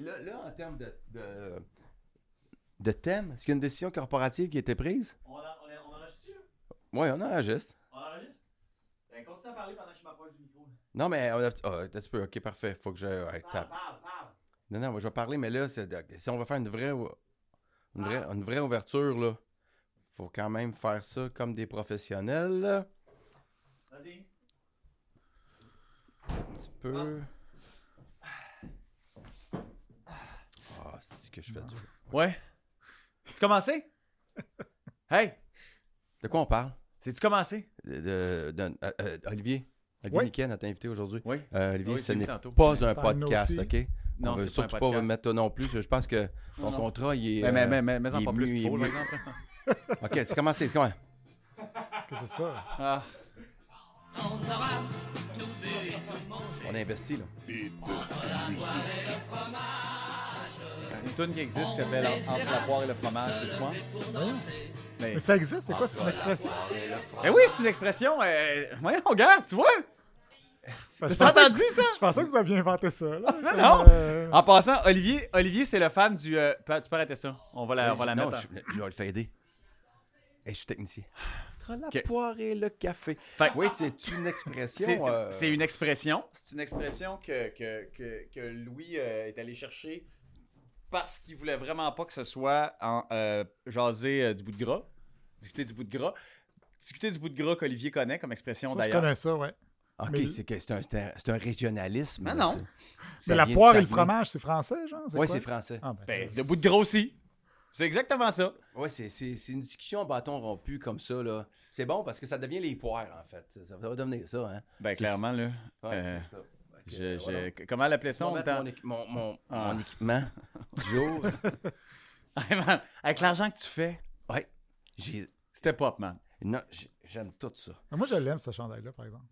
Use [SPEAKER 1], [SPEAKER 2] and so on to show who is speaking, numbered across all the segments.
[SPEAKER 1] là, là, en termes de, de, de thème, est-ce qu'il y a une décision corporative qui a été prise?
[SPEAKER 2] On, a, on, a, on enregistre-tu? là?
[SPEAKER 1] Oui, on enregistre.
[SPEAKER 2] On enregistre? Ben, continue à parler pendant que je m'approche du micro.
[SPEAKER 1] Non, mais on a... Ah, un petit peu, ok, parfait. Faut que je... ouais,
[SPEAKER 2] Parle,
[SPEAKER 1] tape.
[SPEAKER 2] parle, parle.
[SPEAKER 1] Non, non, moi, je vais parler, mais là, c'est de- si on va faire une vraie, une vraie, une vraie ouverture, là, faut quand même faire ça comme des professionnels, là.
[SPEAKER 2] Vas-y.
[SPEAKER 1] Un petit peu. Ah, c'est que je fais dur.
[SPEAKER 2] Ouais. C'est commencé? hey,
[SPEAKER 1] De quoi on parle?
[SPEAKER 2] c'est-tu commencé?
[SPEAKER 1] De, de- de- euh, euh, Olivier. Olivier
[SPEAKER 3] Oui.
[SPEAKER 1] Niquet, notre invité aujourd'hui.
[SPEAKER 2] Oui.
[SPEAKER 1] Euh, Olivier,
[SPEAKER 2] Ah Oui,
[SPEAKER 1] ce
[SPEAKER 2] j'ai vu
[SPEAKER 1] n'est
[SPEAKER 2] tantôt.
[SPEAKER 1] pas un
[SPEAKER 3] Parle-nous
[SPEAKER 1] podcast,
[SPEAKER 3] Ben, aussi.
[SPEAKER 1] OK? on
[SPEAKER 2] Non,
[SPEAKER 1] veut
[SPEAKER 2] c'est pas un
[SPEAKER 1] surtout pas vous
[SPEAKER 2] podcast.
[SPEAKER 1] mettre toi non plus. Je je pense que mon
[SPEAKER 2] Non, non.
[SPEAKER 1] contrat, il est...
[SPEAKER 2] Mais, mais,
[SPEAKER 1] euh,
[SPEAKER 2] mais, mais, mais en
[SPEAKER 1] il
[SPEAKER 2] pas
[SPEAKER 1] est
[SPEAKER 2] plus
[SPEAKER 1] mieux, il est
[SPEAKER 2] qu'il faut, par
[SPEAKER 1] mieux.
[SPEAKER 2] exemple.
[SPEAKER 1] OK, c'est commencé, c'est comment?
[SPEAKER 3] Que c'est ça?
[SPEAKER 2] Ah,
[SPEAKER 1] On a investi, là.
[SPEAKER 2] une tune qui existe qui s'appelle Entre la poire et le fromage, tu vois. Mais,
[SPEAKER 3] Mais ça existe? C'est quoi? C'est une expression? ça?
[SPEAKER 2] Eh oui, c'est une expression. Euh... Ouais, regarde, tu vois?
[SPEAKER 3] Ben, je,
[SPEAKER 2] T'as
[SPEAKER 3] pensais,
[SPEAKER 2] entendu ça?
[SPEAKER 3] je pensais que vous aviez inventé ça. Là, Comme,
[SPEAKER 2] non.
[SPEAKER 3] euh,
[SPEAKER 2] En passant, Olivier, Olivier c'est le fan du. euh, pa- tu peux arrêter ça. On va la, Euh, on va la
[SPEAKER 1] non,
[SPEAKER 2] mettre.
[SPEAKER 1] Ben, je, je vais le faire aider. Et je suis technicien. Entre la
[SPEAKER 2] Ok.
[SPEAKER 1] poire et le café.
[SPEAKER 2] Fait que-
[SPEAKER 1] Oui, c'est une
[SPEAKER 2] C'est
[SPEAKER 1] expression. euh,
[SPEAKER 2] c'est une expression. C'est une expression que, que, que, que Louis euh, est allé chercher parce qu'il voulait vraiment pas que ce soit en euh, jaser euh, du bout de gras. Discuter du bout de gras. Discuter du bout de gras qu'Olivier connaît comme expression
[SPEAKER 3] ça, je
[SPEAKER 2] d'ailleurs.
[SPEAKER 3] connais ça, ouais.
[SPEAKER 1] OK,
[SPEAKER 3] mais-
[SPEAKER 1] c'est que c'est un, c'est un- c'est un régionalisme.
[SPEAKER 2] Ah
[SPEAKER 1] là,
[SPEAKER 2] non.
[SPEAKER 1] c'est- ça
[SPEAKER 3] Mais la
[SPEAKER 1] vient-
[SPEAKER 3] poire
[SPEAKER 1] ça
[SPEAKER 3] et le
[SPEAKER 1] vient-
[SPEAKER 3] fromage, c'est français, genre?
[SPEAKER 1] Oui,
[SPEAKER 3] quoi?
[SPEAKER 1] c'est français.
[SPEAKER 3] Ah, ben,
[SPEAKER 2] Ben,
[SPEAKER 3] euh,
[SPEAKER 2] de bout de gras aussi. C'est exactement ça.
[SPEAKER 1] Oui, c'est c'est une discussion en bâton rompu comme ça. là. C'est bon parce que ça devient les poires, en fait. Ça, ça va devenir ça. Hein?
[SPEAKER 2] Ben,
[SPEAKER 1] clairement,
[SPEAKER 2] clairement, là.
[SPEAKER 1] Ouais,
[SPEAKER 2] Euh,
[SPEAKER 1] c'est ça. Ok,
[SPEAKER 2] Je,
[SPEAKER 1] voilà.
[SPEAKER 2] je- Comment l'appelait
[SPEAKER 1] Je
[SPEAKER 2] ça?
[SPEAKER 1] vais
[SPEAKER 2] on
[SPEAKER 1] mettre
[SPEAKER 2] entend-
[SPEAKER 1] mon, équi- mon, mon-
[SPEAKER 2] Ah.
[SPEAKER 1] mon équipement du jour.
[SPEAKER 2] Man, Avec l'argent que tu fais,
[SPEAKER 1] J'ai-
[SPEAKER 2] c'était pop, man.
[SPEAKER 1] Non, j'ai- j'aime tout ça.
[SPEAKER 3] Moi, je l'aime, ce chandail-là, par exemple.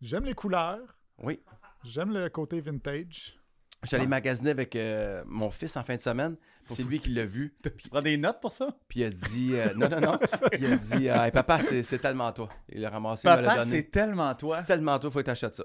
[SPEAKER 3] J'aime les couleurs.
[SPEAKER 1] Oui.
[SPEAKER 3] J'aime le côté vintage.
[SPEAKER 1] J'allais magasiner avec euh, mon fils en fin de semaine. C'est lui qui l'a vu.
[SPEAKER 2] Ah. Tu prends des notes pour ça?
[SPEAKER 1] Puis il a dit euh, Non, non, non. Puis il a dit euh, Hey, Papa, c'est c'est tellement toi. Il l'a ramassé, il me l'a
[SPEAKER 2] Papa, c'est
[SPEAKER 1] donné.
[SPEAKER 2] tellement toi.
[SPEAKER 1] C'est tellement toi, faut que t'achètes ça.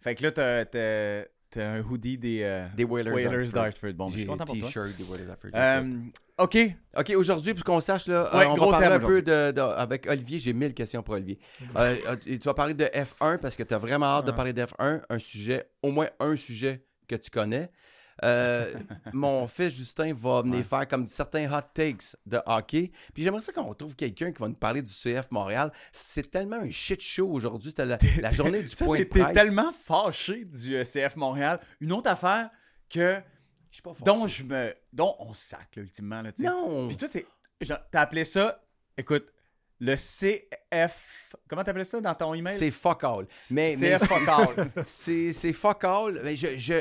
[SPEAKER 2] Fait que là, t'as, t'as- t'as un hoodie des, euh,
[SPEAKER 1] Des Whalers.
[SPEAKER 2] Whalers
[SPEAKER 1] Hartford.
[SPEAKER 2] d'Hartford. Bon, ben, je
[SPEAKER 1] J'ai
[SPEAKER 2] suis content
[SPEAKER 1] un
[SPEAKER 2] pour toi.
[SPEAKER 1] t-shirt des Whalers d'Hartford.
[SPEAKER 2] Euh, OK.
[SPEAKER 1] OK, aujourd'hui, pour qu'on sache, là,
[SPEAKER 2] Ouais,
[SPEAKER 1] euh, on
[SPEAKER 2] gros Mmh.
[SPEAKER 1] va parler un
[SPEAKER 2] thème
[SPEAKER 1] peu de, de- avec Olivier. J'ai mille questions pour Olivier. Euh, euh, tu vas parler de F1 parce que tu as vraiment hâte de
[SPEAKER 2] Ah.
[SPEAKER 3] Ouais.
[SPEAKER 1] parler de F1, un sujet, au moins un sujet que tu connais. Euh, mon fils Justin va venir
[SPEAKER 2] Ouais.
[SPEAKER 1] faire comme certains hot takes de hockey. Puis j'aimerais ça qu'on trouve quelqu'un qui va nous parler du CF Montréal. C'est tellement un shit show aujourd'hui. C'était la, la journée du
[SPEAKER 2] Ça,
[SPEAKER 1] point de
[SPEAKER 2] t'es, t'es
[SPEAKER 1] presse.
[SPEAKER 2] tellement fâché du euh, CF Montréal. Une autre affaire que,
[SPEAKER 1] Je suis pas fort.
[SPEAKER 2] dont je me... dont on sac, là, ultimement, là, tu sais.
[SPEAKER 1] Non!
[SPEAKER 2] Puis toi, t'es, genre, t'as appelé ça... Écoute, le CF... Comment t'appelais ça dans ton email?
[SPEAKER 1] C'est fuck all. Mais, mais
[SPEAKER 2] CF Focal.
[SPEAKER 1] C'est c'est fuck all. Mais je, je,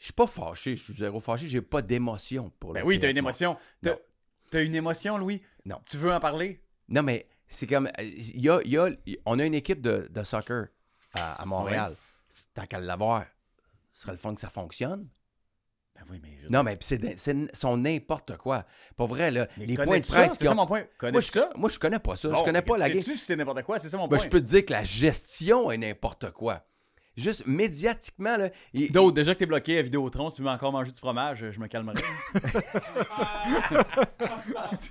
[SPEAKER 1] je suis pas fâché. Je suis zéro fâché. J'ai pas d'émotion pour le
[SPEAKER 2] Ben oui,
[SPEAKER 1] CF,
[SPEAKER 2] t'as une
[SPEAKER 1] moi.
[SPEAKER 2] émotion. T'as,
[SPEAKER 1] Non.
[SPEAKER 2] t'as une émotion, Louis?
[SPEAKER 1] Non.
[SPEAKER 2] Tu veux en parler?
[SPEAKER 1] Non, mais c'est comme. euh, il Y a, il y a- on a une équipe de, de soccer à, à Montréal. C'est- Tant qu'à l'avoir, ce serait le fun que ça fonctionne.
[SPEAKER 2] Ben oui, mais... je-
[SPEAKER 1] Non, mais pis c'est c'est son n'importe quoi. Pour vrai, là,
[SPEAKER 2] Mais
[SPEAKER 1] les
[SPEAKER 2] connais-tu
[SPEAKER 1] points de
[SPEAKER 2] ça?
[SPEAKER 1] presse.
[SPEAKER 2] C'est
[SPEAKER 1] qu'ils
[SPEAKER 2] ça
[SPEAKER 1] ont-
[SPEAKER 2] mon point. Connais
[SPEAKER 1] moi, je,
[SPEAKER 2] ça?
[SPEAKER 1] moi, je connais pas ça.
[SPEAKER 2] Bon,
[SPEAKER 1] je connais pas la game.
[SPEAKER 2] Sais-tu si c'est n'importe quoi? C'est ça mon
[SPEAKER 1] Ben,
[SPEAKER 2] point.
[SPEAKER 1] je peux te dire que la gestion est n'importe quoi. Juste médiatiquement, là. il-
[SPEAKER 2] D'autres, déjà que t'es bloqué à Vidéotron, si tu veux encore manger du fromage, je me calmerai.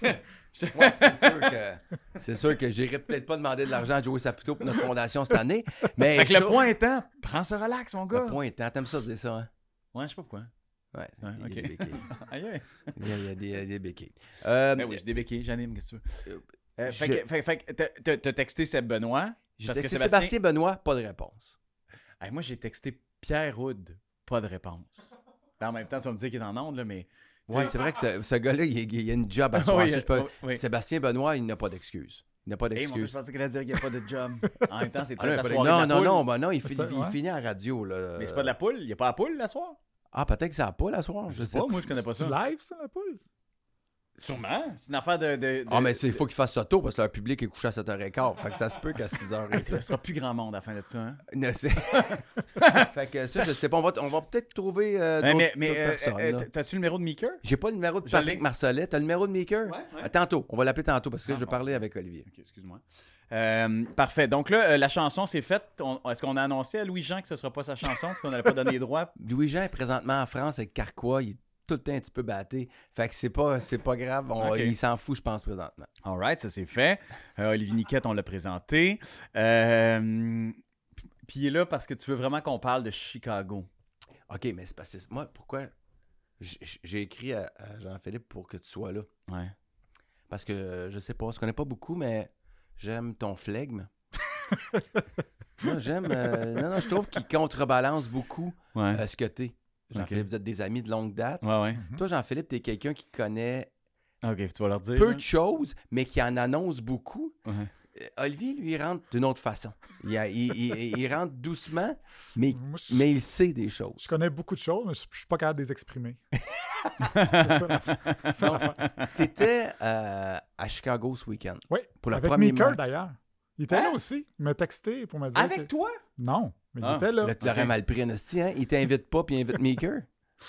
[SPEAKER 1] Ouais, c'est sûr que c'est sûr que j'irai peut-être pas demander de l'argent à Joey Saputo pour notre fondation cette année, mais
[SPEAKER 2] fait que
[SPEAKER 1] je
[SPEAKER 2] le
[SPEAKER 1] trouve-
[SPEAKER 2] point étant, prends ce relax, mon gars.
[SPEAKER 1] le point étant, t'aimes ça dire ça hein
[SPEAKER 2] Ouais, je sais pas pourquoi.
[SPEAKER 1] Ouais,
[SPEAKER 2] Ouais,
[SPEAKER 1] il y a des
[SPEAKER 2] ok.
[SPEAKER 1] béquilles.
[SPEAKER 2] Aïe, aïe.
[SPEAKER 1] Il y a, il y a des, il y a des béquilles. Euh,
[SPEAKER 2] Ben oui, j'ai débéqué, j'anime, qu'est-ce que tu veux. Euh,
[SPEAKER 1] je-
[SPEAKER 2] Fait que- fait- fait que t'as- t'as- t'as texté Seb Benoît.
[SPEAKER 1] j'ai
[SPEAKER 2] Parce que
[SPEAKER 1] texté
[SPEAKER 2] Sébastien-
[SPEAKER 1] Sébastien... Benoît, pas de réponse.
[SPEAKER 2] Hey, moi, j'ai texté Pierre Houd, pas de réponse. Là, en même temps, tu vas me dire qu'il est en onde, là, mais. tu
[SPEAKER 1] Ouais,
[SPEAKER 2] sais-
[SPEAKER 1] c'est vrai que ce, ce gars-là, il, il- il a une job à
[SPEAKER 2] Ah,
[SPEAKER 1] soir.
[SPEAKER 2] oui,
[SPEAKER 1] ça, je peux-
[SPEAKER 2] euh, oui.
[SPEAKER 1] Sébastien Benoît, il n'a pas d'excuse. Il n'a pas
[SPEAKER 2] Hey, mon Dieu,
[SPEAKER 1] d'excuse.
[SPEAKER 2] je pensais qu'il allait dire qu'il n'y a pas de job. En même temps, c'est
[SPEAKER 1] Ah, non, il
[SPEAKER 2] peut-être
[SPEAKER 1] a
[SPEAKER 2] la
[SPEAKER 1] pas de-
[SPEAKER 2] soirée. de la
[SPEAKER 1] non, non,
[SPEAKER 2] poule.
[SPEAKER 1] non, ben non, il,
[SPEAKER 3] C'est
[SPEAKER 1] finit-
[SPEAKER 3] ça,
[SPEAKER 1] il
[SPEAKER 3] ouais.
[SPEAKER 1] finit à la radio. Là.
[SPEAKER 2] Mais c'est pas de la poule. Il n'y a pas la poule, la soir.
[SPEAKER 1] Ah, peut-être que ça n'a pas la soir. Je, sais
[SPEAKER 2] Oh, moi, je connais pas
[SPEAKER 3] C'est
[SPEAKER 2] ça.
[SPEAKER 3] live, ça, la poule?
[SPEAKER 2] Sûrement. C'est une affaire de. de-
[SPEAKER 1] Ah,
[SPEAKER 2] de-
[SPEAKER 1] mais c'est- il faut qu'ils fassent ça tôt parce que leur public est couché à 7h15. Fait que ça se peut qu'à 6h.
[SPEAKER 2] Hey, Il ne sera plus grand monde à la fin de ça. hein.
[SPEAKER 1] Ne sais- fait que ça, je sais pas. On va, on va peut-être trouver euh,
[SPEAKER 2] Mais,
[SPEAKER 1] d'autres
[SPEAKER 2] mais,
[SPEAKER 1] d'autres
[SPEAKER 2] mais, euh,
[SPEAKER 1] personnes.
[SPEAKER 2] euh,
[SPEAKER 1] là.
[SPEAKER 2] t'as- t'as-tu le numéro de Meeker?
[SPEAKER 1] J'ai pas le numéro de
[SPEAKER 2] je
[SPEAKER 1] Patrick
[SPEAKER 2] l'ai.
[SPEAKER 1] Marcelet. T'as le numéro de Maker?
[SPEAKER 2] Ouais, ouais.
[SPEAKER 1] Ah, Tantôt. On va l'appeler tantôt parce que
[SPEAKER 2] Ah,
[SPEAKER 1] je vais
[SPEAKER 2] bon.
[SPEAKER 1] parler avec Olivier.
[SPEAKER 2] Ok, excuse-moi. Euh, parfait. Donc là, euh, la chanson, c'est faite. On- Est-ce qu'on a annoncé à Louis-Jean que ce ne sera pas sa chanson, qu'on n'allait pas donner les droits?
[SPEAKER 1] Louis-Jean est présentement en France avec Carquois. Il est tout le temps un petit peu batté. Fait que c'est pas, c'est pas grave. on-
[SPEAKER 2] Ok.
[SPEAKER 1] Il s'en fout, je pense, présentement.
[SPEAKER 2] All right, ça c'est fait. Euh, Olivier Niquette, on l'a présenté. Euh, Puis il est là parce que tu veux vraiment qu'on parle de Chicago.
[SPEAKER 1] OK, mais c'est parce que c'est- moi, pourquoi j- j- j'ai écrit à, à Jean-Philippe pour que tu sois là?
[SPEAKER 2] Ouais.
[SPEAKER 1] Parce que euh, je sais pas, on se connaît pas beaucoup, mais j'aime ton flegme. non, j'aime. euh, non, non, je trouve qu'il contrebalance beaucoup
[SPEAKER 2] Ouais.
[SPEAKER 1] euh, ce que t'es. Jean-Philippe,
[SPEAKER 2] Ok. Mhm.
[SPEAKER 1] vous êtes des amis de longue date.
[SPEAKER 2] ouais, ouais.
[SPEAKER 1] Toi, Jean-Philippe, t'es quelqu'un qui connaît
[SPEAKER 2] Ok, tu vas leur dire.
[SPEAKER 1] peu
[SPEAKER 2] là.
[SPEAKER 1] de choses, mais qui en annonce beaucoup.
[SPEAKER 2] hein. Ouais.
[SPEAKER 1] Euh, Olivier, lui, il rentre d'une autre façon. Il, a- il- il- il rentre doucement, mais,
[SPEAKER 3] Moi, je,
[SPEAKER 1] mais il sait des choses.
[SPEAKER 3] je connais beaucoup de choses, mais je, je suis pas capable de les exprimer. C'est ça, l'affaire. C'est ça, l'affaire.
[SPEAKER 1] T'étais euh, à Chicago ce week-end.
[SPEAKER 3] Oui,
[SPEAKER 1] Pour le
[SPEAKER 3] avec
[SPEAKER 1] premier
[SPEAKER 3] Meeker,
[SPEAKER 1] match.
[SPEAKER 3] d'ailleurs. Il était
[SPEAKER 2] Hein?
[SPEAKER 3] là aussi. Il m'a texté pour me dire.
[SPEAKER 2] Avec
[SPEAKER 3] que-
[SPEAKER 2] toi?
[SPEAKER 3] Non, mais
[SPEAKER 2] Ah.
[SPEAKER 3] il était là.
[SPEAKER 1] Là, tu l'aurais
[SPEAKER 2] Ok.
[SPEAKER 1] mal pris, Anastie, hein? Il t'invite pas, puis il invite Maker.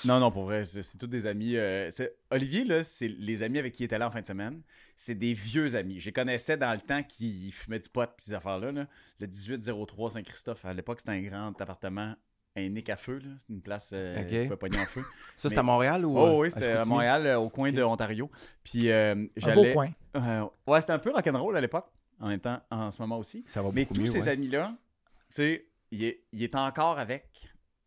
[SPEAKER 2] Non, non, pour vrai, c'est c'est tous des amis. euh, c'est- Olivier, là, c'est les amis avec qui il était là en fin de semaine. C'est des vieux amis. Je les connaissais dans le temps qui fumaient du pot pis ces affaires-là. là. Le 1803 Saint-Christophe, à l'époque, c'était un grand appartement, un nick à feu. là. C'est une place euh,
[SPEAKER 1] Ok.
[SPEAKER 2] qui pouvait pogner en feu.
[SPEAKER 1] Ça, c'est
[SPEAKER 2] Mais-
[SPEAKER 1] à Montréal ou.
[SPEAKER 2] Oh
[SPEAKER 1] euh,
[SPEAKER 2] oui, c'était à
[SPEAKER 1] Chicoutimi?
[SPEAKER 2] Montréal, euh, au coin de Ontario. Puis euh,
[SPEAKER 3] Un beau
[SPEAKER 2] j'allais.
[SPEAKER 3] coin.
[SPEAKER 2] Euh, ouais, c'était un peu rock'n'roll à l'époque, en même temps, en ce moment aussi.
[SPEAKER 1] Ça va
[SPEAKER 2] Mais
[SPEAKER 1] beaucoup
[SPEAKER 2] tous
[SPEAKER 1] mieux,
[SPEAKER 2] ces
[SPEAKER 1] ouais.
[SPEAKER 2] amis-là, tu sais, il est, il est encore avec.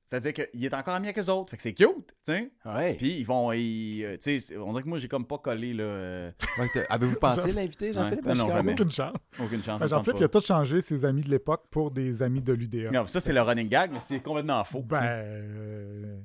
[SPEAKER 2] C'est-à-dire qu'il est encore ami avec eux autres. Fait que c'est cute, tu sais.
[SPEAKER 1] Ouais.
[SPEAKER 2] Puis ils vont. ils, euh, tu sais, c'est- on dirait que moi, j'ai comme pas collé, là. euh,
[SPEAKER 1] Ouais, t'as- Avez-vous pensé l'inviter, Jean-Philippe?
[SPEAKER 2] Ouais.
[SPEAKER 1] à
[SPEAKER 2] Non, non,
[SPEAKER 1] Chicago?
[SPEAKER 2] jamais.
[SPEAKER 3] Aucune chance.
[SPEAKER 2] aucune chance.
[SPEAKER 3] Ben,
[SPEAKER 2] ça me
[SPEAKER 3] Jean-Philippe, il a
[SPEAKER 2] tente
[SPEAKER 3] tout changé ses amis de l'époque pour des amis de
[SPEAKER 2] pas.
[SPEAKER 3] l'UDA.
[SPEAKER 2] Non, ça, c'est le running gag, mais c'est complètement faux.
[SPEAKER 3] Ben,
[SPEAKER 2] tu sais.
[SPEAKER 3] euh,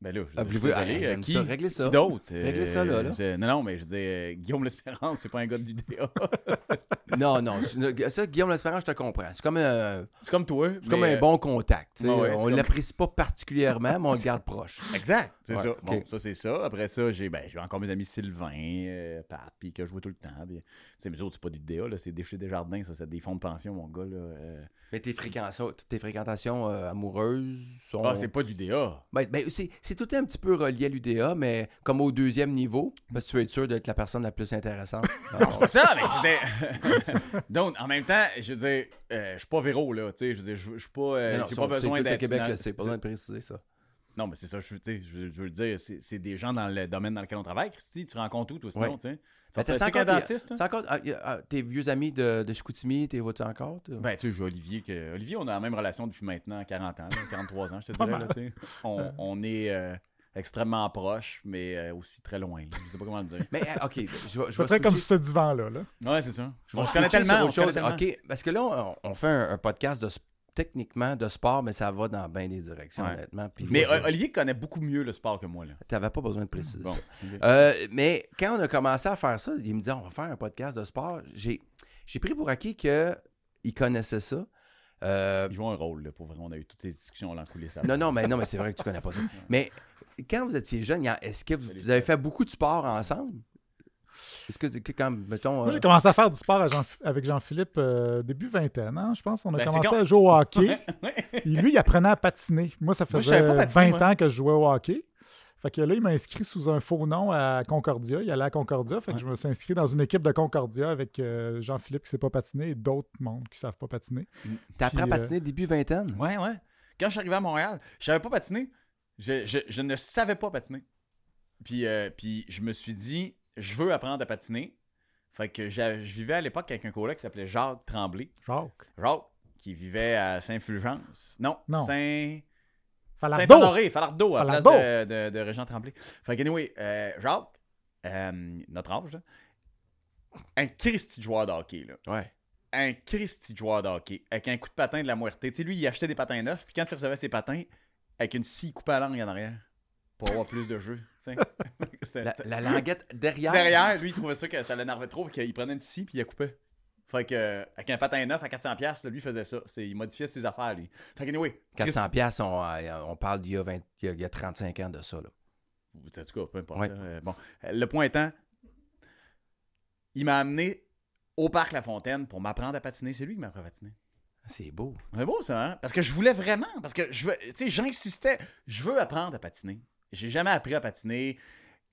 [SPEAKER 2] Ben là, je,
[SPEAKER 1] Ah,
[SPEAKER 2] je suis
[SPEAKER 1] voulez-vous-
[SPEAKER 2] désolé,
[SPEAKER 1] ah,
[SPEAKER 2] euh,
[SPEAKER 1] j'aime
[SPEAKER 2] qui,
[SPEAKER 1] ça, réglez
[SPEAKER 2] qui
[SPEAKER 1] ça.
[SPEAKER 2] d'autre? euh,
[SPEAKER 1] Réglez ça, là, là.
[SPEAKER 2] je dis- non, non, mais je dis, euh, Guillaume L'Espérance, c'est pas un gars de l'UDA.
[SPEAKER 1] Non, non. c'est- Ça, Guillaume L'Espérance, je te comprends. C'est comme, un-
[SPEAKER 2] c'est comme toi. euh,
[SPEAKER 1] c'est comme un bon contact. tu sais.
[SPEAKER 2] ouais, ouais, c'est
[SPEAKER 1] on
[SPEAKER 2] comme-
[SPEAKER 1] l'apprécie pas particulièrement, mais on le garde proche.
[SPEAKER 2] Exact, c'est
[SPEAKER 1] Ouais,
[SPEAKER 2] ça.
[SPEAKER 1] ok.
[SPEAKER 2] Bon, ça c'est ça. Après ça, j'ai ben, j'ai encore mes amis Sylvain, euh, Pat, puis que je vois tout le temps. Puis, tu sais, mes autres, c'est pas du DA, là, c'est des chez Desjardins, ça, c'est des fonds de pension, mon gars. Là, euh.
[SPEAKER 1] Mais tes fréquentations, tes fréquentations euh, amoureuses sont.
[SPEAKER 2] Ah, c'est pas du DA.
[SPEAKER 1] Ben, ben, c'est, c'est tout un petit peu relié à l'UDA, mais comme au deuxième niveau, parce que tu veux être sûr d'être la personne la plus intéressante. Alors,
[SPEAKER 2] Pas ça, mais je veux dire- Donc, en même temps, je veux dire, euh, je suis pas Véro, là, tu sais, je veux dire, je je suis pas. euh,
[SPEAKER 1] mais non,
[SPEAKER 2] j'ai
[SPEAKER 1] ça,
[SPEAKER 2] pas
[SPEAKER 1] c'est
[SPEAKER 2] besoin
[SPEAKER 1] tout le
[SPEAKER 2] d'être.
[SPEAKER 1] Québec,
[SPEAKER 2] dans-
[SPEAKER 1] le sait, pas besoin de préciser ça.
[SPEAKER 2] Non, mais c'est ça, je, veux- tu sais, je, veux- je veux le dire, c'est c'est des gens dans le domaine dans lequel on travaille. Christy, tu rencontres où, toi, sinon,
[SPEAKER 1] Ouais.
[SPEAKER 2] tu sais?
[SPEAKER 1] Mais t'as
[SPEAKER 2] Sortais-tu avec un
[SPEAKER 1] encore des-
[SPEAKER 2] dentiste, toi?
[SPEAKER 1] C'est encore, ah, y a- ah, tes vieux amis de, de Chicoutimi, t'es vois-tu encore? toi?
[SPEAKER 2] Ben, tu sais, j'ai Olivier. Que... Olivier, on a la même relation depuis maintenant 40 ans, là, 43 ans, je te
[SPEAKER 3] Pas
[SPEAKER 2] dirais.
[SPEAKER 3] mal.
[SPEAKER 2] là, tu sais. on, on est euh, extrêmement proches, mais euh, aussi très loin. là. Je sais pas comment le dire.
[SPEAKER 1] Mais euh, OK, je, vais- je vais
[SPEAKER 3] c'est
[SPEAKER 1] switcher-
[SPEAKER 3] comme ce divan-là. Là.
[SPEAKER 2] Ouais, c'est ça.
[SPEAKER 1] je vais
[SPEAKER 2] on se connaît
[SPEAKER 1] switcher sur
[SPEAKER 2] tellement. On
[SPEAKER 1] autre
[SPEAKER 2] se connaît
[SPEAKER 1] chose.
[SPEAKER 2] tellement.
[SPEAKER 1] OK, parce que là, on, on fait un, un podcast de sp- techniquement de sport, mais ça va dans bien des directions,
[SPEAKER 2] Ouais.
[SPEAKER 1] honnêtement. Puis
[SPEAKER 2] Mais
[SPEAKER 1] je vois
[SPEAKER 2] euh,
[SPEAKER 1] ça.
[SPEAKER 2] Olivier connaît beaucoup mieux le sport que moi. Là.
[SPEAKER 1] T'avais pas besoin de préciser
[SPEAKER 2] Bon.
[SPEAKER 1] ça.
[SPEAKER 2] Ok.
[SPEAKER 1] Euh, mais quand on a commencé à faire ça, il me dit on va faire un podcast de sport. J'ai, j'ai pris pour acquis qu'il connaissait ça. Euh,
[SPEAKER 2] Il joue un rôle, là, pour vrai. On a eu toutes les discussions là en coulisses. avant.
[SPEAKER 1] non, non, mais non, mais c'est vrai que tu connais pas ça. Mais quand vous étiez jeune, il y a- est-ce que vous,
[SPEAKER 2] Salut.
[SPEAKER 1] vous avez fait beaucoup de sport ensemble? Est-ce que, que quand, mettons,
[SPEAKER 3] Moi,
[SPEAKER 1] euh,
[SPEAKER 3] j'ai commencé à faire du sport à Jean- avec Jean-Philippe euh, début vingtaine, hein, je pense. On a
[SPEAKER 2] Ben, c'est
[SPEAKER 3] commencé
[SPEAKER 2] quand-
[SPEAKER 3] à jouer au hockey.
[SPEAKER 2] Ouais.
[SPEAKER 3] Et lui, il apprenait à patiner. Moi, ça
[SPEAKER 2] Moi, je
[SPEAKER 3] faisait
[SPEAKER 2] savais pas patiner,
[SPEAKER 3] 20
[SPEAKER 2] moi.
[SPEAKER 3] ans que je jouais au hockey. Fait que là, il m'a inscrit sous un faux nom à Concordia. Il allait à Concordia. Fait que je me suis inscrit dans une équipe de Concordia avec euh, Jean-Philippe qui sait pas patiner et d'autres mondes qui savent pas patiner.
[SPEAKER 1] t'apprends à
[SPEAKER 3] puis, euh,
[SPEAKER 1] patiner début vingtaine?
[SPEAKER 2] ouais, ouais. Quand je suis arrivé à Montréal, je savais pas patiner. Je, je- je ne savais pas patiner. Puis, euh, puis je me suis dit, je veux apprendre à patiner. Fait que j'a- je vivais à l'époque avec un collègue qui s'appelait Jacques Tremblay.
[SPEAKER 3] Jacques.
[SPEAKER 2] Jacques, qui vivait à Saint-Fulgence. Non,
[SPEAKER 3] Non.
[SPEAKER 2] Saint...
[SPEAKER 3] Falardeau.
[SPEAKER 2] Saint-Honoré, Falardeau, à la place
[SPEAKER 3] Falardeau.
[SPEAKER 2] de, de, de Régent Tremblay. Fait que, anyway, euh, Jacques, euh, notre âge, là, un Christy de joueur de hockey, là.
[SPEAKER 1] Ouais.
[SPEAKER 2] Un Christy de joueur de hockey, avec un coup de patin de la moitié. Tu sais, lui, il achetait des patins neufs, puis quand il recevait ses patins, avec une scie coupée à langue en arrière, pour avoir plus de jeu, tu sais. C'était-
[SPEAKER 1] La,
[SPEAKER 2] c'était-
[SPEAKER 1] la languette derrière.
[SPEAKER 2] Derrière, lui, il trouvait ça que ça l'énervait trop, puis qu'il prenait une scie, puis il la coupait. Fait que, euh, avec un patin neuf à 400$, piastres, là, lui, il faisait ça. C'est- Il modifiait ses affaires, lui. Fait que, anyway,
[SPEAKER 1] 400 pièces, on, euh, on parle d'il y a, 20 il y a- il y a 35 ans de ça. là.
[SPEAKER 2] Ou, En tout cas, peu importe.
[SPEAKER 1] Ouais.
[SPEAKER 2] là. Euh, bon, Euh, le point étant, il m'a amené au parc La Fontaine pour m'apprendre à patiner. C'est lui qui m'a appris à patiner.
[SPEAKER 1] C'est beau.
[SPEAKER 2] C'est beau ça, hein? Parce que je voulais vraiment, parce que je veux, tu sais, j'insistais, je veux apprendre à patiner. J'ai jamais appris à patiner.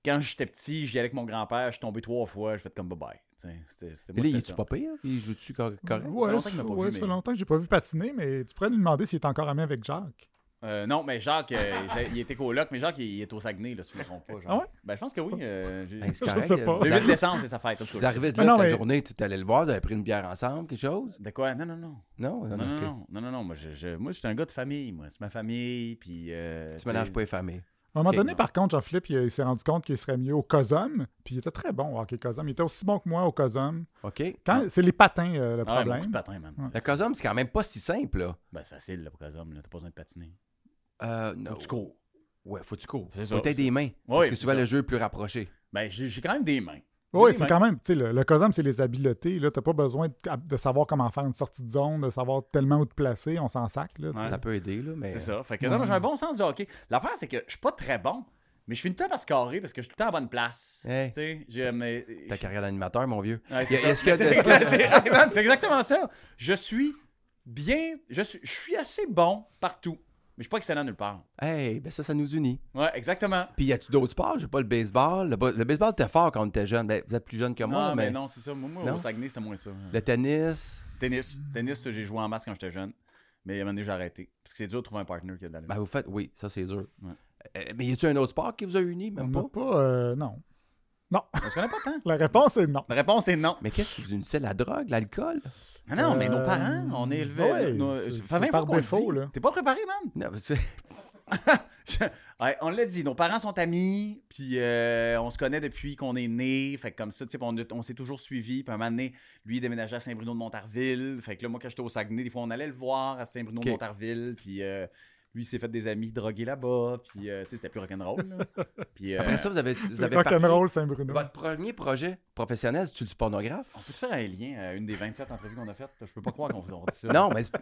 [SPEAKER 2] Quand j'étais petit, j'y allais avec mon grand-père, je suis tombé trois fois, je fait comme bye bye. tu sais, c'était- c'était
[SPEAKER 1] Mais
[SPEAKER 2] moi,
[SPEAKER 1] là, il
[SPEAKER 2] c'était
[SPEAKER 1] est-tu
[SPEAKER 2] ça.
[SPEAKER 1] pas pire? Mmh. Il joue-tu cor- correct?
[SPEAKER 3] Ouais,
[SPEAKER 2] longtemps
[SPEAKER 3] ça
[SPEAKER 2] qu'il m'a pas
[SPEAKER 3] ouais,
[SPEAKER 2] vu,
[SPEAKER 3] ça
[SPEAKER 2] mais-
[SPEAKER 3] fait longtemps que j'ai pas vu patiner, mais tu pourrais lui demander s'il est encore ami avec Jacques.
[SPEAKER 2] Euh, non, mais Jacques, euh, j'ai- il était coloc, mais Jacques, il, il est au Saguenay, là, si je me trompe pas. Genre.
[SPEAKER 3] Ah ouais?
[SPEAKER 2] Ben, je pense que oui. euh, j'ai-
[SPEAKER 1] Ben, c'est
[SPEAKER 3] Je
[SPEAKER 1] correct,
[SPEAKER 3] sais pas.
[SPEAKER 1] euh,
[SPEAKER 2] le 8
[SPEAKER 1] Vous
[SPEAKER 2] décembre, c'est sa fête. en tout cas.
[SPEAKER 1] vous arrivez de
[SPEAKER 3] Ah
[SPEAKER 1] là,
[SPEAKER 3] non,
[SPEAKER 1] ta
[SPEAKER 3] mais-
[SPEAKER 1] journée, tu es allé le voir, vous avez pris une bière ensemble, quelque chose?
[SPEAKER 2] De quoi? Non, non, non.
[SPEAKER 1] Non?
[SPEAKER 2] Non, non,
[SPEAKER 1] ok.
[SPEAKER 2] non, non, non, non, Moi, je, je- moi, j'étais un gars de famille, moi. C'est ma famille, puis... euh,
[SPEAKER 1] Tu mélanges
[SPEAKER 2] sais-
[SPEAKER 1] pas les familles.
[SPEAKER 3] À un moment
[SPEAKER 1] Ok,
[SPEAKER 3] donné,
[SPEAKER 1] non.
[SPEAKER 3] par contre, Jean-Philippe, il, il s'est rendu compte qu'il serait mieux au COSOM, puis il était très bon au hockey COSOM. Il était aussi bon que moi au COSOM.
[SPEAKER 1] OK?
[SPEAKER 3] Quand- C'est les patins, euh, le
[SPEAKER 2] Ah, ouais, beaucoup
[SPEAKER 3] problème.
[SPEAKER 2] de patins, man.
[SPEAKER 3] Ouais.
[SPEAKER 1] Le cosum, c'est quand même pas si simple, là.
[SPEAKER 2] Ben, c'est facile, là, pour les hommes, là. T'as pas besoin de patiner.
[SPEAKER 1] Euh, non.
[SPEAKER 2] Faut que tu cours.
[SPEAKER 1] Ouais, faut que tu cours.
[SPEAKER 2] C'est
[SPEAKER 1] Faut
[SPEAKER 2] ça,
[SPEAKER 1] que t'aies
[SPEAKER 2] c'est
[SPEAKER 1] des mains.
[SPEAKER 2] Ouais,
[SPEAKER 1] parce que
[SPEAKER 2] c'est
[SPEAKER 1] souvent,
[SPEAKER 2] ça.
[SPEAKER 1] le jeu est plus rapproché.
[SPEAKER 2] Ben, j'ai j'ai quand même des mains.
[SPEAKER 3] Oui,
[SPEAKER 2] Des
[SPEAKER 3] c'est
[SPEAKER 2] mains.
[SPEAKER 3] quand même, tu sais, le, le COSOM, c'est les habiletés. Là, t'as pas besoin de, de savoir comment faire une sortie de zone, de savoir tellement où te placer, on s'en sac. Là, tu sais.
[SPEAKER 2] Ouais.
[SPEAKER 1] Ça peut aider, là, mais...
[SPEAKER 2] C'est ça. Fait que non, non, j'ai un bon sens du hockey. L'affaire, c'est que je suis pas très bon, mais je finis tout le temps par se carrer parce que je suis tout le temps à la bonne place.
[SPEAKER 1] Hey.
[SPEAKER 2] Tu sais, j'ai- mais-
[SPEAKER 1] Ta carrière d'animateur, mon vieux.
[SPEAKER 2] Ouais, c'est
[SPEAKER 1] Y a-
[SPEAKER 2] ça.
[SPEAKER 1] Est-ce que... est-ce que-
[SPEAKER 2] C'est hey, man, c'est exactement ça. Je suis bien. Je suis, je suis assez bon partout, mais je suis pas excellent nulle part.
[SPEAKER 1] Hey, ben ça, ça nous unit.
[SPEAKER 2] Ouais, exactement.
[SPEAKER 1] Puis y a-tu d'autres sports? J'ai pas le baseball. Le, ba- le baseball était fort quand on était jeune. Ben, vous êtes plus jeune que moi,
[SPEAKER 2] non, Ah, mais...
[SPEAKER 1] mais,
[SPEAKER 2] non, c'est ça. Moi, moi,
[SPEAKER 1] Non?
[SPEAKER 2] au Saguenay, c'était moins ça.
[SPEAKER 1] le tennis.
[SPEAKER 2] Tennis. Tennis, ça, j'ai joué en masse quand j'étais jeune. Mais à un moment donné, j'ai arrêté. Parce que c'est dur de trouver un partner qui a de la
[SPEAKER 1] Ben vous faites, oui, ça c'est dur.
[SPEAKER 2] Ouais.
[SPEAKER 1] Euh, mais y a-tu un autre sport qui vous a unis,
[SPEAKER 3] On
[SPEAKER 1] même
[SPEAKER 3] n'a
[SPEAKER 1] pas?
[SPEAKER 3] pas, euh, non.
[SPEAKER 2] On se connaît pas tant.
[SPEAKER 3] La réponse est non.
[SPEAKER 2] La réponse est non.
[SPEAKER 1] Mais qu'est-ce qui vous unissait? La drogue, l'alcool?
[SPEAKER 2] Non, non, mais nos
[SPEAKER 3] Euh,
[SPEAKER 2] parents, on est élevés.
[SPEAKER 3] ouais,
[SPEAKER 2] nos-
[SPEAKER 3] c'est-
[SPEAKER 2] ça
[SPEAKER 3] c'est
[SPEAKER 2] fait 20
[SPEAKER 3] par
[SPEAKER 2] fois qu'on le
[SPEAKER 3] défaut,
[SPEAKER 2] dit.
[SPEAKER 3] là.
[SPEAKER 2] T'es pas préparé, man.
[SPEAKER 1] Non, mais tu sais,
[SPEAKER 2] Je- ouais, on l'a dit, nos parents sont amis, puis euh, on se connaît depuis qu'on est né. Fait que comme ça, tu sais, on, a- on s'est toujours suivis. Puis un moment donné, lui, il déménageait à Saint-Bruno-de-Montarville. Fait que là, moi, quand j'étais au Saguenay, des fois, on allait le voir à Saint-Bruno-de-Montarville. Puis euh, lui, il s'est fait des amis drogués là-bas. Puis, euh, tu sais, c'était plus rock'n'roll. là. puis, euh,
[SPEAKER 1] après ça, vous avez, vous avez parti.
[SPEAKER 3] Rock'n'roll Saint-Bruno.
[SPEAKER 1] Votre premier projet professionnel, c'est-tu du pornographe?
[SPEAKER 2] on peut-tu faire un lien à une des 27 entrevues qu'on a faites? Je peux pas croire qu'on vous a dit ça.
[SPEAKER 1] Non, euh, mais c'est-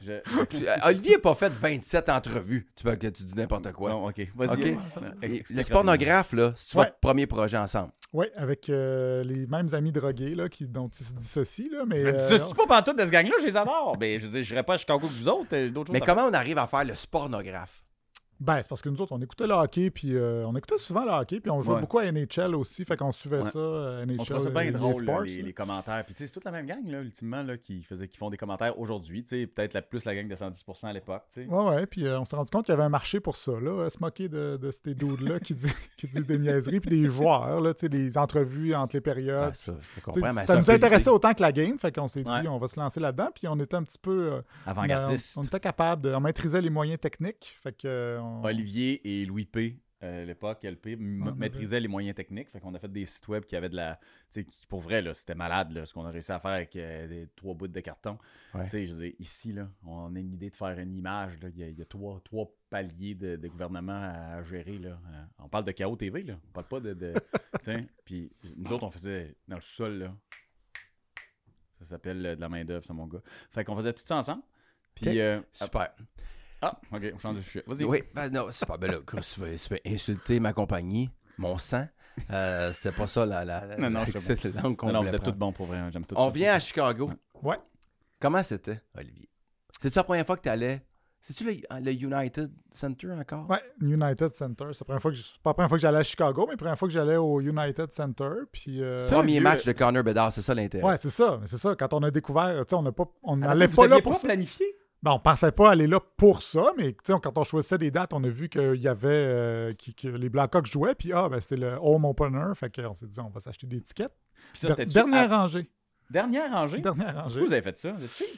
[SPEAKER 2] Je-
[SPEAKER 1] Olivier n'a pas fait 27 entrevues. Tu peux que tu dis n'importe quoi.
[SPEAKER 2] Non, OK. Vas-y.
[SPEAKER 1] Ok. Et-
[SPEAKER 2] Explique
[SPEAKER 1] Le pornographe, là, c'est
[SPEAKER 3] Ouais.
[SPEAKER 1] votre premier projet ensemble.
[SPEAKER 3] Oui, avec euh, les mêmes amis drogués là, qui, dont ils se dissocient. Là, mais,
[SPEAKER 2] Je me dis, ça,
[SPEAKER 3] euh,
[SPEAKER 2] c'est pas pantoute de ce gang-là, je les adore. Mais je veux dire, je n'irai pas à Chicago que vous autres, j'ai d'autres choses.
[SPEAKER 1] Mais
[SPEAKER 2] à
[SPEAKER 1] comment on arrive à faire le pornographe?
[SPEAKER 3] Ben, c'est parce que nous autres, on écoutait le hockey, puis euh, on écoutait souvent le hockey, puis on jouait
[SPEAKER 2] Ouais.
[SPEAKER 3] beaucoup à NHL aussi, fait qu'on suivait
[SPEAKER 2] Ouais.
[SPEAKER 3] ça, euh, NHL,
[SPEAKER 2] On trouvait ça bien
[SPEAKER 3] les
[SPEAKER 2] drôle, là,
[SPEAKER 3] sports,
[SPEAKER 2] les,
[SPEAKER 3] là.
[SPEAKER 2] les commentaires. Puis, tu sais, c'est toute la même gang, là, ultimement, là, qui, faisait, qui font des commentaires aujourd'hui. Tu sais, peut-être la, plus la gang de 110% à l'époque, tu sais.
[SPEAKER 3] Ouais, ouais, puis euh, on s'est rendu compte qu'il y avait un marché pour ça, là, à se moquer de, de ces dudes-là qui, disent- qui disent des niaiseries, puis des joueurs, là, tu sais, des entrevues entre les
[SPEAKER 1] Ah,
[SPEAKER 2] Ben,
[SPEAKER 3] périodes.
[SPEAKER 1] ça, je
[SPEAKER 3] Euh, Tu sais,
[SPEAKER 1] comprends, mais c'est
[SPEAKER 3] ça
[SPEAKER 1] un
[SPEAKER 3] nous
[SPEAKER 1] peu
[SPEAKER 3] intéressait
[SPEAKER 1] l'idée.
[SPEAKER 3] autant que la game, fait qu'on s'est
[SPEAKER 2] Ouais.
[SPEAKER 3] dit, on va se lancer là-dedans, puis on était un petit peu... euh,
[SPEAKER 2] Avant-gardiste.
[SPEAKER 3] on, on était capable, de, on maîtrisait les moyens techniques, fait que... euh, on-
[SPEAKER 2] Olivier et Louis P. euh, à l'époque, LP, m-
[SPEAKER 3] Ouais,
[SPEAKER 1] Ah, ben
[SPEAKER 3] ouais,
[SPEAKER 2] maîtrisaient les moyens techniques. Fait qu'on a fait des sites web qui avaient de la. Tu sais, qui, pour vrai, là, c'était malade, là, ce qu'on a réussi à faire avec euh, des trois bouts de carton.
[SPEAKER 1] Ouais.
[SPEAKER 2] Tu sais, je veux dire, ici, là, on a une idée de faire une image. là. Il y a, il y a trois, trois paliers de, de gouvernement à gérer. Là. Euh, On parle de chaos TV, là. On parle pas de. de- tu sais, puis nous autres, on faisait dans le sous-sol, là. Ça s'appelle euh, de la main-d'œuvre, c'est mon gars. Fait qu'on faisait tout ça ensemble. Puis.
[SPEAKER 1] Ok.
[SPEAKER 2] euh,
[SPEAKER 1] Super.
[SPEAKER 2] ah, ok, on change de sujet. Vas-y.
[SPEAKER 1] Oui, ben non, c'est pas. Ben là, Chris se fait, se fait insulter ma compagnie, mon sang. Euh, C'était pas ça la, la, la-
[SPEAKER 2] Non, non,
[SPEAKER 1] la-
[SPEAKER 2] c'est
[SPEAKER 1] c'est la langue qu'on
[SPEAKER 2] Non, non, vous
[SPEAKER 1] voulait
[SPEAKER 2] êtes tous
[SPEAKER 1] prendre.
[SPEAKER 2] bons pour vrai. hein, J'aime tout
[SPEAKER 1] On
[SPEAKER 2] ça.
[SPEAKER 1] vient à Chicago.
[SPEAKER 3] Ouais.
[SPEAKER 1] Comment c'était, Olivier? C'est-tu la première fois que tu allais? C'est-tu le, le United Center encore?
[SPEAKER 3] Ouais, United Center. C'est la première fois que je- pas la première fois que j'allais à Chicago, mais la première fois que j'allais au United Center. Puis, euh,
[SPEAKER 2] C'est un
[SPEAKER 1] Premier
[SPEAKER 2] vieux-
[SPEAKER 1] match de Connor Bedard, c'est ça l'intérêt.
[SPEAKER 3] ouais, c'est ça, mais c'est ça. Quand on a découvert, tu sais, on n'a pas, on
[SPEAKER 2] Attends,
[SPEAKER 3] n'allait
[SPEAKER 2] vous
[SPEAKER 3] pas là
[SPEAKER 2] aviez
[SPEAKER 3] pour ça.
[SPEAKER 2] planifié.
[SPEAKER 3] Ben, on pensait pas aller là pour ça, mais tu sais, on- quand on choisissait des dates, on a vu qu'il y avait euh, qui- que les Blackhawks jouaient, puis ah, ben c'était le home opener, fait qu'on s'est dit on va s'acheter des tickets.
[SPEAKER 2] Puis ça,
[SPEAKER 3] Der-
[SPEAKER 2] c'était
[SPEAKER 3] dernière rangée,
[SPEAKER 2] Dernière rangée.
[SPEAKER 3] dernière
[SPEAKER 2] Vous
[SPEAKER 3] rangée.
[SPEAKER 2] vous avez fait ça. Vous êtes cheap.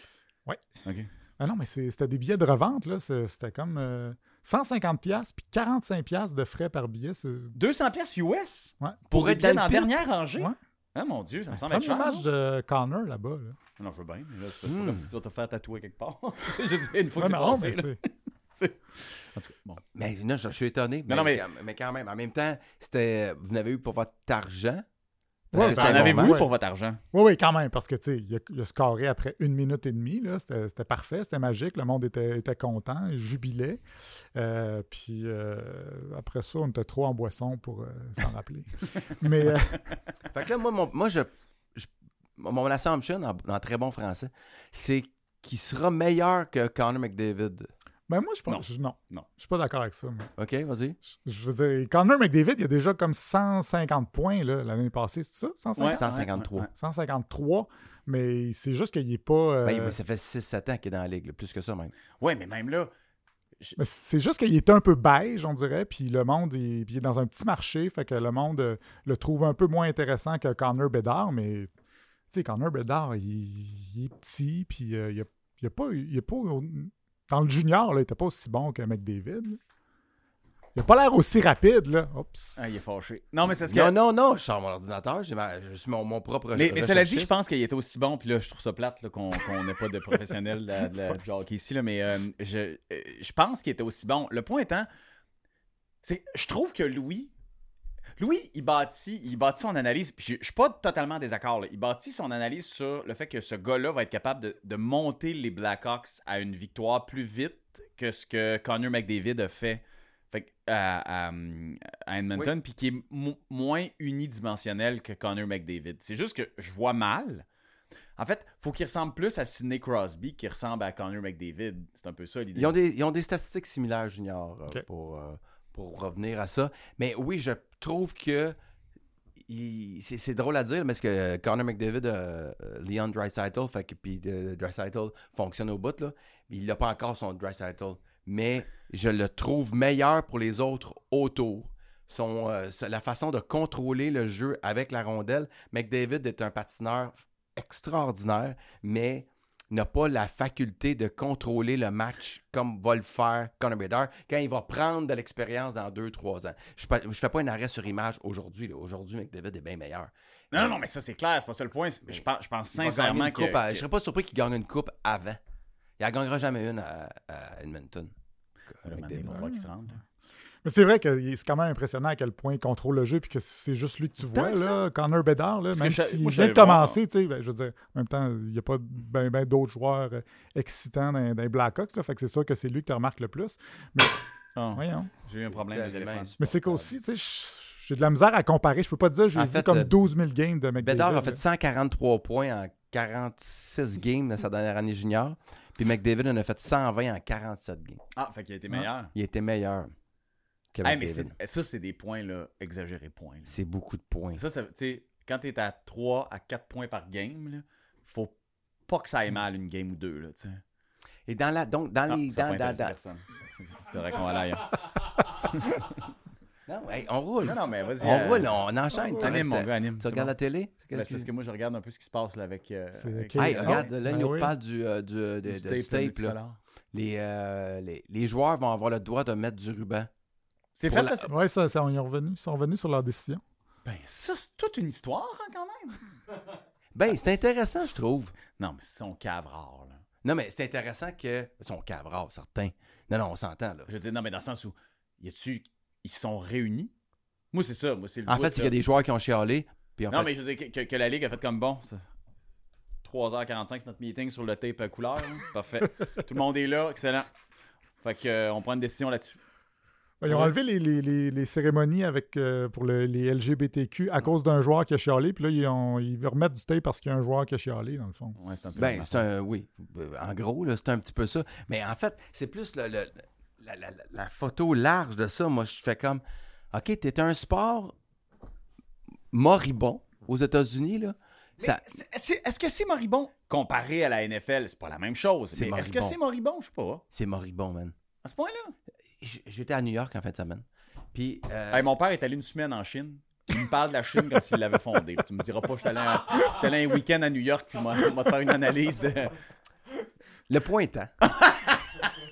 [SPEAKER 3] Ouais.
[SPEAKER 2] Ok.
[SPEAKER 3] Ah non, mais c'est- c'était des billets de revente là, C'est- c'était comme euh, 150 pièces puis 45 pièces de frais par billet. C'est
[SPEAKER 2] 200 pièces US
[SPEAKER 3] ouais.
[SPEAKER 2] pour
[SPEAKER 1] Pour
[SPEAKER 2] être
[SPEAKER 1] être dans
[SPEAKER 2] dans
[SPEAKER 1] le
[SPEAKER 2] la
[SPEAKER 1] pit.
[SPEAKER 2] dernière rangée.
[SPEAKER 3] Ouais.
[SPEAKER 2] Ah mon dieu, ça me
[SPEAKER 3] C'est
[SPEAKER 2] semble être cher. hein?
[SPEAKER 3] le match
[SPEAKER 2] non?
[SPEAKER 3] de Connor là-bas. là.
[SPEAKER 2] Non, je veux bien. mais là, C'est pas
[SPEAKER 1] Hmm.
[SPEAKER 2] comme si tu vas te faire tatouer quelque part. je veux dire, une fois
[SPEAKER 3] Ouais,
[SPEAKER 2] que c'est
[SPEAKER 3] non,
[SPEAKER 2] passé. là.
[SPEAKER 3] mais tu sais,
[SPEAKER 2] En tout cas, bon.
[SPEAKER 1] Mais non, je, je suis étonné. Mais,
[SPEAKER 2] non, mais-
[SPEAKER 1] quand- mais quand même, en même temps, c'était vous n'avez eu pour votre argent.
[SPEAKER 3] Ouais,
[SPEAKER 1] que
[SPEAKER 3] ben,
[SPEAKER 1] c'était
[SPEAKER 2] En
[SPEAKER 1] un bon
[SPEAKER 2] avez-vous
[SPEAKER 1] match.
[SPEAKER 2] pour votre argent?
[SPEAKER 3] Oui, oui, quand même, parce que tu sais, il a, il a scoré après une minute et demie. là. C'était c'était parfait, c'était magique. Le monde était, était content, il jubilait. Euh, puis euh, après ça, on était trop en boisson pour euh, s'en rappeler. Mais euh,
[SPEAKER 1] Fait que là, moi, mon, moi je, je- mon assumption en, en très bon français, c'est qu'il sera meilleur que Connor McDavid.
[SPEAKER 3] Ben moi, je pense.
[SPEAKER 2] Non.
[SPEAKER 3] je- Non.
[SPEAKER 2] Non.
[SPEAKER 3] Je suis pas d'accord avec ça. moi.
[SPEAKER 1] OK,
[SPEAKER 2] Euh.
[SPEAKER 1] vas-y.
[SPEAKER 3] Je, je veux dire, Connor McDavid, il a déjà comme 150 points là, l'année passée, c'est ça? 150?
[SPEAKER 2] Ouais.
[SPEAKER 1] 153.
[SPEAKER 2] ouais, ouais.
[SPEAKER 3] 153, mais c'est juste qu'il n'est pas. euh,
[SPEAKER 1] Ben, mais ça fait 6-7 ans qu'il est dans la ligue, là, plus que ça même.
[SPEAKER 2] Ouais, mais même là,
[SPEAKER 3] mais c'est juste qu'il est un peu beige, on dirait, puis le monde il, puis il est dans un petit marché, fait que le monde euh, le trouve un peu moins intéressant que Connor Bedard, mais tu sais, Connor Bedard, il, il est petit, puis euh, il a, il a pas. Il a pas dans le junior, là, il n'était pas aussi bon que McDavid. là. Il n'a pas l'air aussi rapide, là. Oups.
[SPEAKER 2] ah, il est fâché. Non, mais c'est ce que.
[SPEAKER 1] Non, non, non, je sors mon ordinateur, j'ai ma- je suis mon, mon propre.
[SPEAKER 2] Mais, mais cela dit,
[SPEAKER 1] recherchiste.
[SPEAKER 2] je pense qu'il était aussi bon, puis là, je trouve ça plate là, qu'on qu'on n'ait pas de professionnel de, la- de la- du hockey ici, là, mais euh, je, euh, je pense qu'il était aussi bon. Le point étant, c'est je trouve que Louis, Louis, il bâtit, il bâtit son analyse, puis je, je suis pas totalement en désaccord, là. il bâtit son analyse sur le fait que ce gars-là va être capable de, de monter les Blackhawks à une victoire plus vite que ce que Connor McDavid a fait. fait que, à- à- à Edmonton, puis qui est mo- moins unidimensionnel que Connor McDavid. C'est juste que je vois mal. En fait, faut qu'il ressemble plus à Sidney Crosby qu'il ressemble à Connor McDavid. C'est un peu ça l'idée.
[SPEAKER 1] Ils ont des, ils ont des statistiques similaires, Junior, euh,
[SPEAKER 3] Ok.
[SPEAKER 1] pour, euh, pour revenir à ça. Mais oui, je trouve que. il- C'est c'est drôle à dire, mais ce que Connor McDavid, euh, euh, Leon Dreisaitl, fait que puis euh, Dreisaitl fonctionne au bout, là. Il n'a pas encore son Dreisaitl, mais je le trouve meilleur pour les autres autour. Son, euh, sa- la façon de contrôler le jeu avec la rondelle, McDavid est un patineur extraordinaire, mais n'a pas la faculté de contrôler le match comme va le faire Conor Bedard quand il va prendre de l'expérience dans 2-3 ans. Je ne fais pas un arrêt sur image aujourd'hui. là. Aujourd'hui, McDavid est bien meilleur.
[SPEAKER 2] Non, non, non, mais ça c'est clair, c'est pas ça le point. C'est- Je pense, je pense
[SPEAKER 1] Il va gagner
[SPEAKER 2] sincèrement
[SPEAKER 1] une
[SPEAKER 2] que.
[SPEAKER 1] coupe à-
[SPEAKER 2] que-
[SPEAKER 1] Je serais pas surpris qu'il gagne une coupe avant. Il ne gagnera jamais une à, à Edmonton.
[SPEAKER 2] Ah, là,
[SPEAKER 1] McDavid.
[SPEAKER 2] maintenant, il va falloir qu'il se rende.
[SPEAKER 3] Mais c'est vrai que il- c'est quand même impressionnant à quel point il contrôle le jeu puis que c'est juste lui que tu vois,
[SPEAKER 2] que
[SPEAKER 3] là, Connor Bedard, là,
[SPEAKER 2] Parce
[SPEAKER 3] même
[SPEAKER 2] que je-
[SPEAKER 3] s'il
[SPEAKER 2] moi, je
[SPEAKER 3] vient de
[SPEAKER 2] savais voir,
[SPEAKER 3] commencer, tu sais, ben, je veux dire, en même temps, il n'y a pas ben, ben d'autres joueurs euh, excitants dans, dans les Blackhawks, là, fait que c'est sûr que c'est lui que tu remarques le plus.
[SPEAKER 2] Ah,
[SPEAKER 3] Voyons.
[SPEAKER 2] J'ai eu un problème de
[SPEAKER 1] tellement
[SPEAKER 2] téléphone.
[SPEAKER 3] Mais c'est qu'aussi, tu sais, je- j'ai de la misère à comparer. Je peux pas te dire, j'ai
[SPEAKER 1] En
[SPEAKER 3] vu
[SPEAKER 1] fait,
[SPEAKER 3] comme
[SPEAKER 1] euh,
[SPEAKER 3] 12 000 games de McDavid.
[SPEAKER 1] Bedard a
[SPEAKER 3] là.
[SPEAKER 1] fait 143 points en 46 games de sa dernière année junior. Puis McDavid en a fait 120 en 47 games.
[SPEAKER 2] Ah, fait qu'il a été meilleur.
[SPEAKER 1] Il était meilleur que
[SPEAKER 2] Ah, mais
[SPEAKER 1] McDavid.
[SPEAKER 2] c'est- ça, c'est des points là, exagérés points. là.
[SPEAKER 1] C'est beaucoup de points.
[SPEAKER 2] Ça, ça tu sais, quand t'es à 3 à 4 points par game, là, faut pas que ça aille mal une game ou deux, là, tu sais.
[SPEAKER 1] Et dans la donc dans
[SPEAKER 2] Ah,
[SPEAKER 1] les
[SPEAKER 2] ça
[SPEAKER 1] dans,
[SPEAKER 2] va
[SPEAKER 1] dans-
[SPEAKER 2] intéresser
[SPEAKER 1] dans-
[SPEAKER 2] personne. C'est correct, on va aller ailleurs.
[SPEAKER 1] non, hey, on roule.
[SPEAKER 2] Non, non, mais vas-y.
[SPEAKER 1] Oh, on
[SPEAKER 2] euh,
[SPEAKER 1] roule, on enchaîne. Tu,
[SPEAKER 2] Anime, mon
[SPEAKER 1] arrêtes-
[SPEAKER 2] gars, anime.
[SPEAKER 1] tu
[SPEAKER 2] c'est
[SPEAKER 1] regardes
[SPEAKER 2] bon.
[SPEAKER 1] la télé C'est
[SPEAKER 2] Ben,
[SPEAKER 1] qu'est-ce
[SPEAKER 2] c'est parce que moi, je regarde un peu ce qui se passe là avec. euh,
[SPEAKER 3] C'est
[SPEAKER 2] avec-
[SPEAKER 3] ok.
[SPEAKER 1] Hey,
[SPEAKER 3] Ah,
[SPEAKER 1] regarde, là, il
[SPEAKER 3] ben
[SPEAKER 1] nous
[SPEAKER 3] oui.
[SPEAKER 1] reparle du, euh, du, euh, de- de- du
[SPEAKER 2] là,
[SPEAKER 1] tape. là.
[SPEAKER 2] multicolore.
[SPEAKER 1] Les, euh, les, les joueurs vont avoir le droit de mettre du ruban.
[SPEAKER 2] C'est
[SPEAKER 1] Pour
[SPEAKER 2] fait,
[SPEAKER 1] la-
[SPEAKER 2] là, c'est-
[SPEAKER 3] Ouais, ça, ça, on y est revenu, ils sont revenus sur leur décision.
[SPEAKER 2] Ben, ça, c'est toute une histoire, hein, quand même.
[SPEAKER 1] Ben, c'est intéressant, je trouve.
[SPEAKER 2] Non, mais c'est son cave rare, là.
[SPEAKER 1] Non, mais c'est intéressant que. Ils sont cabras, certains. Non, non, on s'entend, là.
[SPEAKER 2] Je veux dire, non, mais dans le sens où, y a-tu. Ils se sont réunis? Moi, c'est ça. Moi, c'est le.
[SPEAKER 1] En
[SPEAKER 2] bout,
[SPEAKER 1] fait, c'est qu'il y a
[SPEAKER 2] là.
[SPEAKER 1] des joueurs qui ont chialé. Puis en
[SPEAKER 2] Non,
[SPEAKER 1] fait,
[SPEAKER 2] mais je veux dire que, que- que la Ligue a fait comme bon. ça. 3h45, c'est notre meeting sur le tape couleur. hein. Parfait. Tout le monde est là. Excellent. Fait que, euh, on prend une décision là-dessus.
[SPEAKER 3] Ben, Ils ont
[SPEAKER 2] Ouais.
[SPEAKER 3] enlevé les, les- les- les cérémonies avec, euh, pour le- les LGBTQ à cause d'un joueur qui a chialé, puis là, ils, ont- ils remettent du tape parce qu'il y a un joueur qui a chialé, dans le fond.
[SPEAKER 2] Ouais, c'est un peu
[SPEAKER 1] Ben,
[SPEAKER 2] bizarre.
[SPEAKER 1] c'est un. Oui. Euh, En gros, là, c'est un petit peu ça. Mais en fait, c'est plus le- le- la, la- la- la photo large de ça. Moi, je fais comme. OK, t'es un sport moribond aux États-Unis, là.
[SPEAKER 2] Mais
[SPEAKER 1] Ça-
[SPEAKER 2] c'est- c'est- est-ce que c'est moribond? Comparé à la NFL, c'est pas la même chose.
[SPEAKER 1] C'est
[SPEAKER 2] mais Est-ce que
[SPEAKER 1] moribond.
[SPEAKER 2] c'est moribond? Je sais pas.
[SPEAKER 1] C'est moribond, man.
[SPEAKER 2] À ce point-là.
[SPEAKER 1] J- J'étais à New York en fin de semaine. Puis. euh,
[SPEAKER 2] Hey, mon père est allé une semaine en Chine. Il me parle de la Chine comme s'il l'avait fondée. Tu me diras pas, je suis allé un, je suis allé un week-end à New York, puis moi, on va te faire une analyse. de-
[SPEAKER 1] Le point étant.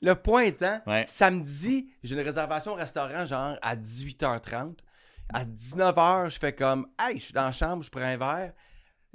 [SPEAKER 1] le point étant,
[SPEAKER 2] Ouais.
[SPEAKER 1] samedi, j'ai une réservation au restaurant genre à 18h30. À 19h, je fais comme Hey, je suis dans la chambre, je prends un verre.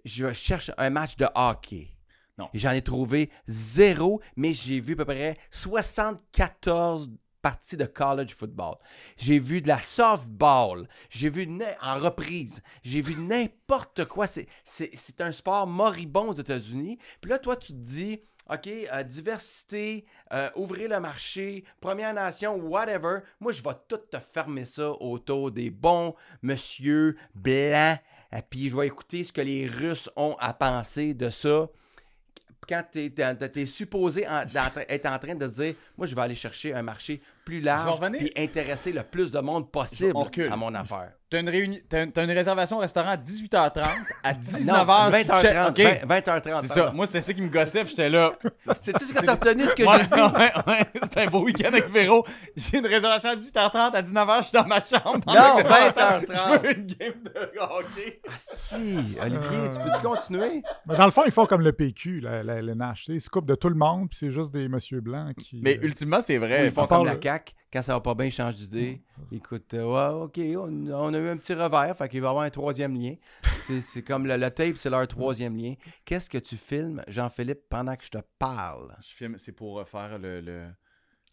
[SPEAKER 1] Je cherche un match de hockey.
[SPEAKER 2] Non.
[SPEAKER 1] J'en ai trouvé zéro, mais j'ai vu à peu près 74 parties de college football. J'ai vu de la softball. J'ai vu na- en reprise. J'ai vu n'importe quoi. C'est- C'est c'est un sport moribond aux États-Unis. Puis là, toi, tu te dis, OK, euh, diversité, euh, ouvrir le marché, Première Nation, whatever. Moi, je vais tout te fermer ça autour des bons monsieur blancs. Et puis, je vais écouter ce que les Russes ont à penser de ça. quand tu es, supposé en- d'en- être en train de dire Moi, je vais aller chercher un marché plus large
[SPEAKER 2] Je vais revenir.
[SPEAKER 1] et intéresser le plus de monde possible
[SPEAKER 2] On recule.
[SPEAKER 1] à mon affaire.
[SPEAKER 2] T'as une, réuni- t'as une- t'as une réservation au restaurant à 18h30, à 19h.
[SPEAKER 1] Non,
[SPEAKER 2] tu check-
[SPEAKER 1] 20h30.
[SPEAKER 2] ok,
[SPEAKER 1] 20h30.
[SPEAKER 2] C'est ça. Ah, Moi, c'était ça qui me gossait, puis j'étais là.
[SPEAKER 1] C'est tout ce que tu as obtenu, ce que
[SPEAKER 2] Ouais,
[SPEAKER 1] j'ai dit.
[SPEAKER 2] ouais, ouais, C'était un beau week-end avec Véro. J'ai une réservation à 18h30, à 19h, je suis dans ma chambre.
[SPEAKER 1] Non,
[SPEAKER 2] Pendant que-
[SPEAKER 1] 20h30.
[SPEAKER 2] Je veux une game de hockey.
[SPEAKER 1] Ah, si, Olivier, tu peux-tu continuer?
[SPEAKER 3] Mais dans le fond, ils font comme le PQ, la, la, le NH, tu sais, Ils se coupent de tout le monde, puis c'est juste des messieurs blancs qui.
[SPEAKER 2] Mais
[SPEAKER 3] euh,
[SPEAKER 2] ultimement, c'est
[SPEAKER 1] Ou
[SPEAKER 2] vrai.
[SPEAKER 1] ils font
[SPEAKER 3] parle-
[SPEAKER 1] comme la CAQ, quand ça va pas bien, ils changent d'idée. Écoute, euh, ouais, OK, on, on a eu un petit revers, fait qu'il va y avoir un troisième lien. C'est- C'est comme le, le tape, c'est leur troisième lien. Qu'est-ce que tu filmes, Jean-Philippe, pendant que je te parle?
[SPEAKER 2] Je filme, c'est pour refaire le, le,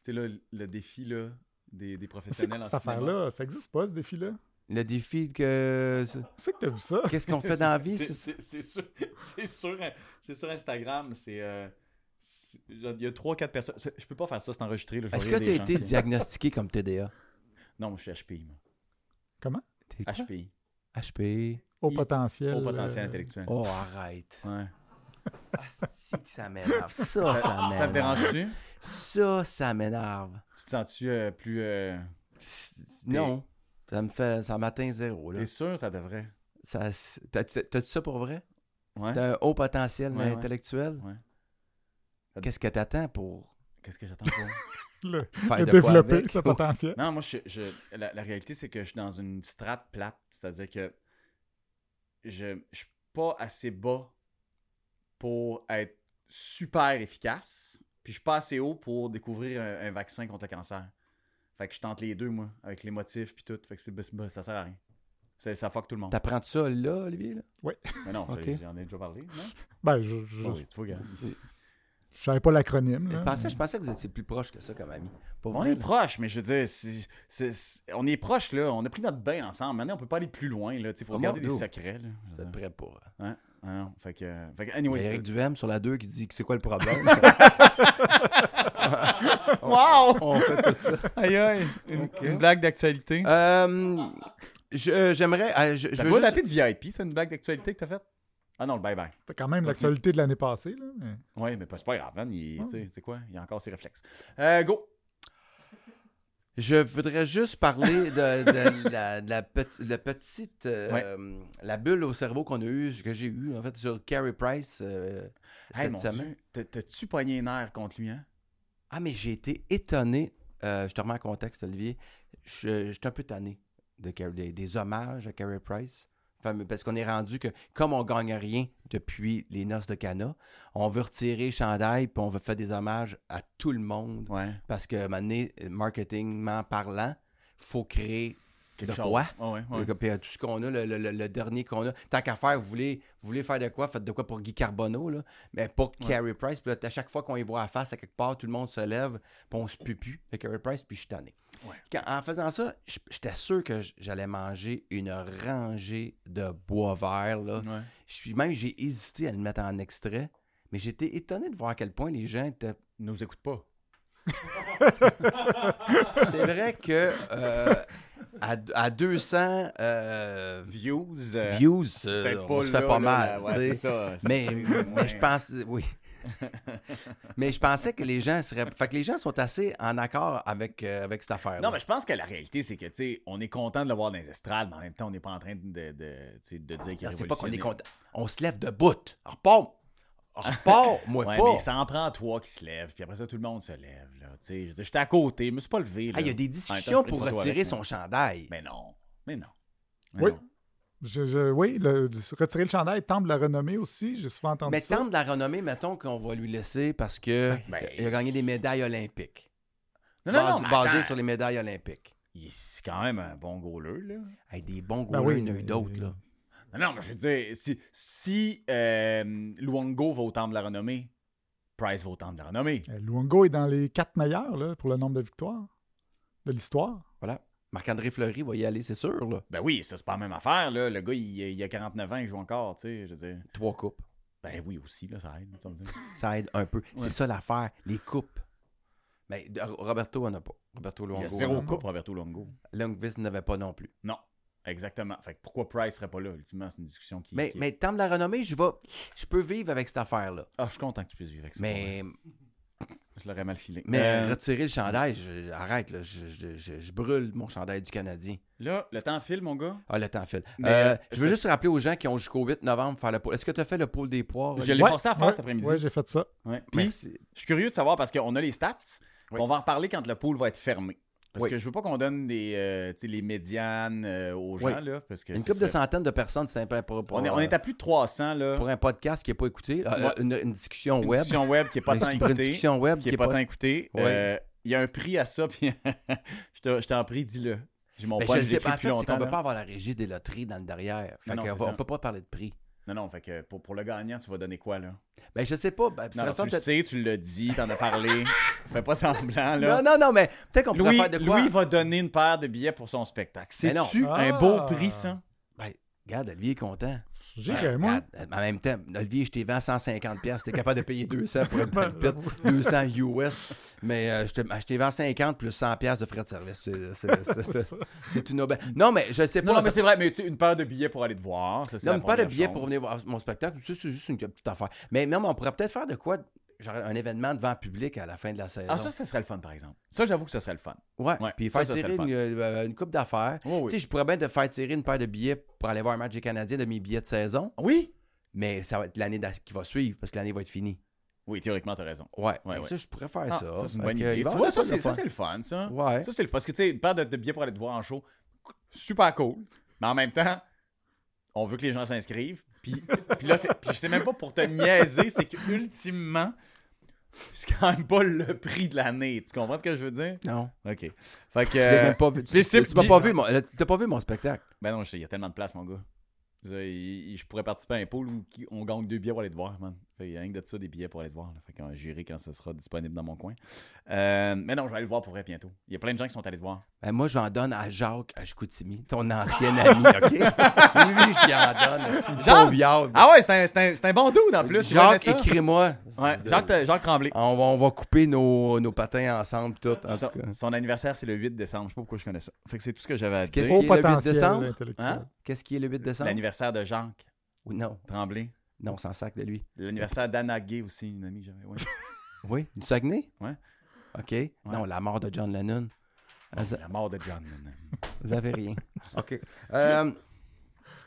[SPEAKER 2] tu sais, là, le défi là, des, des
[SPEAKER 3] C'est
[SPEAKER 2] professionnels
[SPEAKER 3] quoi
[SPEAKER 2] en
[SPEAKER 3] cette
[SPEAKER 2] cinéma.
[SPEAKER 3] affaire-là? Ça existe pas, ce défi-là?
[SPEAKER 1] Le défi que. c'est-
[SPEAKER 3] Où c'est que t'as vu ça?
[SPEAKER 1] Qu'est-ce qu'on fait dans la vie?
[SPEAKER 2] C'est-
[SPEAKER 1] c'est-
[SPEAKER 2] C'est c'est sur, c'est sur, c'est sur Instagram, c'est... euh, c'est- il y a 3-4 personnes. C'est- Je peux pas faire ça, c'est enregistré. là, je vais
[SPEAKER 1] Est-ce que
[SPEAKER 2] rire
[SPEAKER 1] tu
[SPEAKER 2] des
[SPEAKER 1] as
[SPEAKER 2] gens.
[SPEAKER 1] été diagnostiqué comme TDA?
[SPEAKER 2] Non, moi, je suis HPI. Moi.
[SPEAKER 1] T'es quoi?
[SPEAKER 2] HPI.
[SPEAKER 1] HP.
[SPEAKER 3] Au
[SPEAKER 2] Il-
[SPEAKER 3] potentiel.
[SPEAKER 2] Au potentiel
[SPEAKER 3] euh,
[SPEAKER 2] intellectuel.
[SPEAKER 1] Oh, arrête.
[SPEAKER 2] Ouais.
[SPEAKER 1] Ah, si que ça m'énerve. Ça, ça m'énerve.
[SPEAKER 2] Ah, Ça te dérange-tu?
[SPEAKER 1] Ça, ça m'énerve.
[SPEAKER 2] Tu te sens-tu euh, plus. euh,
[SPEAKER 1] Non. Ça me fait. Ça m'atteint zéro. Là.
[SPEAKER 2] T'es sûr, ça devrait?
[SPEAKER 1] Ça- c'est- t'as- t'as- T'as-tu ça pour vrai?
[SPEAKER 2] Ouais.
[SPEAKER 1] T'as un haut potentiel mais
[SPEAKER 2] Hein? Ouais, ouais.
[SPEAKER 1] intellectuel?
[SPEAKER 2] Ouais.
[SPEAKER 1] Qu'est-ce que t'attends pour
[SPEAKER 2] Qu'est-ce que j'attends pour?
[SPEAKER 3] Le,
[SPEAKER 1] faire
[SPEAKER 3] le
[SPEAKER 1] de quoi
[SPEAKER 3] développer
[SPEAKER 1] avec?
[SPEAKER 3] ce potentiel.
[SPEAKER 2] non, moi, je, je- la, la réalité, c'est que je suis dans une strate plate. C'est-à-dire que je, je suis pas assez bas pour être super efficace. Puis je suis pas assez haut pour découvrir un, un vaccin contre le cancer. Fait que je tente les deux, moi, avec les motifs puis tout. Fait que c'est, bah, ça sert à rien. C'est- ça fuck tout le monde.
[SPEAKER 1] T'apprends ça là, Olivier? là?
[SPEAKER 2] Mais non,
[SPEAKER 1] Ok.
[SPEAKER 2] j'ai- j'en ai déjà parlé. Non?
[SPEAKER 3] Ben, je, je,
[SPEAKER 2] Oh, oui, tu vois, gars.
[SPEAKER 3] je savais pas l'acronyme.
[SPEAKER 1] Je,
[SPEAKER 3] là.
[SPEAKER 1] pensais, je pensais que vous étiez plus proche que ça comme ami. Pour
[SPEAKER 2] On
[SPEAKER 1] vrai,
[SPEAKER 2] est
[SPEAKER 1] là.
[SPEAKER 2] proche, mais je veux dire, c'est- c'est- c'est- on est proche, là. On a pris notre bain ensemble. Maintenant, on peut pas aller plus loin, là. Il faut se
[SPEAKER 1] Comment-
[SPEAKER 2] garder des
[SPEAKER 1] Yo.
[SPEAKER 2] secrets, là. Je
[SPEAKER 1] Vous
[SPEAKER 2] veux
[SPEAKER 1] êtes
[SPEAKER 2] dire.
[SPEAKER 1] prêts pour. euh,
[SPEAKER 2] Ah non, fait que, fait que
[SPEAKER 1] Il y
[SPEAKER 2] anyway.
[SPEAKER 1] a Eric Duhem sur la 2 qui dit que c'est quoi le problème?
[SPEAKER 2] Wow!
[SPEAKER 1] On fait tout ça.
[SPEAKER 2] Aïe, aïe. Une,
[SPEAKER 1] Ok.
[SPEAKER 2] une blague d'actualité.
[SPEAKER 1] Euh, je- J'aimerais. euh, je, je
[SPEAKER 2] T'as
[SPEAKER 1] veux
[SPEAKER 2] pas
[SPEAKER 1] juste-
[SPEAKER 2] daté de VIP, c'est une blague d'actualité que t'as faite? Ah non, le bye-bye.
[SPEAKER 3] C'est quand même l'actualité de l'année passée. Là, mais-
[SPEAKER 2] Ouais, mais pas- c'est pas grave, man. Il,
[SPEAKER 3] Ouais.
[SPEAKER 2] tu sais, tu sais quoi? Il a encore ses réflexes. Euh, go!
[SPEAKER 1] Je voudrais juste parler de, de la, de la peti- la petite. euh,
[SPEAKER 2] Ouais.
[SPEAKER 1] euh, La bulle au cerveau qu'on a eue, que j'ai eue, en fait, sur Carrie Price euh,
[SPEAKER 2] Hey, mon
[SPEAKER 1] cette semaine.
[SPEAKER 2] Dieu, t'as- t'as-tu pogné un air contre lui, hein?
[SPEAKER 1] Ah, mais j'ai été étonné. Euh, je te remets en contexte, Olivier. Je, j'étais un peu tanné de Carrie- des, des hommages à Carrie Price. Enfin, mais parce qu'on est rendu que, comme on gagne rien depuis les noces de Cana, on veut retirer le chandail puis on veut faire des hommages à tout le monde.
[SPEAKER 2] Ouais.
[SPEAKER 1] Parce que, à un moment donné, marketingment parlant, faut créer
[SPEAKER 2] Quelque
[SPEAKER 1] De
[SPEAKER 2] chose.
[SPEAKER 1] quoi?
[SPEAKER 2] Ah ouais, ouais.
[SPEAKER 1] Le- puis, euh, tout ce qu'on a, le, le- le- le dernier qu'on a. Tant qu'à faire, vous voulez, vous voulez faire de quoi? Faites de quoi pour Guy Carbonneau, là? Mais pas
[SPEAKER 2] Ouais.
[SPEAKER 1] Carrie Price. Puis là, à chaque fois qu'on y voit à face à quelque part, tout le monde se lève, puis on se pupue de Carrie Price, puis je suis tanné.
[SPEAKER 2] Ouais.
[SPEAKER 1] Quand- en faisant ça, j- j'étais sûr que j- j'allais manger une rangée de bois vert, là.
[SPEAKER 2] Ouais.
[SPEAKER 1] Je suis même, j'ai hésité à le mettre en extrait, mais j'étais étonné de voir à quel point les gens étaient
[SPEAKER 2] Nous écoute pas.
[SPEAKER 1] C'est vrai que euh, à, à 200 euh,
[SPEAKER 2] Views.
[SPEAKER 1] views, euh, on se fait pas mal. tu sais. mais, mais je pense, oui. mais je pensais que les gens seraient. Fait que les gens sont assez en accord avec, euh, avec cette affaire.
[SPEAKER 2] Non, mais je pense que la réalité, c'est que, tu sais, on est content de le voir dans les estrades, mais en même temps, on n'est pas en train de, de, tu sais, de dire qu'il a
[SPEAKER 1] c'est pas qu'on est
[SPEAKER 2] révolutionné.
[SPEAKER 1] content. On se lève de bout. On repart. On repart, moi
[SPEAKER 2] Ouais,
[SPEAKER 1] pas.
[SPEAKER 2] mais ça en prend trois qui se lèvent, puis après ça, tout le monde se lève, là. Tu sais, je veux dire, j'étais à côté, je me suis pas levé, là.
[SPEAKER 1] Ah, Il y a des
[SPEAKER 2] En
[SPEAKER 1] discussions
[SPEAKER 2] même temps, je
[SPEAKER 1] pour
[SPEAKER 2] prends une photo
[SPEAKER 1] retirer
[SPEAKER 2] avec,
[SPEAKER 1] son chandail.
[SPEAKER 2] Mais non, mais non. Mais
[SPEAKER 3] Oui.
[SPEAKER 2] non.
[SPEAKER 3] Je, je- oui, le, du- retirer le chandail temple la renommée aussi. J'ai souvent entendu
[SPEAKER 1] Mais
[SPEAKER 3] ça.
[SPEAKER 1] tant de la renommée, mettons qu'on va lui laisser parce que
[SPEAKER 2] Ben, ben,
[SPEAKER 1] il a gagné des médailles olympiques.
[SPEAKER 2] Non, non,
[SPEAKER 1] Bas-
[SPEAKER 2] non, mais
[SPEAKER 1] basé
[SPEAKER 2] attends.
[SPEAKER 1] sur les médailles olympiques.
[SPEAKER 2] Il- C'est quand même un bon goleur, là.
[SPEAKER 1] Hey, des bons
[SPEAKER 3] Ben
[SPEAKER 1] goûts,
[SPEAKER 3] oui,
[SPEAKER 1] il y en a
[SPEAKER 3] mais-
[SPEAKER 1] eu d'autres, là.
[SPEAKER 2] Non, non, mais je veux dire, si, si euh, Luongo va au Temple de la Renommée, Price va au Temple de la Renommée.
[SPEAKER 3] Euh, Luongo est dans les quatre meilleurs là, pour le nombre de victoires de l'histoire.
[SPEAKER 1] Marc-André Fleury va y aller, c'est sûr, là.
[SPEAKER 2] Ben oui, ça, c'est pas la même affaire, là. Le gars, il, il a 49 ans, il joue encore, tu sais, je veux dire.
[SPEAKER 1] Trois coupes.
[SPEAKER 2] Ben oui, aussi, là, ça aide. tu sais, on me dit.
[SPEAKER 1] Ça aide un peu.
[SPEAKER 2] Ouais.
[SPEAKER 1] C'est ça l'affaire, les coupes. Mais de- Roberto en a pas. Roberto
[SPEAKER 2] Il y
[SPEAKER 1] Luongo.
[SPEAKER 2] a zéro
[SPEAKER 1] en a pas.
[SPEAKER 2] coupe, Roberto Longo.
[SPEAKER 1] Lundqvist n'avait pas non plus.
[SPEAKER 2] Non. Exactement. Fait que pourquoi Price serait pas là? Ultimement, c'est une discussion qui.
[SPEAKER 1] Mais,
[SPEAKER 2] qui-
[SPEAKER 1] mais tant de la renommée, je vais. Je peux vivre avec cette affaire-là.
[SPEAKER 2] Ah, je suis content que tu puisses vivre avec ça.
[SPEAKER 1] Mais,
[SPEAKER 2] ouais. Je l'aurais mal filé.
[SPEAKER 1] mais
[SPEAKER 2] Euh,
[SPEAKER 1] retirer le chandail, je- arrête, là, je, je- je- je brûle mon chandail du Canadien.
[SPEAKER 2] là, le temps file, mon gars.
[SPEAKER 1] Ah, le temps file.
[SPEAKER 2] Mais,
[SPEAKER 1] Euh,
[SPEAKER 2] euh,
[SPEAKER 1] je veux
[SPEAKER 2] c'est-
[SPEAKER 1] juste rappeler aux gens qui ont jusqu'au 8 novembre faire le pôle. Est-ce que tu as fait le pôle des poires?
[SPEAKER 2] Je
[SPEAKER 1] Olivier?
[SPEAKER 2] l'ai
[SPEAKER 3] Ouais,
[SPEAKER 2] forcé à faire
[SPEAKER 3] ouais,
[SPEAKER 2] cet après-midi.
[SPEAKER 3] Ouais, j'ai fait ça.
[SPEAKER 2] Ouais. Puis,
[SPEAKER 1] Merci.
[SPEAKER 2] je suis curieux de savoir parce qu'on a les stats. puis
[SPEAKER 1] Oui.
[SPEAKER 2] On va en reparler quand le pool va être fermé. Parce
[SPEAKER 1] Oui.
[SPEAKER 2] que je veux pas qu'on donne des, euh, tu sais, les médianes euh, aux gens.
[SPEAKER 1] Oui.
[SPEAKER 2] Là, parce que
[SPEAKER 1] Une
[SPEAKER 2] ça
[SPEAKER 1] couple de
[SPEAKER 2] serait-
[SPEAKER 1] centaines de personnes, c'est sympa pour, pour,
[SPEAKER 2] On est, on
[SPEAKER 1] euh,
[SPEAKER 2] est à plus de 300. Là,
[SPEAKER 1] pour un podcast qui n'est pas écouté. euh,
[SPEAKER 2] Ouais.
[SPEAKER 1] une, une discussion
[SPEAKER 2] une
[SPEAKER 1] web.
[SPEAKER 2] discussion web qui est pas
[SPEAKER 1] Mais
[SPEAKER 2] tant
[SPEAKER 1] pour une
[SPEAKER 2] écoutée.
[SPEAKER 1] discussion web
[SPEAKER 2] Qui est pas tant écoutée.
[SPEAKER 1] Ouais.
[SPEAKER 2] Euh, Il y a un prix à ça. Puis je te- je t'en prie, dis-le. J'ai mon
[SPEAKER 1] Ben,
[SPEAKER 2] pote,
[SPEAKER 1] je
[SPEAKER 2] je
[SPEAKER 1] le sais
[SPEAKER 2] l'écris
[SPEAKER 1] pas. En
[SPEAKER 2] depuis
[SPEAKER 1] fait, c'est qu'on
[SPEAKER 2] longtemps.
[SPEAKER 1] peut
[SPEAKER 2] là.
[SPEAKER 1] pas avoir la régie des loteries dans le derrière. Fait qu'on
[SPEAKER 2] Non, non,
[SPEAKER 1] va-
[SPEAKER 2] c'est
[SPEAKER 1] on
[SPEAKER 2] ça.
[SPEAKER 1] peut pas parler de prix.
[SPEAKER 2] Non, non, fait que pour, pour le gagnant, tu vas donner quoi, là?
[SPEAKER 1] Ben, je sais pas. ben, ça
[SPEAKER 2] Non, non,
[SPEAKER 1] fait
[SPEAKER 2] tu le
[SPEAKER 1] peut-être-
[SPEAKER 2] sais, tu l'as dit, t'en as parlé. Fais pas semblant, là.
[SPEAKER 1] non, non, non, mais peut-être qu'on pourrait
[SPEAKER 2] Louis,
[SPEAKER 1] faire de quoi.
[SPEAKER 2] Louis va donner une paire de billets pour son spectacle.
[SPEAKER 1] Mais non.
[SPEAKER 2] C'est-tu
[SPEAKER 3] Ah.
[SPEAKER 2] un beau prix, ça?
[SPEAKER 1] Regarde, Olivier est content.
[SPEAKER 2] Ben,
[SPEAKER 3] J'irais, moi.
[SPEAKER 1] Regarde, en même temps, Olivier, je t'ai vendu 150 pièces, t'es capable de payer 200 pour être dans le
[SPEAKER 2] Ben,
[SPEAKER 1] pit, 200 US, mais euh, je t'ai je t'ai vendu 50 plus 100 pièces de frais de service. C'est- c'est- c'est-
[SPEAKER 3] C'est
[SPEAKER 1] c'est-
[SPEAKER 3] ça.
[SPEAKER 1] C'est une aubaine. Non, mais je sais pas.
[SPEAKER 2] Non, non, mais
[SPEAKER 1] ça-
[SPEAKER 2] c'est vrai, mais tu- une paire de billets pour aller te voir. Ça, c'est
[SPEAKER 1] non,
[SPEAKER 2] la
[SPEAKER 1] mais pas de
[SPEAKER 2] première
[SPEAKER 1] billets
[SPEAKER 2] chose.
[SPEAKER 1] pour venir voir mon spectacle, ça, c'est juste une petite affaire. Mais non, mais on pourrait peut-être faire de quoi, genre un événement devant public à la fin de la saison.
[SPEAKER 2] Ah, ça, ça serait le fun, par exemple. Ça, j'avoue que ça serait le fun.
[SPEAKER 1] ouais.
[SPEAKER 2] ouais,
[SPEAKER 1] puis
[SPEAKER 2] ça,
[SPEAKER 1] faire
[SPEAKER 2] ça serait
[SPEAKER 1] tirer
[SPEAKER 2] le fun.
[SPEAKER 1] une, euh, une coupe d'affaires.
[SPEAKER 2] Oh,
[SPEAKER 1] Tu sais, je pourrais bien te faire tirer une paire de billets pour aller voir un match des Canadiens de mes billets de saison,
[SPEAKER 2] Oui?
[SPEAKER 1] mais ça va être l'année d'a- qui va suivre parce que l'année va être finie.
[SPEAKER 2] Oui, théoriquement, t'as raison.
[SPEAKER 1] Ouais,
[SPEAKER 2] Ouais,
[SPEAKER 1] fait que
[SPEAKER 2] ouais.
[SPEAKER 1] ça, je pourrais faire
[SPEAKER 2] Ah,
[SPEAKER 1] ça.
[SPEAKER 2] c'est une
[SPEAKER 1] Fait
[SPEAKER 2] bonne
[SPEAKER 1] que,
[SPEAKER 2] idée.
[SPEAKER 1] il va
[SPEAKER 2] Tu
[SPEAKER 1] y
[SPEAKER 2] vois,
[SPEAKER 1] avoir
[SPEAKER 2] ça,
[SPEAKER 1] de
[SPEAKER 2] c'est ça,
[SPEAKER 1] fun.
[SPEAKER 2] c'est le fun, ça.
[SPEAKER 1] Ouais.
[SPEAKER 2] Ça, c'est le Parce que, tu sais, une paire de, de billets pour aller te voir en show, super cool. Mais en même temps, on veut que les gens s'inscrivent. Puis, puis là, c'est- puis je sais même pas pour te niaiser, c'est qu'ultimement, c'est quand même pas le prix de l'année. Tu comprends ce que je veux dire?
[SPEAKER 1] Non.
[SPEAKER 2] OK. Fait que.
[SPEAKER 1] Tu l'as même pas vu.
[SPEAKER 2] Euh, les
[SPEAKER 1] Tu, tu-
[SPEAKER 2] cibles-
[SPEAKER 1] tu m'as pas
[SPEAKER 2] puis-
[SPEAKER 1] vu, mon, le- tu t'as pas vu mon spectacle.
[SPEAKER 2] Ben non, je sais, il y a tellement de place, mon gars. Je, veux dire, il- il- je pourrais participer à un pool où qui- on gagne deux billets pour aller te voir, man. Fait, Il y a rien que de ça, des billets pour aller te voir. là. Fait qu'on j'irai quand ce sera disponible dans mon coin. Euh, mais non, je vais aller le voir pour vrai bientôt. Il y a plein de gens qui sont allés te voir.
[SPEAKER 1] Ben, moi, j'en donne à Jacques à Chicoutimi, ton ancien ami, OK? Lui, j'en donne. C'est
[SPEAKER 2] Jacques?
[SPEAKER 1] le viable.
[SPEAKER 2] Ah ouais, c'est un, c'est un- c'est un bon dude en plus. tu connais
[SPEAKER 1] Jacques,
[SPEAKER 2] ça?
[SPEAKER 1] écris-moi.
[SPEAKER 2] Ouais, Jacques, euh, Jacques Tremblay.
[SPEAKER 1] On va, on va couper nos, nos patins ensemble, tout. Ah, En
[SPEAKER 2] Son,
[SPEAKER 1] tout cas.
[SPEAKER 2] son anniversaire, c'est le 8 décembre. Je sais pas pourquoi je connais ça. Fait que c'est tout ce que j'avais à
[SPEAKER 1] Qu'est-ce
[SPEAKER 2] dire.
[SPEAKER 1] qui est
[SPEAKER 3] Au
[SPEAKER 1] le 8
[SPEAKER 3] potentiel
[SPEAKER 1] décembre?
[SPEAKER 3] intellectuel.
[SPEAKER 2] Hein?
[SPEAKER 1] Qu'est-ce qui est le 8 décembre?
[SPEAKER 2] L'anniversaire de Jacques
[SPEAKER 1] Ou non,
[SPEAKER 2] Tremblay.
[SPEAKER 1] non, sans sac de lui.
[SPEAKER 2] L'anniversaire d'Anna Gay aussi, une amie que j'avais. Ouais.
[SPEAKER 1] Oui, du Saguenay?
[SPEAKER 2] Ouais.
[SPEAKER 1] OK. Non, la mort de John Lennon. Ah, Vous,
[SPEAKER 2] La mort de John. Lennon.
[SPEAKER 1] vous avez rien. OK. Euh,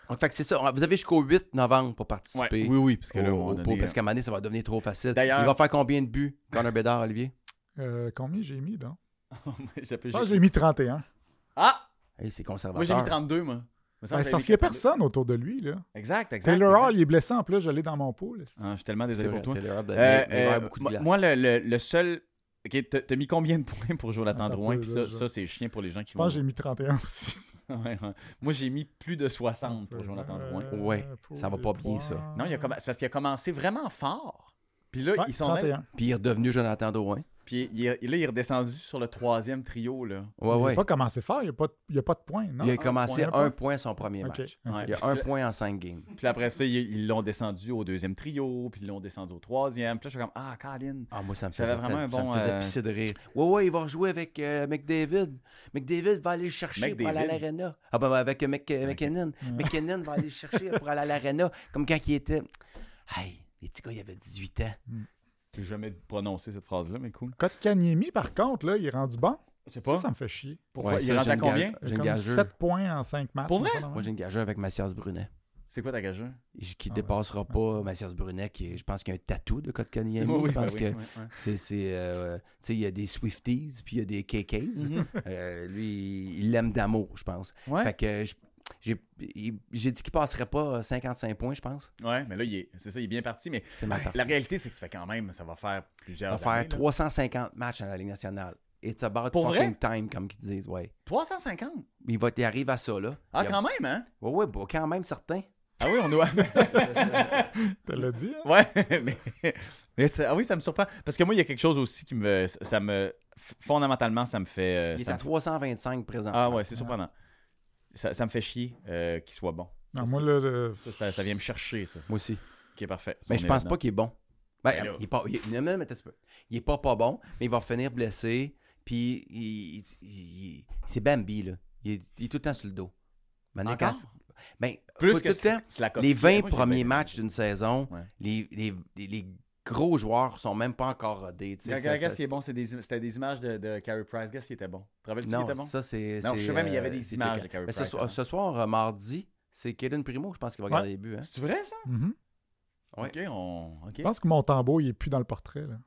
[SPEAKER 1] donc, fait que c'est ça. Vous avez jusqu'au 8 novembre pour
[SPEAKER 2] Ouais.
[SPEAKER 1] participer.
[SPEAKER 2] Oui, oui, parce que là,
[SPEAKER 1] au-
[SPEAKER 2] on
[SPEAKER 1] au
[SPEAKER 2] a
[SPEAKER 1] pot,
[SPEAKER 2] donné-
[SPEAKER 1] parce qu'à un moment donné, ça va devenir trop facile.
[SPEAKER 2] D'ailleurs-
[SPEAKER 1] Il va faire combien de buts, Connor Bédard, Olivier?
[SPEAKER 3] Euh, combien j'ai mis, donc?
[SPEAKER 2] J'appuie-
[SPEAKER 3] Je pense que j'ai mis 31.
[SPEAKER 2] Ah!
[SPEAKER 1] Hey, c'est
[SPEAKER 2] Moi, j'ai
[SPEAKER 1] conservateur.
[SPEAKER 2] mis 32, moi. Il me semble
[SPEAKER 3] Ben,
[SPEAKER 2] que j'avais
[SPEAKER 3] c'est parce
[SPEAKER 2] mis
[SPEAKER 3] qu'il n'y a
[SPEAKER 2] 42.
[SPEAKER 3] personne autour de lui, là.
[SPEAKER 2] Exact, exact.
[SPEAKER 3] Taylor Hall,
[SPEAKER 2] exact.
[SPEAKER 3] il est blessé en plus, je l'ai dans mon pot. là.
[SPEAKER 2] Ah, je suis tellement
[SPEAKER 1] C'est
[SPEAKER 2] désolé
[SPEAKER 1] vrai,
[SPEAKER 2] pour toi.
[SPEAKER 1] Taylor Hub, il
[SPEAKER 2] Euh,
[SPEAKER 1] il va
[SPEAKER 2] euh,
[SPEAKER 1] avoir beaucoup de
[SPEAKER 2] moi-
[SPEAKER 1] glace.
[SPEAKER 2] moi, le, le- le seul. Ok, t'as t'as mis combien de points pour Jonathan
[SPEAKER 3] Attends un
[SPEAKER 2] Drouin?
[SPEAKER 3] peu,
[SPEAKER 2] Puis
[SPEAKER 3] là,
[SPEAKER 2] ça,
[SPEAKER 3] je-
[SPEAKER 2] ça, c'est chiant pour les gens qui
[SPEAKER 3] Je
[SPEAKER 2] vont.
[SPEAKER 3] pense que j'ai mis 31 aussi.
[SPEAKER 2] Ouais, ouais. Moi, j'ai mis plus de 60 pour Jonathan Drouin.
[SPEAKER 3] Euh,
[SPEAKER 1] Ouais,
[SPEAKER 3] pour
[SPEAKER 1] ça va
[SPEAKER 3] les
[SPEAKER 1] pas bien, ça.
[SPEAKER 3] points.
[SPEAKER 2] Non, il a comm- c'est parce qu'il a commencé vraiment fort. Puis là,
[SPEAKER 3] Ouais,
[SPEAKER 2] ils sont même-
[SPEAKER 3] 31.
[SPEAKER 1] Puis il est redevenu Jonathan Drouin.
[SPEAKER 2] Puis il est- là, il est redescendu sur le troisième trio. Là.
[SPEAKER 1] Ouais,
[SPEAKER 3] il n'a
[SPEAKER 1] ouais.
[SPEAKER 3] pas commencé fort, il n'y a, pas de- il a pas de points, non?
[SPEAKER 1] il a
[SPEAKER 2] un
[SPEAKER 1] commencé
[SPEAKER 2] point,
[SPEAKER 1] un
[SPEAKER 3] un
[SPEAKER 1] point, son premier
[SPEAKER 3] Ok,
[SPEAKER 1] match.
[SPEAKER 3] ok.
[SPEAKER 2] Ouais.
[SPEAKER 1] Il y a un point en cinq games.
[SPEAKER 2] Puis après ça, ils ils l'ont descendu au deuxième trio. Puis ils l'ont descendu au troisième. Puis là, je suis comme Ah, Colin.
[SPEAKER 1] Ah, moi, ça me
[SPEAKER 2] J'avais
[SPEAKER 1] faisait,
[SPEAKER 2] vraiment un
[SPEAKER 1] ça me
[SPEAKER 2] bon,
[SPEAKER 1] faisait
[SPEAKER 2] euh,
[SPEAKER 1] pisser de rire. Ouais, ouais, il va jouer avec euh, McDavid. McDavid va aller le chercher pour aller à
[SPEAKER 2] McDavid. Mm.
[SPEAKER 1] l'arena. Ah, ben, avec euh, Mc- euh, McKinnon. McKinnon va aller le chercher pour aller à l'arena, comme quand il était. Hey, les petits gars, il avait 18 ans.
[SPEAKER 2] J'ai jamais prononcé cette phrase-là, mais cool.
[SPEAKER 3] Kotkaniemi, par contre, là, il est rendu bon.
[SPEAKER 2] Je sais
[SPEAKER 3] Ça,
[SPEAKER 2] pas.
[SPEAKER 3] ça me fait chier.
[SPEAKER 2] Pourquoi
[SPEAKER 1] Ouais,
[SPEAKER 2] Il
[SPEAKER 1] ça,
[SPEAKER 2] rentre
[SPEAKER 1] j'ai
[SPEAKER 2] à
[SPEAKER 1] une gage-
[SPEAKER 2] combien
[SPEAKER 1] J'ai une
[SPEAKER 3] Comme
[SPEAKER 1] gageure.
[SPEAKER 3] 7 points en 5 matchs.
[SPEAKER 2] Pour
[SPEAKER 3] c'est
[SPEAKER 2] vrai?
[SPEAKER 3] pas normal.
[SPEAKER 1] Moi, j'ai une gageure avec Mathias Brunet.
[SPEAKER 2] C'est quoi ta gageure
[SPEAKER 1] Et- Qui
[SPEAKER 3] Ah,
[SPEAKER 2] ben,
[SPEAKER 1] dépassera
[SPEAKER 3] ouais,
[SPEAKER 1] pas Mathias Brunet, qui est- je pense qu'il y a un tatou de Kotkaniemi.
[SPEAKER 2] Oui,
[SPEAKER 1] je
[SPEAKER 2] ben
[SPEAKER 1] pense
[SPEAKER 2] oui,
[SPEAKER 1] que
[SPEAKER 2] oui, oui.
[SPEAKER 1] c'est. c'est, euh, tu sais, il y a des Swifties, puis il y a des KKs.
[SPEAKER 2] Mhm.
[SPEAKER 1] Euh, lui, il l'aime d'amour, je pense.
[SPEAKER 2] Ouais.
[SPEAKER 1] Fait que je- j'ai il- j'ai dit qu'il passerait pas 55 points, je pense.
[SPEAKER 2] Ouais, mais là, il est- c'est ça, il est bien parti. Mais
[SPEAKER 1] C'est ma partie.
[SPEAKER 2] la réalité, c'est que ça fait quand même, ça va faire plusieurs.
[SPEAKER 1] On va faire
[SPEAKER 2] années, là.
[SPEAKER 1] 350 matchs à la Ligue nationale. It's about
[SPEAKER 2] Pour
[SPEAKER 1] fucking time, comme ils disent, ouais.
[SPEAKER 2] 350
[SPEAKER 1] Il va il arrive à ça, là.
[SPEAKER 2] Ah,
[SPEAKER 1] Il y a-
[SPEAKER 2] quand même, hein
[SPEAKER 1] Ouais, ouais, bah, quand même, certain.
[SPEAKER 2] Ah oui, on doit.
[SPEAKER 3] Tu l'as dit, hein?
[SPEAKER 2] ouais, mais. mais ça- ah oui, ça me surprend. Parce que moi, il y a quelque chose aussi qui me. Ça me. Fondamentalement, ça me fait. euh,
[SPEAKER 1] Il est
[SPEAKER 2] ça
[SPEAKER 1] à
[SPEAKER 2] me-
[SPEAKER 1] 325 présent.
[SPEAKER 2] Ah ouais, c'est surprenant. Ça, ça me fait chier euh, qu'il soit bon.
[SPEAKER 3] Non, moi, là, le-
[SPEAKER 2] Ça, ça, ça vient me chercher, ça.
[SPEAKER 1] Moi aussi.
[SPEAKER 2] Qui est parfait. Ça,
[SPEAKER 1] Mais
[SPEAKER 2] on
[SPEAKER 1] je
[SPEAKER 2] est
[SPEAKER 1] pense
[SPEAKER 2] là-dedans.
[SPEAKER 1] pas qu'il est bon. Ben,
[SPEAKER 2] Ben là.
[SPEAKER 1] il est pas, il est- non, non, mais attends un petit peu. Il est pas pas bon, mais il va finir blessé. Puis, il, il- il- c'est Bambi, là. Il est, il est tout le temps sur le dos. Maintenant,
[SPEAKER 2] Encore?
[SPEAKER 1] quand- ben, faut
[SPEAKER 2] Plus
[SPEAKER 1] tout le
[SPEAKER 2] que
[SPEAKER 1] temps,
[SPEAKER 2] c'est c'est la
[SPEAKER 1] les
[SPEAKER 2] Koski.
[SPEAKER 1] 20
[SPEAKER 2] Moi, j'ai
[SPEAKER 1] premiers
[SPEAKER 2] bien-
[SPEAKER 1] matchs d'une saison,
[SPEAKER 2] Ouais.
[SPEAKER 1] les, les- les- les gros joueurs sont même pas encore rodés. tu sais,
[SPEAKER 2] Regarde,
[SPEAKER 1] ça-
[SPEAKER 2] regarde,
[SPEAKER 1] ça-
[SPEAKER 2] c'est bon, c'est des- c'était des images de, de Carey Price. Regarde, il était bon. Tu te rappelles-tu qu'il
[SPEAKER 1] non,
[SPEAKER 2] était bon?
[SPEAKER 1] ça c'est.
[SPEAKER 2] Non,
[SPEAKER 1] c'est,
[SPEAKER 2] je sais même, il y
[SPEAKER 1] euh,
[SPEAKER 2] avait des
[SPEAKER 1] c'est
[SPEAKER 2] images
[SPEAKER 1] checké.
[SPEAKER 2] de Carey
[SPEAKER 1] Mais ce,
[SPEAKER 2] Price. hein.
[SPEAKER 1] soir- ce soir, euh, mardi, c'est Kaden Primo, je pense qu'il va garder les buts. hein.
[SPEAKER 2] C'est vrai, ça?
[SPEAKER 3] Mhm.
[SPEAKER 1] Ouais.
[SPEAKER 2] OK, on... OK.
[SPEAKER 3] Je pense que Montembeau, il est plus dans le portrait. Là.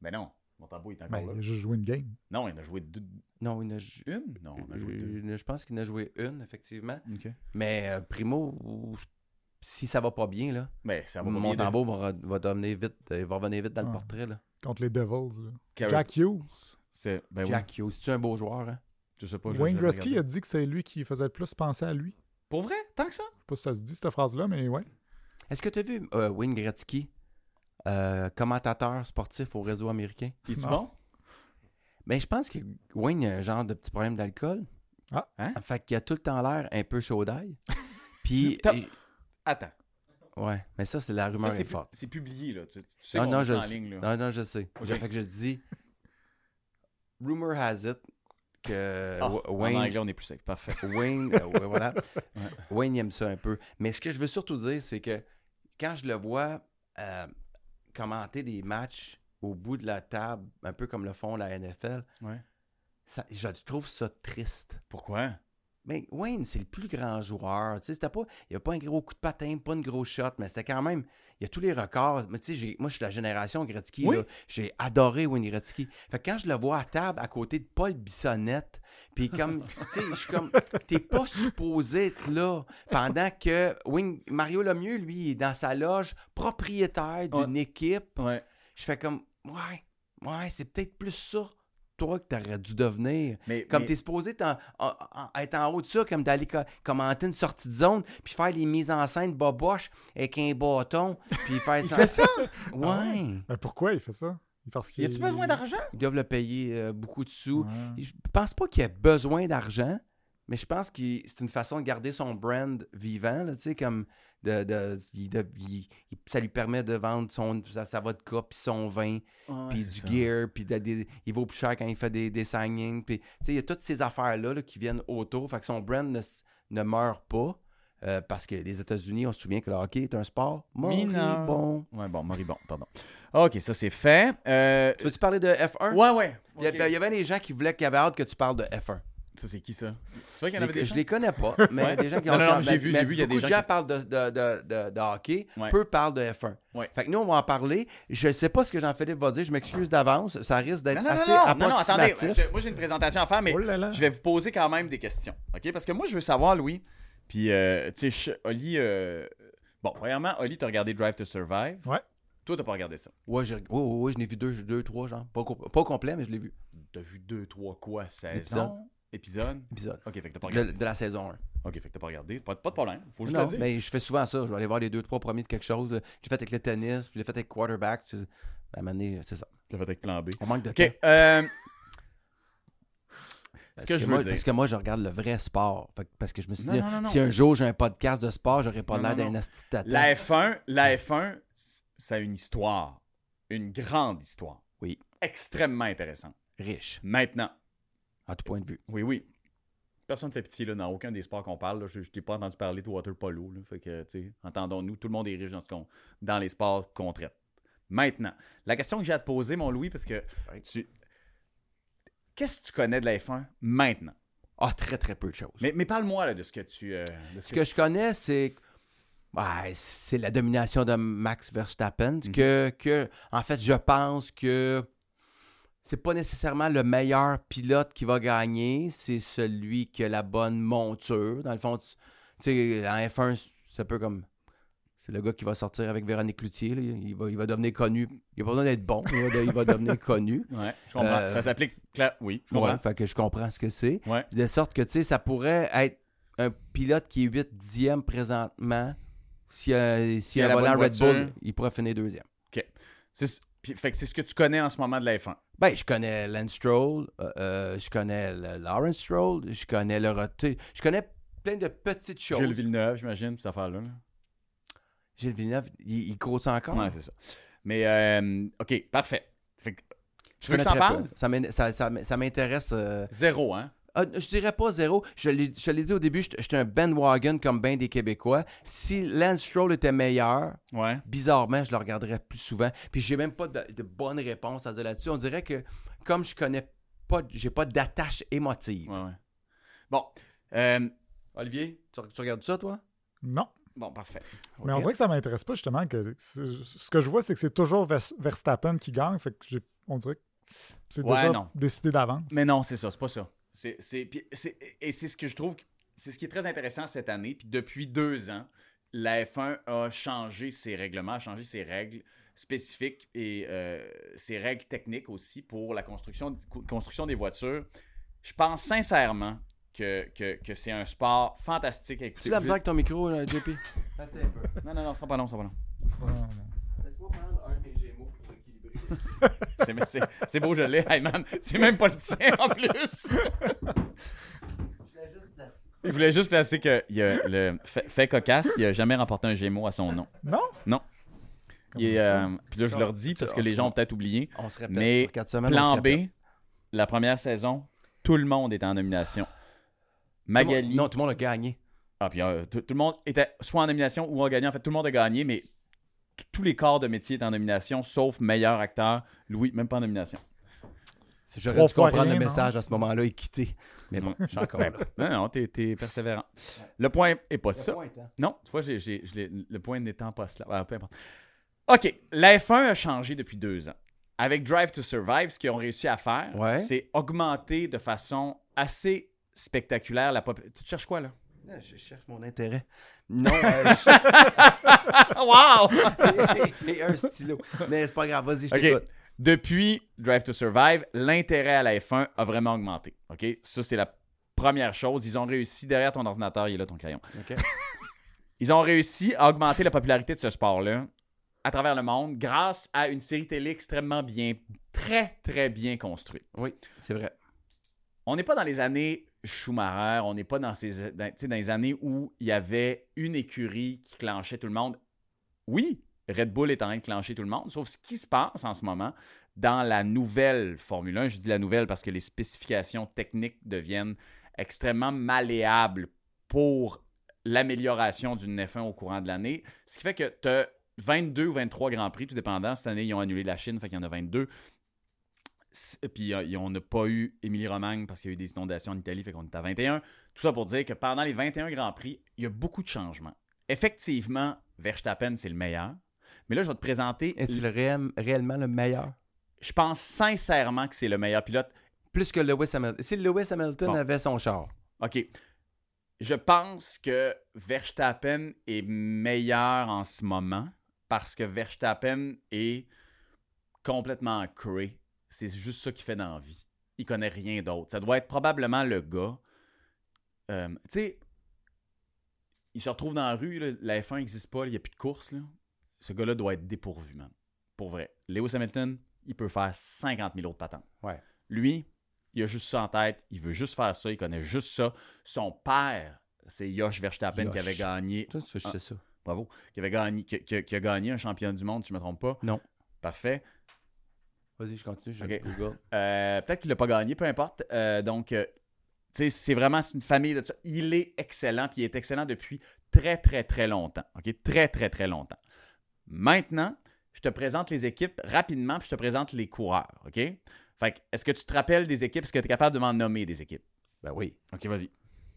[SPEAKER 2] Ben non, Montembeau il est encore
[SPEAKER 3] Ben, il
[SPEAKER 2] là.
[SPEAKER 3] a juste joué une game.
[SPEAKER 2] Non, il en a joué deux...
[SPEAKER 1] Non, il en a ju-
[SPEAKER 2] une? Non, il en a joué deux.
[SPEAKER 1] une- Je pense qu'il en a joué une, effectivement.
[SPEAKER 2] OK.
[SPEAKER 1] Mais euh, Primo, ou- si ça va pas bien, là,
[SPEAKER 2] Ben, ça va pas bien de-
[SPEAKER 1] Montembeau va, re- va devenir vite, euh, va revenir vite dans le
[SPEAKER 3] Ah.
[SPEAKER 1] portrait. Là.
[SPEAKER 3] Contre les Devils. là.
[SPEAKER 2] Carey-
[SPEAKER 3] Jack Hughes.
[SPEAKER 2] C'est... Ben oui,
[SPEAKER 1] Jack Hughes, c'est un beau joueur. Hein?
[SPEAKER 2] je sais pas. je-
[SPEAKER 3] Wayne
[SPEAKER 2] je l'ai
[SPEAKER 3] Gretzky
[SPEAKER 2] regardé.
[SPEAKER 3] a dit que c'est lui qui faisait le plus penser à lui.
[SPEAKER 2] Pour vrai? Tant que ça?
[SPEAKER 3] Je sais pas si ça se dit, cette phrase-là, mais ouais.
[SPEAKER 1] Est-ce que tu as vu euh, Wayne Gretzky, euh, commentateur sportif au réseau américain?
[SPEAKER 2] Il est-tu
[SPEAKER 3] Non.
[SPEAKER 2] bon?
[SPEAKER 1] Mais je pense que Wayne a un genre de petit problème d'alcool.
[SPEAKER 3] Ah.
[SPEAKER 2] Hein?
[SPEAKER 1] Fait qu'il a tout le temps l'air un peu chaud d'ail. Puis,
[SPEAKER 2] T'as-
[SPEAKER 1] et-
[SPEAKER 2] Attends.
[SPEAKER 1] ouais, mais ça, c'est la rumeur
[SPEAKER 2] Ça, c'est,
[SPEAKER 1] est
[SPEAKER 2] pu-
[SPEAKER 1] forte.
[SPEAKER 2] c'est publié, là. Tu, tu sais
[SPEAKER 1] non,
[SPEAKER 2] qu'on
[SPEAKER 1] non,
[SPEAKER 2] est
[SPEAKER 1] je
[SPEAKER 2] en
[SPEAKER 1] sais. Ah,
[SPEAKER 2] ligne, là.
[SPEAKER 1] Non, non, je sais.
[SPEAKER 2] Ok.
[SPEAKER 1] Fait que je dis, rumor has it que
[SPEAKER 2] Ah,
[SPEAKER 1] Wa-
[SPEAKER 2] En
[SPEAKER 1] Wayne,
[SPEAKER 2] anglais, on est plus sec. Parfait.
[SPEAKER 1] Wayne, euh, ouais, voilà. Wayne aime ça un peu. Mais ce que je veux surtout dire, c'est que quand je le vois euh, commenter des matchs au bout de la table, un peu comme le font la NFL,
[SPEAKER 2] Ouais.
[SPEAKER 1] ça- je trouve ça triste.
[SPEAKER 2] Pourquoi?
[SPEAKER 1] Mais Wayne, c'est le plus grand joueur. Tu sais, c'était pas, il n'y a pas un gros coup de patin, pas une grosse shot, mais c'était quand même. Il y a tous les records. Mais tu sais, j'ai- moi, je suis de la génération Gretzky.
[SPEAKER 2] Oui.
[SPEAKER 1] là. J'ai adoré Wayne Gretzky. Fait que quand je le vois à table à côté de Paul Bissonnette, puis comme, tu sais, je suis comme, t'es pas supposé être là pendant que Wayne, Mario Lemieux, lui, est dans sa loge, propriétaire d'une équipe.
[SPEAKER 2] Ouais.
[SPEAKER 1] Je fais comme, ouais, ouais, c'est peut-être plus ça, toi, que t'aurais dû devenir.
[SPEAKER 2] Mais,
[SPEAKER 1] Comme
[SPEAKER 2] mais-
[SPEAKER 1] tu es supposé t'en- en- en- être en haut de ça, comme d'aller co- commenter une sortie de zone, puis faire les mises en scène boboche avec un bâton, puis faire
[SPEAKER 2] Il fait ça? Ah
[SPEAKER 1] Ouais.
[SPEAKER 3] Ben, pourquoi il fait ça? Parce qu'il
[SPEAKER 2] Y a-tu besoin d'argent?
[SPEAKER 1] Ils doivent le payer euh, beaucoup de sous.
[SPEAKER 3] Ouais.
[SPEAKER 1] Je pense pas qu'il ait besoin d'argent, mais je pense que c'est une façon de garder son brand vivant, là, tu sais, comme de, de- il- de- il- il- ça lui permet de vendre son, sa, sa vodka, puis son vin, puis du gear, puis de- des- il vaut plus cher quand il fait des, des signings. Puis, tu sais, il y a toutes ces affaires-là là, qui viennent autour. Fait que son brand ne, s- ne meurt pas euh, parce que les États-Unis, on se souvient que le hockey est un sport
[SPEAKER 2] Mineur.
[SPEAKER 1] moribond.
[SPEAKER 2] Ouais, bon, moribond, pardon. OK, ça, c'est fait. Euh,
[SPEAKER 1] Tu veux-tu parler de F1?
[SPEAKER 2] Ouais, ouais.
[SPEAKER 1] Il y, a- ben, il y avait des gens qui voulaient qui avaient hâte que tu parles de F1.
[SPEAKER 2] Ça, c'est qui, ça? C'est vrai qu'il y
[SPEAKER 1] Je
[SPEAKER 2] en avait des
[SPEAKER 1] les- je
[SPEAKER 2] gens?
[SPEAKER 1] les connais pas, mais
[SPEAKER 2] Ouais.
[SPEAKER 1] des gens qui
[SPEAKER 2] Non,
[SPEAKER 1] ont
[SPEAKER 2] non, non,
[SPEAKER 1] quand-
[SPEAKER 2] j'ai
[SPEAKER 1] ben,
[SPEAKER 2] vu,
[SPEAKER 1] ben,
[SPEAKER 2] j'ai vu, il y a des
[SPEAKER 1] beaucoup de
[SPEAKER 2] gens
[SPEAKER 1] gens
[SPEAKER 2] qui-
[SPEAKER 1] parlent de, de- de- de- de hockey,
[SPEAKER 2] Ouais.
[SPEAKER 1] peu parlent de F1.
[SPEAKER 2] Ouais.
[SPEAKER 1] Fait que nous, on va en parler. Je sais pas ce que Jean-Philippe va dire, je m'excuse d'avance. Ça risque d'être
[SPEAKER 2] Non, non, non,
[SPEAKER 1] assez
[SPEAKER 2] non, non, non, attendez.
[SPEAKER 1] approximatif.
[SPEAKER 2] je- moi, j'ai une présentation à faire, mais
[SPEAKER 3] Oh là là.
[SPEAKER 2] je vais vous poser quand même des questions. OK? Parce que moi, je veux savoir, Louis. Puis, euh, tu sais, je- Oli. euh, Bon, premièrement, Oli, t'as regardé Drive to Survive.
[SPEAKER 3] Ouais.
[SPEAKER 2] Toi, t'as pas regardé ça.
[SPEAKER 1] Ouais, j'ai- ouais, ouais, ouais, je n'ai vu deux, deux, trois, genre. Pas, au- pas au complet, mais je l'ai vu.
[SPEAKER 2] T'as vu deux, trois quoi?
[SPEAKER 1] épisodes.
[SPEAKER 2] Saison? Épisode?
[SPEAKER 1] Épisode.
[SPEAKER 2] OK, fait que t'as pas
[SPEAKER 1] De,
[SPEAKER 2] regardé.
[SPEAKER 1] de la saison 1.
[SPEAKER 2] OK, fait que t'as pas regardé. Pas, pas de problème. Faut juste
[SPEAKER 1] Non,
[SPEAKER 2] le dire.
[SPEAKER 1] mais je fais souvent ça. Je vais aller voir les deux, trois premiers de quelque chose. Je l'ai fait avec le tennis, puis je l'ai fait avec quarterback. tu sais. À un moment donné, c'est ça.
[SPEAKER 2] T'as fait avec plan B.
[SPEAKER 1] On manque de temps.
[SPEAKER 2] OK. euh,
[SPEAKER 1] Parce
[SPEAKER 2] que je veux
[SPEAKER 1] moi,
[SPEAKER 2] dire-
[SPEAKER 1] parce que moi, je regarde le vrai sport. Fait que- parce que je me suis
[SPEAKER 2] Non,
[SPEAKER 1] dit,
[SPEAKER 2] non, non, non.
[SPEAKER 1] si un jour j'ai un podcast de sport, j'aurais pas
[SPEAKER 2] Non,
[SPEAKER 1] l'air
[SPEAKER 2] non,
[SPEAKER 1] d'un
[SPEAKER 2] non.
[SPEAKER 1] asti de tatin.
[SPEAKER 2] La F1, la F1, ça a une histoire. Une grande histoire.
[SPEAKER 1] Oui.
[SPEAKER 2] Extrêmement intéressante.
[SPEAKER 1] riche,
[SPEAKER 2] Maintenant.
[SPEAKER 1] à tout point de vue.
[SPEAKER 2] Oui, oui. Personne ne fait pitié là, dans aucun des sports qu'on parle. là. Je, je t'ai pas entendu parler de water polo. là. Fait que, tu sais, entendons-nous, tout le monde est riche dans, ce qu'on- dans les sports qu'on traite. Maintenant, la question que j'ai à te poser, mon Louis, parce que tu. Qu'est-ce que tu connais de la F1 maintenant?
[SPEAKER 1] Ah, très, très peu de choses.
[SPEAKER 2] Mais, mais parle-moi là, de ce que tu. euh, de
[SPEAKER 1] Ce
[SPEAKER 2] ce que-
[SPEAKER 1] que je connais, c'est ouais, c'est la domination de Max Verstappen. que, que, en fait, je pense que c'est pas nécessairement le meilleur pilote qui va gagner, c'est celui qui a la bonne monture. Dans le fond, tu tu sais, en F1, c'est un peu comme. C'est le gars qui va sortir avec Véronique Cloutier. là. Il, va, il va devenir connu. Il n'a pas besoin d'être bon. Il va, de- il va devenir connu.
[SPEAKER 2] Ouais, je comprends.
[SPEAKER 1] Euh,
[SPEAKER 2] Ça s'applique. cla- Oui, je comprends.
[SPEAKER 1] Ouais, fait que je comprends ce que c'est.
[SPEAKER 2] Ouais.
[SPEAKER 1] De sorte que, tu sais, ça pourrait être un pilote qui est 8 dixième présentement. S'il y a, s'il y
[SPEAKER 2] a
[SPEAKER 1] a
[SPEAKER 2] la
[SPEAKER 1] un volant
[SPEAKER 2] bonne
[SPEAKER 1] Red
[SPEAKER 2] voiture.
[SPEAKER 1] Bull, il pourrait finir deuxième.
[SPEAKER 2] C'est- puis- fait que c'est ce que tu connais en ce moment de la F1.
[SPEAKER 1] Ben, je connais Lance Stroll, euh, euh, je connais le Lawrence Stroll, je connais le Rot- tu sais, Je connais plein de petites choses.
[SPEAKER 2] Gilles Villeneuve, j'imagine, cette affaire-là. là.
[SPEAKER 1] Gilles Villeneuve, il, il court ça encore.
[SPEAKER 2] Ouais, c'est ça. Mais, euh, OK, parfait. Fait que, tu
[SPEAKER 1] je
[SPEAKER 2] veux
[SPEAKER 1] connais
[SPEAKER 2] que je t'en
[SPEAKER 1] très peu.
[SPEAKER 2] parle?
[SPEAKER 1] Ça m'in- Ça ça- ça m'intéresse. euh,
[SPEAKER 2] Zéro, hein?
[SPEAKER 1] Ah, je dirais pas zéro. Je l'ai je te l'ai dit au début, j'étais j'étais un bandwagon comme ben des Québécois. Si Lance Stroll était meilleur,
[SPEAKER 2] Ouais.
[SPEAKER 1] bizarrement, je le regarderais plus souvent. Puis j'ai même pas de, de bonne réponse à dire là-dessus. On dirait que comme je connais pas, j'ai pas d'attache émotive.
[SPEAKER 2] Ouais, ouais. Bon. euh,
[SPEAKER 1] Olivier, tu, tu regardes ça, toi?
[SPEAKER 3] Non.
[SPEAKER 2] bon, parfait.
[SPEAKER 3] Mais on dirait que ça m'intéresse pas, justement. que c'est- Ce que je vois, c'est que c'est toujours Vers- Verstappen qui gagne. Fait que j'ai- on dirait que c'est
[SPEAKER 2] Ouais,
[SPEAKER 3] déjà
[SPEAKER 2] non.
[SPEAKER 3] décidé d'avance.
[SPEAKER 2] Mais non, c'est ça, c'est pas ça. C'est, c'est, puis c'est- et c'est ce que je trouve, que- c'est ce qui est très intéressant cette année. Puis depuis deux ans, la F1 a changé ses règlements, a changé ses règles spécifiques et euh, ses règles techniques aussi pour la construction, co- construction des voitures. Je pense sincèrement que, que, que c'est un sport fantastique à écouter.
[SPEAKER 1] Tu as besoin avec ton micro, euh, là, JP? Attends un peu.
[SPEAKER 2] Non, non, non, ça sera pas long, ça sera pas long.
[SPEAKER 3] Non, non.
[SPEAKER 1] Laisse-moi prendre un de mes Gémeaux pour équilibrer.
[SPEAKER 2] C'est, c'est- c'est beau, je l'ai. Hey man, c'est même pas le tien en plus.
[SPEAKER 1] Je l'ai juste placé.
[SPEAKER 2] Il voulait juste placer que il y a le fait, fait cocasse, il a jamais remporté un Gémeaux à son nom.
[SPEAKER 3] Non?
[SPEAKER 2] Non.
[SPEAKER 3] Comment
[SPEAKER 2] Et,
[SPEAKER 3] ça?
[SPEAKER 2] euh, puis là, je leur dis parce que les gens ont peut-être oublié.
[SPEAKER 1] On se répète
[SPEAKER 2] Mais
[SPEAKER 1] sur quatre semaines. on
[SPEAKER 2] Plan
[SPEAKER 1] se répète.
[SPEAKER 2] B, la première saison, tout le monde était en nomination.
[SPEAKER 1] Tout le monde-
[SPEAKER 2] Magali.
[SPEAKER 1] Non, tout le monde a gagné.
[SPEAKER 2] Ah, puis euh, tout, tout le monde était soit en nomination ou en gagnant. En fait, tout le monde a gagné, mais t- tous les corps de métier étaient en nomination, sauf meilleur acteur. Louis, même pas en nomination.
[SPEAKER 1] C'est- J'aurais
[SPEAKER 3] Trois
[SPEAKER 1] dû
[SPEAKER 3] fois
[SPEAKER 1] comprendre
[SPEAKER 3] rien,
[SPEAKER 1] le
[SPEAKER 3] non?
[SPEAKER 1] message à ce moment-là et quitter. Mais bon, je suis encore là.
[SPEAKER 2] Non, non, t'es, t'es persévérant. Le point est pas Ben, ça.
[SPEAKER 1] point, hein?
[SPEAKER 2] Non, tu vois, j'ai, j'ai- je l'ai- le point n'étant pas cela. Ah, peu importe. OK, la F1 a changé depuis deux ans. Avec Drive to Survive, ce qu'ils ont réussi à faire,
[SPEAKER 1] Ouais.
[SPEAKER 2] c'est augmenter de façon assez spectaculaire la pop... Tu te cherches quoi, là?
[SPEAKER 1] Là, Je cherche mon intérêt. Non, euh, je-
[SPEAKER 2] wow!
[SPEAKER 1] et un stylo. Mais c'est pas grave, vas-y, je
[SPEAKER 2] OK.
[SPEAKER 1] t'écoute.
[SPEAKER 2] Depuis Drive to Survive, l'intérêt à la F1 a vraiment augmenté. OK? Ça, c'est la première chose. Ils ont réussi, derrière ton ordinateur, il est là ton crayon.
[SPEAKER 1] OK.
[SPEAKER 2] Ils ont réussi à augmenter la popularité de ce sport-là à travers le monde grâce à une série télé extrêmement bien, très, très bien construite.
[SPEAKER 1] Oui, c'est vrai.
[SPEAKER 2] On n'est pas dans les années Schumacher, on n'est pas dans, ces, dans, tu sais, dans les années où il y avait une écurie qui clenchait tout le monde. Oui, Red Bull est en train de clencher tout le monde, sauf ce qui se passe en ce moment dans la nouvelle Formule 1. Je dis la nouvelle parce que les spécifications techniques deviennent extrêmement malléables pour l'amélioration d'une F1 au courant de l'année. Ce qui fait que tu as 22 ou 23 Grands Prix, tout dépendant. Cette année, ils ont annulé la Chine, fait qu'il y en a 22. C'est- Puis euh, y- on n'a pas eu Émilie-Romagne parce qu'il y a eu des inondations en Italie, fait qu'on est à 21. Tout ça pour dire que pendant les 21 Grands Prix, il y a beaucoup de changements. Effectivement, Verstappen, c'est le meilleur. Mais là, je vais te présenter.
[SPEAKER 1] Est-il réel- réellement le meilleur?
[SPEAKER 2] Je pense sincèrement que c'est le meilleur pilote.
[SPEAKER 1] Plus que Lewis Hamilton. Si Lewis Hamilton
[SPEAKER 2] Bon.
[SPEAKER 1] avait son char.
[SPEAKER 2] OK. Je pense que Verstappen est meilleur en ce moment parce que Verstappen est complètement ancré. C'est juste ça qu'il fait dans la vie. Il connaît rien d'autre. Ça doit être probablement le gars. euh, tu sais, il se retrouve dans la rue, là, la F1 n'existe pas, il n'y a plus de course. là. Ce gars-là doit être dépourvu, man. Pour vrai. Lewis Hamilton, il peut faire 50 000 autres patentes.
[SPEAKER 1] Ouais.
[SPEAKER 2] Lui, il a juste ça en tête, il veut juste faire ça, il connaît juste ça. Son père, c'est Josh Verstappen qui
[SPEAKER 1] Josh.
[SPEAKER 2] avait gagné
[SPEAKER 1] Toi, tu- je
[SPEAKER 2] Ah.
[SPEAKER 1] sais ça.
[SPEAKER 2] Bravo. Qui, avait gagné, qui, qui- qui a gagné un champion du monde, si je ne me trompe pas.
[SPEAKER 1] Non.
[SPEAKER 2] Parfait.
[SPEAKER 1] Vas-y, je continue, je
[SPEAKER 2] Ok.
[SPEAKER 1] Google.
[SPEAKER 2] Euh, Peut-être qu'il l'a pas gagné, peu importe. Euh, donc, euh, tu sais, c'est vraiment une famille de ça. Il est excellent, puis il est excellent depuis très, très, très longtemps. OK? Très, très, très longtemps. Maintenant, je te présente les équipes rapidement, puis je te présente les coureurs. OK? Fait que, est-ce que tu te rappelles des équipes? Est-ce que tu es capable de m'en nommer des équipes?
[SPEAKER 1] Ben oui.
[SPEAKER 2] OK, vas-y.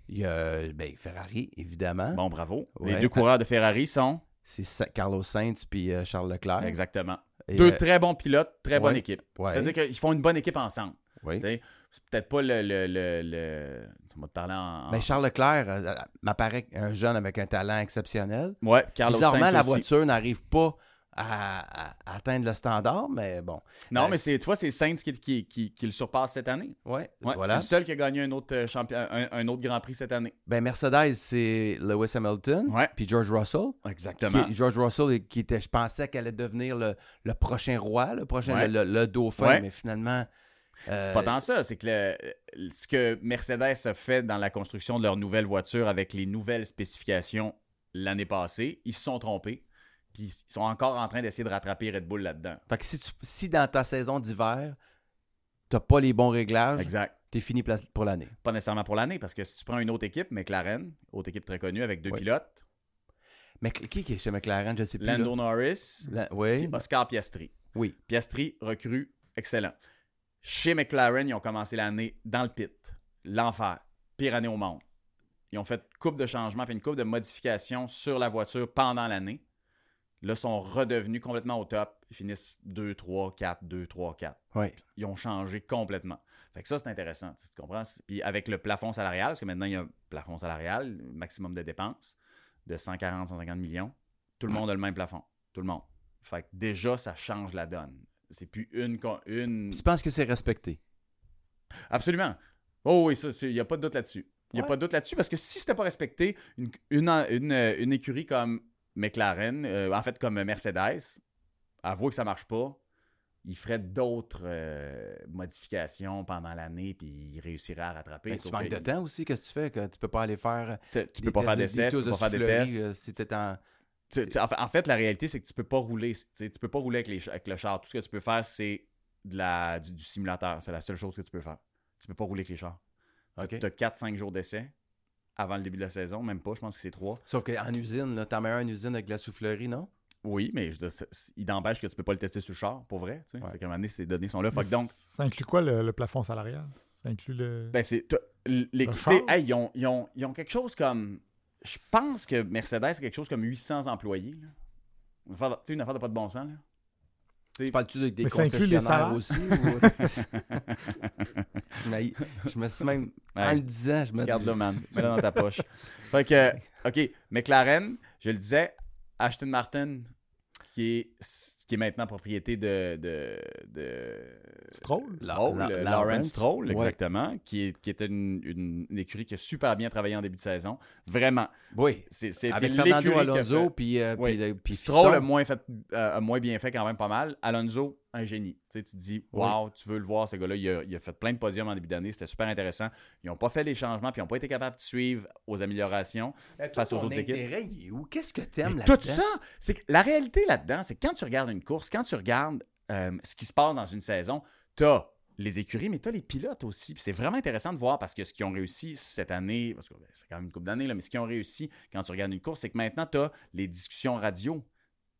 [SPEAKER 1] Il y a ben, Ferrari, évidemment.
[SPEAKER 2] Bon, bravo. Les
[SPEAKER 1] Hein? Ouais.
[SPEAKER 2] deux coureurs de Ferrari sont.
[SPEAKER 1] C'est Sa- Carlos Sainz puis euh, Charles Leclerc.
[SPEAKER 2] Exactement.
[SPEAKER 1] Et,
[SPEAKER 2] deux
[SPEAKER 1] euh,
[SPEAKER 2] très bons pilotes, très bonne
[SPEAKER 1] ouais.
[SPEAKER 2] équipe.
[SPEAKER 1] ouais.
[SPEAKER 2] C'est-à-dire qu'ils font une bonne équipe ensemble.
[SPEAKER 1] Oui.
[SPEAKER 2] Tu sais, C'est peut-être pas le. le, le, le- Tu m'as parlé en. en-
[SPEAKER 1] Ben, Charles Leclerc euh, euh, m'apparaît un jeune avec un talent exceptionnel.
[SPEAKER 2] ouais, Carlos
[SPEAKER 1] Bizarrement,
[SPEAKER 2] Sainz
[SPEAKER 1] la
[SPEAKER 2] aussi.
[SPEAKER 1] voiture n'arrive pas à, à- à atteindre le standard, mais bon.
[SPEAKER 2] Non,
[SPEAKER 1] euh,
[SPEAKER 2] mais c'est, tu vois, c'est Sainz qui, qui, qui, qui le surpasse cette année.
[SPEAKER 1] Ouais,
[SPEAKER 2] Ouais,
[SPEAKER 1] voilà.
[SPEAKER 2] C'est le seul qui a gagné un autre, euh, champion, un, un autre Grand Prix cette année.
[SPEAKER 1] Ben, Mercedes, c'est Lewis Hamilton,
[SPEAKER 2] Ouais.
[SPEAKER 1] puis George Russell.
[SPEAKER 2] Exactement.
[SPEAKER 1] Qui- George Russell, est- qui était, je pensais qu'elle allait devenir le, le prochain roi, le prochain
[SPEAKER 2] Ouais.
[SPEAKER 1] le, le- le dauphin,
[SPEAKER 2] Ouais.
[SPEAKER 1] mais finalement. euh,
[SPEAKER 2] C'est pas tant ça, c'est que le- euh, ce que Mercedes a fait dans la construction de leur nouvelle voiture avec les nouvelles spécifications l'année passée, ils se sont trompés. Puis ils sont encore en train d'essayer de rattraper Red Bull là-dedans.
[SPEAKER 1] fait que si, tu- si dans ta saison d'hiver, t'as pas les bons réglages,
[SPEAKER 2] Exact.
[SPEAKER 1] t'es t'es fini place- pour l'année.
[SPEAKER 2] Pas nécessairement pour l'année, parce que si tu prends une autre équipe, McLaren, autre équipe très connue avec deux
[SPEAKER 1] Ouais.
[SPEAKER 2] pilotes,
[SPEAKER 1] Mais qui qui est chez McLaren, je sais plus.
[SPEAKER 2] Lando Norris,
[SPEAKER 1] là. La- oui.
[SPEAKER 2] puis Oscar Piastri.
[SPEAKER 1] Oui.
[SPEAKER 2] Piastri, recrue, excellent. Chez McLaren, ils ont commencé l'année dans le pit. L'enfer. Pire année au monde. Ils ont fait une coupe de changements puis une coupe de modifications sur la voiture pendant l'année. Là, ils sont redevenus complètement au top. Ils finissent 2, 3, 4, 2, 3, 4.
[SPEAKER 1] Ouais.
[SPEAKER 2] Ils ont changé complètement. Fait que ça, c'est intéressant. Tu tu comprends? C'est- Puis avec le plafond salarial, parce que maintenant, il y a un plafond salarial, maximum de dépenses de 140, 150 millions. Tout le monde a le même plafond. Tout le monde. Fait que déjà, ça change la donne. C'est plus une. con- une...
[SPEAKER 1] Puis tu penses que c'est respecté?
[SPEAKER 2] Absolument. Oh oui, ça, il n'y a pas de doute là-dessus. Il n'y a
[SPEAKER 1] Ouais.
[SPEAKER 2] pas de doute là-dessus parce que si c'était pas respecté, une, une, une, une écurie comme McLaren, euh, en fait comme Mercedes, avoue que ça marche pas, il ferait d'autres euh, modifications pendant l'année puis il réussirait à rattraper.
[SPEAKER 1] Mais
[SPEAKER 2] Sauf
[SPEAKER 1] Ben, tu manques
[SPEAKER 2] que
[SPEAKER 1] de temps aussi, qu'est-ce que tu fais? Que tu peux pas aller faire. euh,
[SPEAKER 2] Tu tu peux pas faire d'essais, tu peux pas faire des tests.
[SPEAKER 1] C'était euh, en.
[SPEAKER 2] Tu- tu- en, fait, en fait, la réalité, c'est que tu peux pas rouler. Tu sais, tu peux pas rouler avec, les, ch- avec le char. Tout ce que tu peux faire, c'est de la, du, du simulateur. C'est la seule chose que tu peux faire. Tu peux pas rouler avec les chars.
[SPEAKER 1] OK.
[SPEAKER 2] Tu as 4-5 jours d'essai avant le début de la saison, même pas, je pense que c'est 3.
[SPEAKER 1] Sauf qu'en usine, là, t'en mets un en usine avec de la soufflerie, non?
[SPEAKER 2] Oui, mais je veux dire, c'est- c'est- il t'empêche que tu peux pas le tester sur le char, pour vrai. tu sais.
[SPEAKER 1] Ouais.
[SPEAKER 2] Fait qu'à un moment donné, ces données sont là. Fait que donc,
[SPEAKER 3] Ça inclut quoi le, le plafond salarial? Ça inclut le.
[SPEAKER 2] ben c'est. toi, l- Les,
[SPEAKER 3] Le
[SPEAKER 2] tu sais,
[SPEAKER 3] char?
[SPEAKER 2] hey, ils, ont, ils ont- ils ont quelque chose comme. Je pense que Mercedes a quelque chose comme 800 employés. là. Une affaire de- tu sais, une affaire de pas de bon sens. Là.
[SPEAKER 1] Tu parles-tu de- des
[SPEAKER 3] Mais ça inclut les
[SPEAKER 1] concessionnaires
[SPEAKER 3] salaires?
[SPEAKER 1] aussi? ou- Mais je me suis même. En
[SPEAKER 2] Ouais.
[SPEAKER 1] le disant, je me.
[SPEAKER 2] Garde-le, man. Mets-le dans ta poche. Fait que, OK, McLaren, je le disais, Ashton Martin, qui est, qui est maintenant propriété de, de, de
[SPEAKER 3] Stroll?
[SPEAKER 1] La-
[SPEAKER 2] Stroll,
[SPEAKER 1] la-
[SPEAKER 2] euh,
[SPEAKER 1] Lawrence.
[SPEAKER 2] Lawrence Stroll,
[SPEAKER 1] Ouais.
[SPEAKER 2] exactement, qui, est, qui était une, une- une écurie qui a super bien travaillé en début de saison. Vraiment.
[SPEAKER 1] Oui.
[SPEAKER 2] C'est, c'est
[SPEAKER 1] Avec
[SPEAKER 2] l'écurie qui
[SPEAKER 1] Fernando
[SPEAKER 2] a
[SPEAKER 1] Alonso,
[SPEAKER 2] fait-
[SPEAKER 1] puis, euh,
[SPEAKER 2] Oui.
[SPEAKER 1] puis, le- puis
[SPEAKER 2] Stroll a
[SPEAKER 1] Fiston.
[SPEAKER 2] moins, fait, euh, a moins bien fait quand même pas mal. Alonso, un génie. Tu sais, tu te dis, waouh, tu veux le voir, ce gars-là. Il a, il a fait plein de podiums en début d'année. C'était super intéressant. Ils n'ont pas fait les changements, puis ils n'ont pas été capables de suivre aux améliorations.
[SPEAKER 1] Mais Euh, toi,
[SPEAKER 2] face aux
[SPEAKER 1] ton
[SPEAKER 2] autres équipes.
[SPEAKER 1] intérêt, il est où? Qu'est-ce que t'aimes
[SPEAKER 2] Mais
[SPEAKER 1] là-dedans?
[SPEAKER 2] tout ça, c'est que la réalité là-dedans, c'est que quand tu regardes une course, quand tu regardes euh, ce qui se passe dans une saison, tu as les écuries, mais tu as les pilotes aussi. Puis c'est vraiment intéressant de voir parce que ce qu'ils ont réussi cette année, parce que ben, ça fait quand même une couple d'années, là, mais ce qu'ils ont réussi quand tu regardes une course, c'est que maintenant, tu as les discussions radio.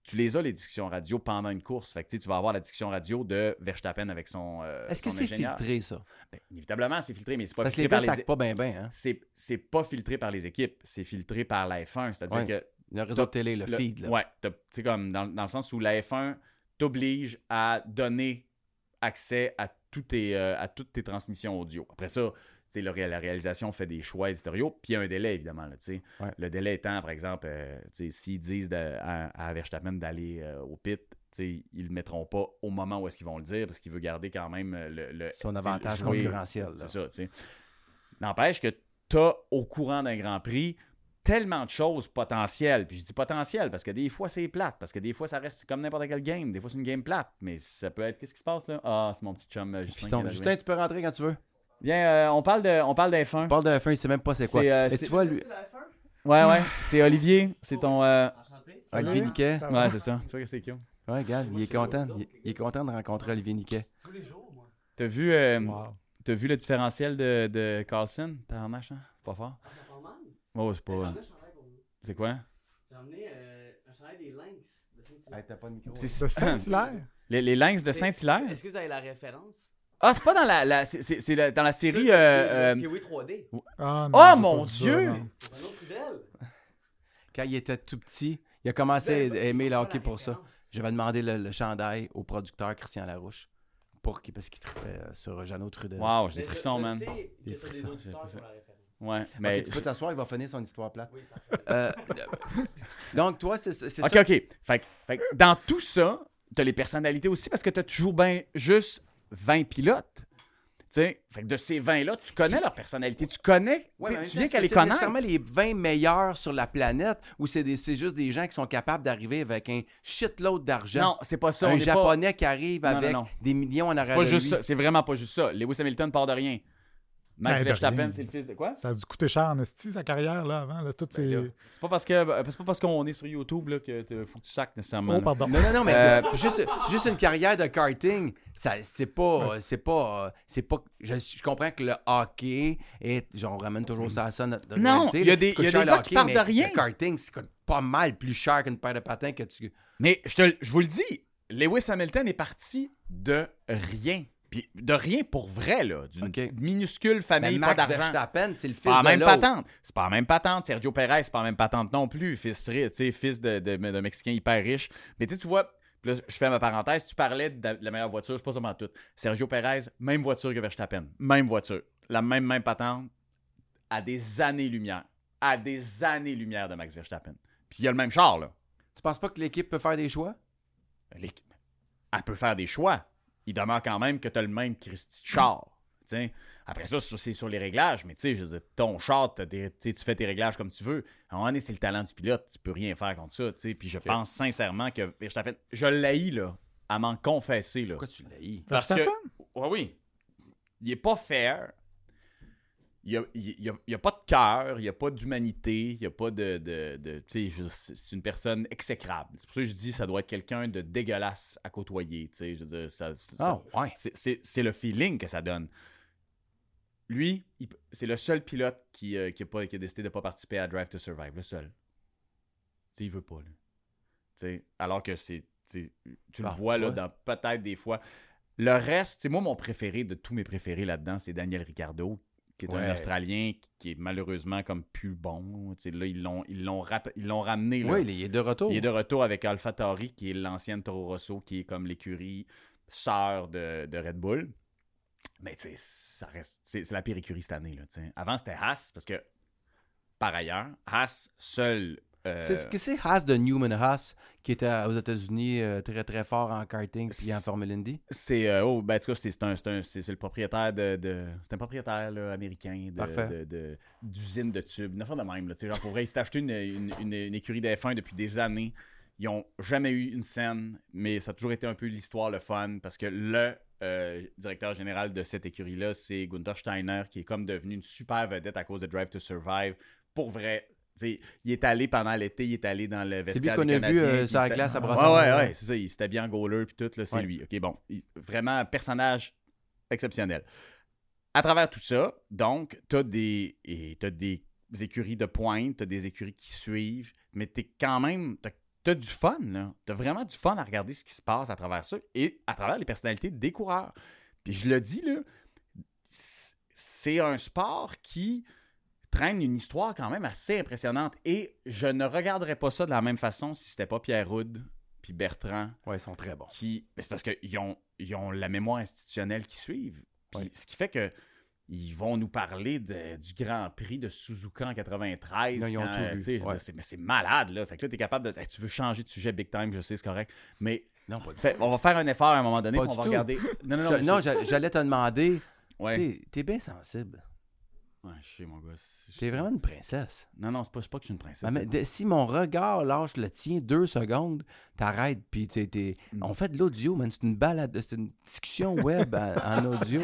[SPEAKER 2] Tu les as, les discussions radio, pendant une course. Fait que, tu sais, tu vas avoir la discussion radio de Verstappen avec son. euh,
[SPEAKER 1] Est-ce que
[SPEAKER 2] son
[SPEAKER 1] c'est
[SPEAKER 2] ingénieur.
[SPEAKER 1] filtré, ça?
[SPEAKER 2] Ben, inévitablement, c'est filtré, mais c'est pas
[SPEAKER 1] Parce que les
[SPEAKER 2] filtré
[SPEAKER 1] gars,
[SPEAKER 2] par
[SPEAKER 1] ça
[SPEAKER 2] les.
[SPEAKER 1] pas bien, bien. Hein?
[SPEAKER 2] C'est, c'est pas filtré par les équipes, c'est filtré par la F1. C'est-à-dire
[SPEAKER 1] Ouais.
[SPEAKER 2] que
[SPEAKER 1] Le réseau de
[SPEAKER 2] T'as-
[SPEAKER 1] télé, le,
[SPEAKER 2] le-
[SPEAKER 1] feed. Là.
[SPEAKER 2] Ouais, t'as- tu sais, comme dans, dans le sens où la F1 t'oblige à donner accès à, tous tes, euh, à toutes tes transmissions audio. Après ça, tu sais, le ré- la réalisation fait des choix éditoriaux, puis il y a un délai, évidemment. Là, tu sais.
[SPEAKER 1] Ouais.
[SPEAKER 2] Le délai étant, par exemple, euh, tu sais, s'ils disent de- à, à Verstappen d'aller euh, au pit, tu sais, ils ne le mettront pas au moment où est-ce qu'ils vont le dire, parce qu'il veut garder quand même euh, le, le-
[SPEAKER 1] Son
[SPEAKER 2] tu sais,
[SPEAKER 1] avantage
[SPEAKER 2] jouer-
[SPEAKER 1] concurrentiel. là.
[SPEAKER 2] c'est ça, tu sais. N'empêche que tu as au courant d'un Grand Prix tellement de choses potentielles. Puis je dis potentielles parce que des fois, c'est plate. Parce que des fois, ça reste comme n'importe quelle game. Des fois, c'est une game plate. Mais ça peut être. Qu'est-ce qui se passe là? Ah, c'est mon petit chum euh, Justin. qui
[SPEAKER 1] Fiston.
[SPEAKER 2] est arrivé.
[SPEAKER 1] Justin, tu peux rentrer quand tu veux.
[SPEAKER 2] Bien, euh, on parle de, on parle des
[SPEAKER 1] On
[SPEAKER 2] F1.
[SPEAKER 1] parle de la fin, il sait même pas c'est quoi.
[SPEAKER 2] C'est, euh,
[SPEAKER 1] Et
[SPEAKER 2] c'est-
[SPEAKER 1] tu vois, lui,
[SPEAKER 2] Ouais, ouais. C'est Olivier. C'est ton. euh,
[SPEAKER 1] Olivier Niquet.
[SPEAKER 3] Ça va?
[SPEAKER 2] Ouais, c'est ça. Tu vois que c'est qui?
[SPEAKER 1] Ouais, regarde, il est content. Il, il est content de rencontrer Olivier Niquet.
[SPEAKER 2] T'as vu, euh,
[SPEAKER 3] Wow.
[SPEAKER 2] t'as vu le différentiel de, de Carlson? T'as en match, hein? C'est pas fort. Oh, c'est pas. C'est quoi?
[SPEAKER 4] J'ai emmené euh, un chandail des Lynx de Saint-Hilaire.
[SPEAKER 1] pas de micro. hein.
[SPEAKER 2] C'est-
[SPEAKER 3] De Saint-Hilaire?
[SPEAKER 2] Les, les Lynx de Saint-Hilaire?
[SPEAKER 4] Est-ce que vous avez la référence?
[SPEAKER 2] Ah, c'est pas dans la, la- c'est- c'est c'est la- dans la série.
[SPEAKER 4] Ceux-
[SPEAKER 2] euh, euh,
[SPEAKER 4] Puis oui, 3D.
[SPEAKER 3] Ah,
[SPEAKER 2] Oh,
[SPEAKER 3] j'ai
[SPEAKER 2] mon
[SPEAKER 3] pas vu ça,
[SPEAKER 2] Dieu!
[SPEAKER 3] non.
[SPEAKER 4] C'est un autre d'elle.
[SPEAKER 1] Quand il était tout petit, il a
[SPEAKER 2] Ah,
[SPEAKER 1] commencé à aimer le hockey pour ça.
[SPEAKER 4] référence.
[SPEAKER 1] Je vais demander le, le chandail au producteur Christian Larouche. Pour qu'il, parce qu'il tripait euh, sur Jeannot Trudel.
[SPEAKER 2] Wow,
[SPEAKER 4] Mais
[SPEAKER 2] j'ai
[SPEAKER 4] je-
[SPEAKER 2] des frissons,
[SPEAKER 4] je
[SPEAKER 2] man.
[SPEAKER 4] sais que
[SPEAKER 1] Des
[SPEAKER 4] t'as
[SPEAKER 1] frissons,
[SPEAKER 4] auditeurs
[SPEAKER 2] j'ai des
[SPEAKER 4] qui ont
[SPEAKER 2] frissons.
[SPEAKER 4] la référence.
[SPEAKER 2] Ouais,
[SPEAKER 1] Ok,
[SPEAKER 2] mais.
[SPEAKER 1] tu peux t'asseoir, il va finir son histoire plate.
[SPEAKER 4] Oui, parfait.
[SPEAKER 1] Euh, donc, toi, c'est, c'est
[SPEAKER 2] Ok,
[SPEAKER 1] ça.
[SPEAKER 2] ok. Fait, que- fait que dans tout ça, t'as les personnalités aussi parce que t'as toujours ben juste 20 pilotes. Tu sais, fait que de ces 20-là, tu connais leur personnalité, tu connais,
[SPEAKER 1] Ouais, mais en
[SPEAKER 2] tu sais,
[SPEAKER 1] même
[SPEAKER 2] tu
[SPEAKER 1] temps,
[SPEAKER 2] viens
[SPEAKER 1] est-ce
[SPEAKER 2] qu'à
[SPEAKER 1] que
[SPEAKER 2] les
[SPEAKER 1] c'est
[SPEAKER 2] connaître.
[SPEAKER 1] nécessairement les 20 meilleurs sur la planète ou c'est, des- c'est juste des gens qui sont capables d'arriver avec un shitload d'argent?
[SPEAKER 2] Non, c'est pas ça. on
[SPEAKER 1] un
[SPEAKER 2] est pas-
[SPEAKER 1] japonais qui arrive
[SPEAKER 2] Non, non,
[SPEAKER 1] avec
[SPEAKER 2] non.
[SPEAKER 1] des millions en
[SPEAKER 2] C'est
[SPEAKER 1] arrière
[SPEAKER 2] pas
[SPEAKER 1] de
[SPEAKER 2] juste
[SPEAKER 1] lui.
[SPEAKER 2] ça. C'est vraiment pas juste ça. Lewis Hamilton part de rien. Max
[SPEAKER 3] Ben, de
[SPEAKER 2] Verstappen,
[SPEAKER 3] rien.
[SPEAKER 2] c'est le fils de quoi?
[SPEAKER 3] Ça a dû coûter cher en esti, sa carrière, là, avant. Là, toutes
[SPEAKER 1] Ben
[SPEAKER 3] ces-
[SPEAKER 1] là.
[SPEAKER 2] C'est pas parce que ben, c'est pas parce qu'on est sur YouTube là, que te- faut que tu sacs nécessairement.
[SPEAKER 3] Oh,
[SPEAKER 2] là.
[SPEAKER 3] pardon.
[SPEAKER 1] Non, non, non, mais
[SPEAKER 2] Euh,
[SPEAKER 1] tu- juste, juste une carrière de karting, ça, c'est pas. euh, C'est pas. euh, C'est pas je, je comprends que le hockey est. Genre, on ramène toujours ça à ça. Notre, notre
[SPEAKER 2] Non,
[SPEAKER 1] réalité,
[SPEAKER 2] il y a
[SPEAKER 1] là,
[SPEAKER 2] des-
[SPEAKER 1] coûte
[SPEAKER 2] il y a
[SPEAKER 1] cher
[SPEAKER 2] des
[SPEAKER 1] le
[SPEAKER 2] gars qui
[SPEAKER 1] hockey,
[SPEAKER 2] partent
[SPEAKER 1] mais
[SPEAKER 2] de rien.
[SPEAKER 1] Le karting, ça coûte pas mal plus cher qu'une paire de patins que tu.
[SPEAKER 2] Mais je, te- je vous le dis, Lewis Hamilton est parti de rien. Puis de rien pour vrai, là. D'une
[SPEAKER 1] Ok.
[SPEAKER 2] minuscule
[SPEAKER 1] Mais
[SPEAKER 2] famille, pas
[SPEAKER 1] Max
[SPEAKER 2] d'argent.
[SPEAKER 1] Verstappen, c'est le fils
[SPEAKER 2] C'est pas la
[SPEAKER 1] de
[SPEAKER 2] même
[SPEAKER 1] l'autre.
[SPEAKER 2] patente. C'est pas la même patente. Sergio Perez, c'est pas la même patente non plus. Fils, ri- tu sais, fils de, de, de Mexicain hyper riche. Mais tu sais, tu vois, puis là, je fais ma parenthèse, tu parlais de la, de la meilleure voiture, c'est pas seulement tout. Sergio Perez, même voiture que Verstappen. Même voiture. La même, même patente à des années-lumière. À des années-lumière de Max Verstappen. Puis il y a le même char, là.
[SPEAKER 1] Tu penses pas que l'équipe peut faire des choix?
[SPEAKER 2] L'équipe, elle peut faire des choix. Il demeure quand même que tu as le même Christy de char. Tu sais. Après ça, sur- c'est sur les réglages, mais tu sais, je veux dire, ton char, t'as des- tu sais, tu fais tes réglages comme tu veux. À un moment donné, c'est le talent du pilote, tu peux rien faire contre ça. tu sais. Puis je pense sincèrement que je t'appelle, je l'haïs là, à m'en confesser là.
[SPEAKER 1] Pourquoi tu l'as eu?
[SPEAKER 2] Parce que,
[SPEAKER 3] Verstappen?
[SPEAKER 2] ouais, oui, il est pas fair. Il n'y a, il y a- il y a pas de cœur, il n'y a pas d'humanité, il n'y a pas de. de, de- tu sais, je- c'est c'est une personne exécrable. C'est pour ça que je dis ça doit être quelqu'un de dégueulasse à côtoyer. tu sais, Je veux dire, ça- ça-
[SPEAKER 1] Ah, ouais.
[SPEAKER 2] c'est- C'est c'est le feeling que ça donne. Lui, il peut- c'est le seul pilote qui, euh, qui, a pas, qui a décidé de ne pas participer à Drive to Survive. Le seul. Tu sais, il veut pas, là. Tu sais, alors que c'est. tu sais, tu le
[SPEAKER 1] Ah,
[SPEAKER 2] vois,
[SPEAKER 1] tu
[SPEAKER 2] là,
[SPEAKER 1] vois.
[SPEAKER 2] dans peut-être des fois. Le reste, tu sais, moi, mon préféré de tous mes préférés là-dedans, c'est Daniel Ricardo, qui est
[SPEAKER 1] Ouais.
[SPEAKER 2] un Australien qui est malheureusement comme plus bon. Tu sais, là, ils l'ont ils l'ont rap- ils l'ont ramené. Là.
[SPEAKER 1] Oui, il est de retour.
[SPEAKER 2] Il est de retour avec Alpha Tauri, qui est l'ancienne Toro Rosso, qui est comme l'écurie sœur de, de Red Bull. Mais tu sais, ça reste. C'est c'est la pire écurie cette année. Là, tu sais. Avant, c'était Haas, parce que, par ailleurs, Haas seul. euh,
[SPEAKER 1] C'est ce que c'est Haas de Newman Haas, qui était à- aux États-Unis euh, très très fort en karting puis en
[SPEAKER 2] C'est-
[SPEAKER 1] Formule Indy.
[SPEAKER 2] C'est euh, oh, ben, en tout cas, c'est c'est un- c'est un- c'est- c'est le propriétaire de. de- c'est un propriétaire là, américain
[SPEAKER 1] Parfait.
[SPEAKER 2] de- de- de- d'usine de, tubes. Une affaire de même. Là, tu sais, genre, pour vrai, il s'est acheté une, une- une- une écurie de F1 depuis des années. Ils n'ont jamais eu une scène, mais ça a toujours été un peu l'histoire, le fun, parce que le euh, directeur général de cette écurie-là, c'est Gunther Steiner, qui est comme devenu une super vedette à cause de Drive to Survive. Pour vrai. tu sais, il est allé pendant l'été, il est allé dans le
[SPEAKER 1] C'est lui
[SPEAKER 2] vestiaire
[SPEAKER 1] qu'on
[SPEAKER 2] des
[SPEAKER 1] a vu
[SPEAKER 2] Canadiens,
[SPEAKER 1] euh,
[SPEAKER 2] puis
[SPEAKER 1] sur la
[SPEAKER 2] c'était-
[SPEAKER 1] glace à
[SPEAKER 2] Ouais, ouais,
[SPEAKER 1] Brassard.
[SPEAKER 2] ouais, c'est ça. Il s'était bien en goaler puis tout, là, c'est
[SPEAKER 1] Ouais.
[SPEAKER 2] lui. OK, bon. il- vraiment, un personnage exceptionnel. À travers tout ça, donc, t'as des, et t'as des écuries de pointe, t'as des écuries qui suivent, mais t'es quand même. T'as, t'as du fun, là. T'as vraiment du fun à regarder ce qui se passe à travers ça et à travers les personnalités des coureurs. Puis je le dis, là, c- c'est un sport qui traîne une histoire quand même assez impressionnante. Et je ne regarderais pas ça de la même façon si c'était pas Pierre Roud puis Bertrand
[SPEAKER 1] Ouais, ils sont très bons.
[SPEAKER 2] qui. mais C'est parce qu'ils ont, ils ont la mémoire institutionnelle qui suivent. Puis
[SPEAKER 1] Ouais.
[SPEAKER 2] ce qui fait que. Ils vont nous parler de- du Grand Prix de Suzuka en 93.
[SPEAKER 1] Non, ils ont
[SPEAKER 2] quand,
[SPEAKER 1] tout
[SPEAKER 2] euh,
[SPEAKER 1] vu,
[SPEAKER 2] tu sais, je veux
[SPEAKER 1] ouais.
[SPEAKER 2] dire, c'est- mais c'est malade, là. Fait que là, t'es capable de. hey, tu veux changer de sujet big time, je sais, c'est correct. Mais
[SPEAKER 1] Non, pas du
[SPEAKER 2] fait- on va faire un effort à un moment donné,
[SPEAKER 1] Pas
[SPEAKER 2] puis on
[SPEAKER 1] du
[SPEAKER 2] va
[SPEAKER 1] tout.
[SPEAKER 2] regarder. Non, non, non.
[SPEAKER 1] Je-
[SPEAKER 2] mais
[SPEAKER 1] non,
[SPEAKER 2] je-
[SPEAKER 1] j'a- j'allais te demander,
[SPEAKER 2] Ouais.
[SPEAKER 1] t'es- t'es bien sensible.
[SPEAKER 2] Ouais, je sais, mon gars. c'est-
[SPEAKER 1] T'es vraiment une princesse.
[SPEAKER 2] Non, non, c'est pas, c'est pas que je suis une princesse.
[SPEAKER 1] Ah, mais de- si mon regard lâche le tien deux secondes, t'arrêtes, puis t'es- t'es-
[SPEAKER 2] Mm.
[SPEAKER 1] on fait de l'audio, man. C'est une balade, c'est une discussion web en, en audio.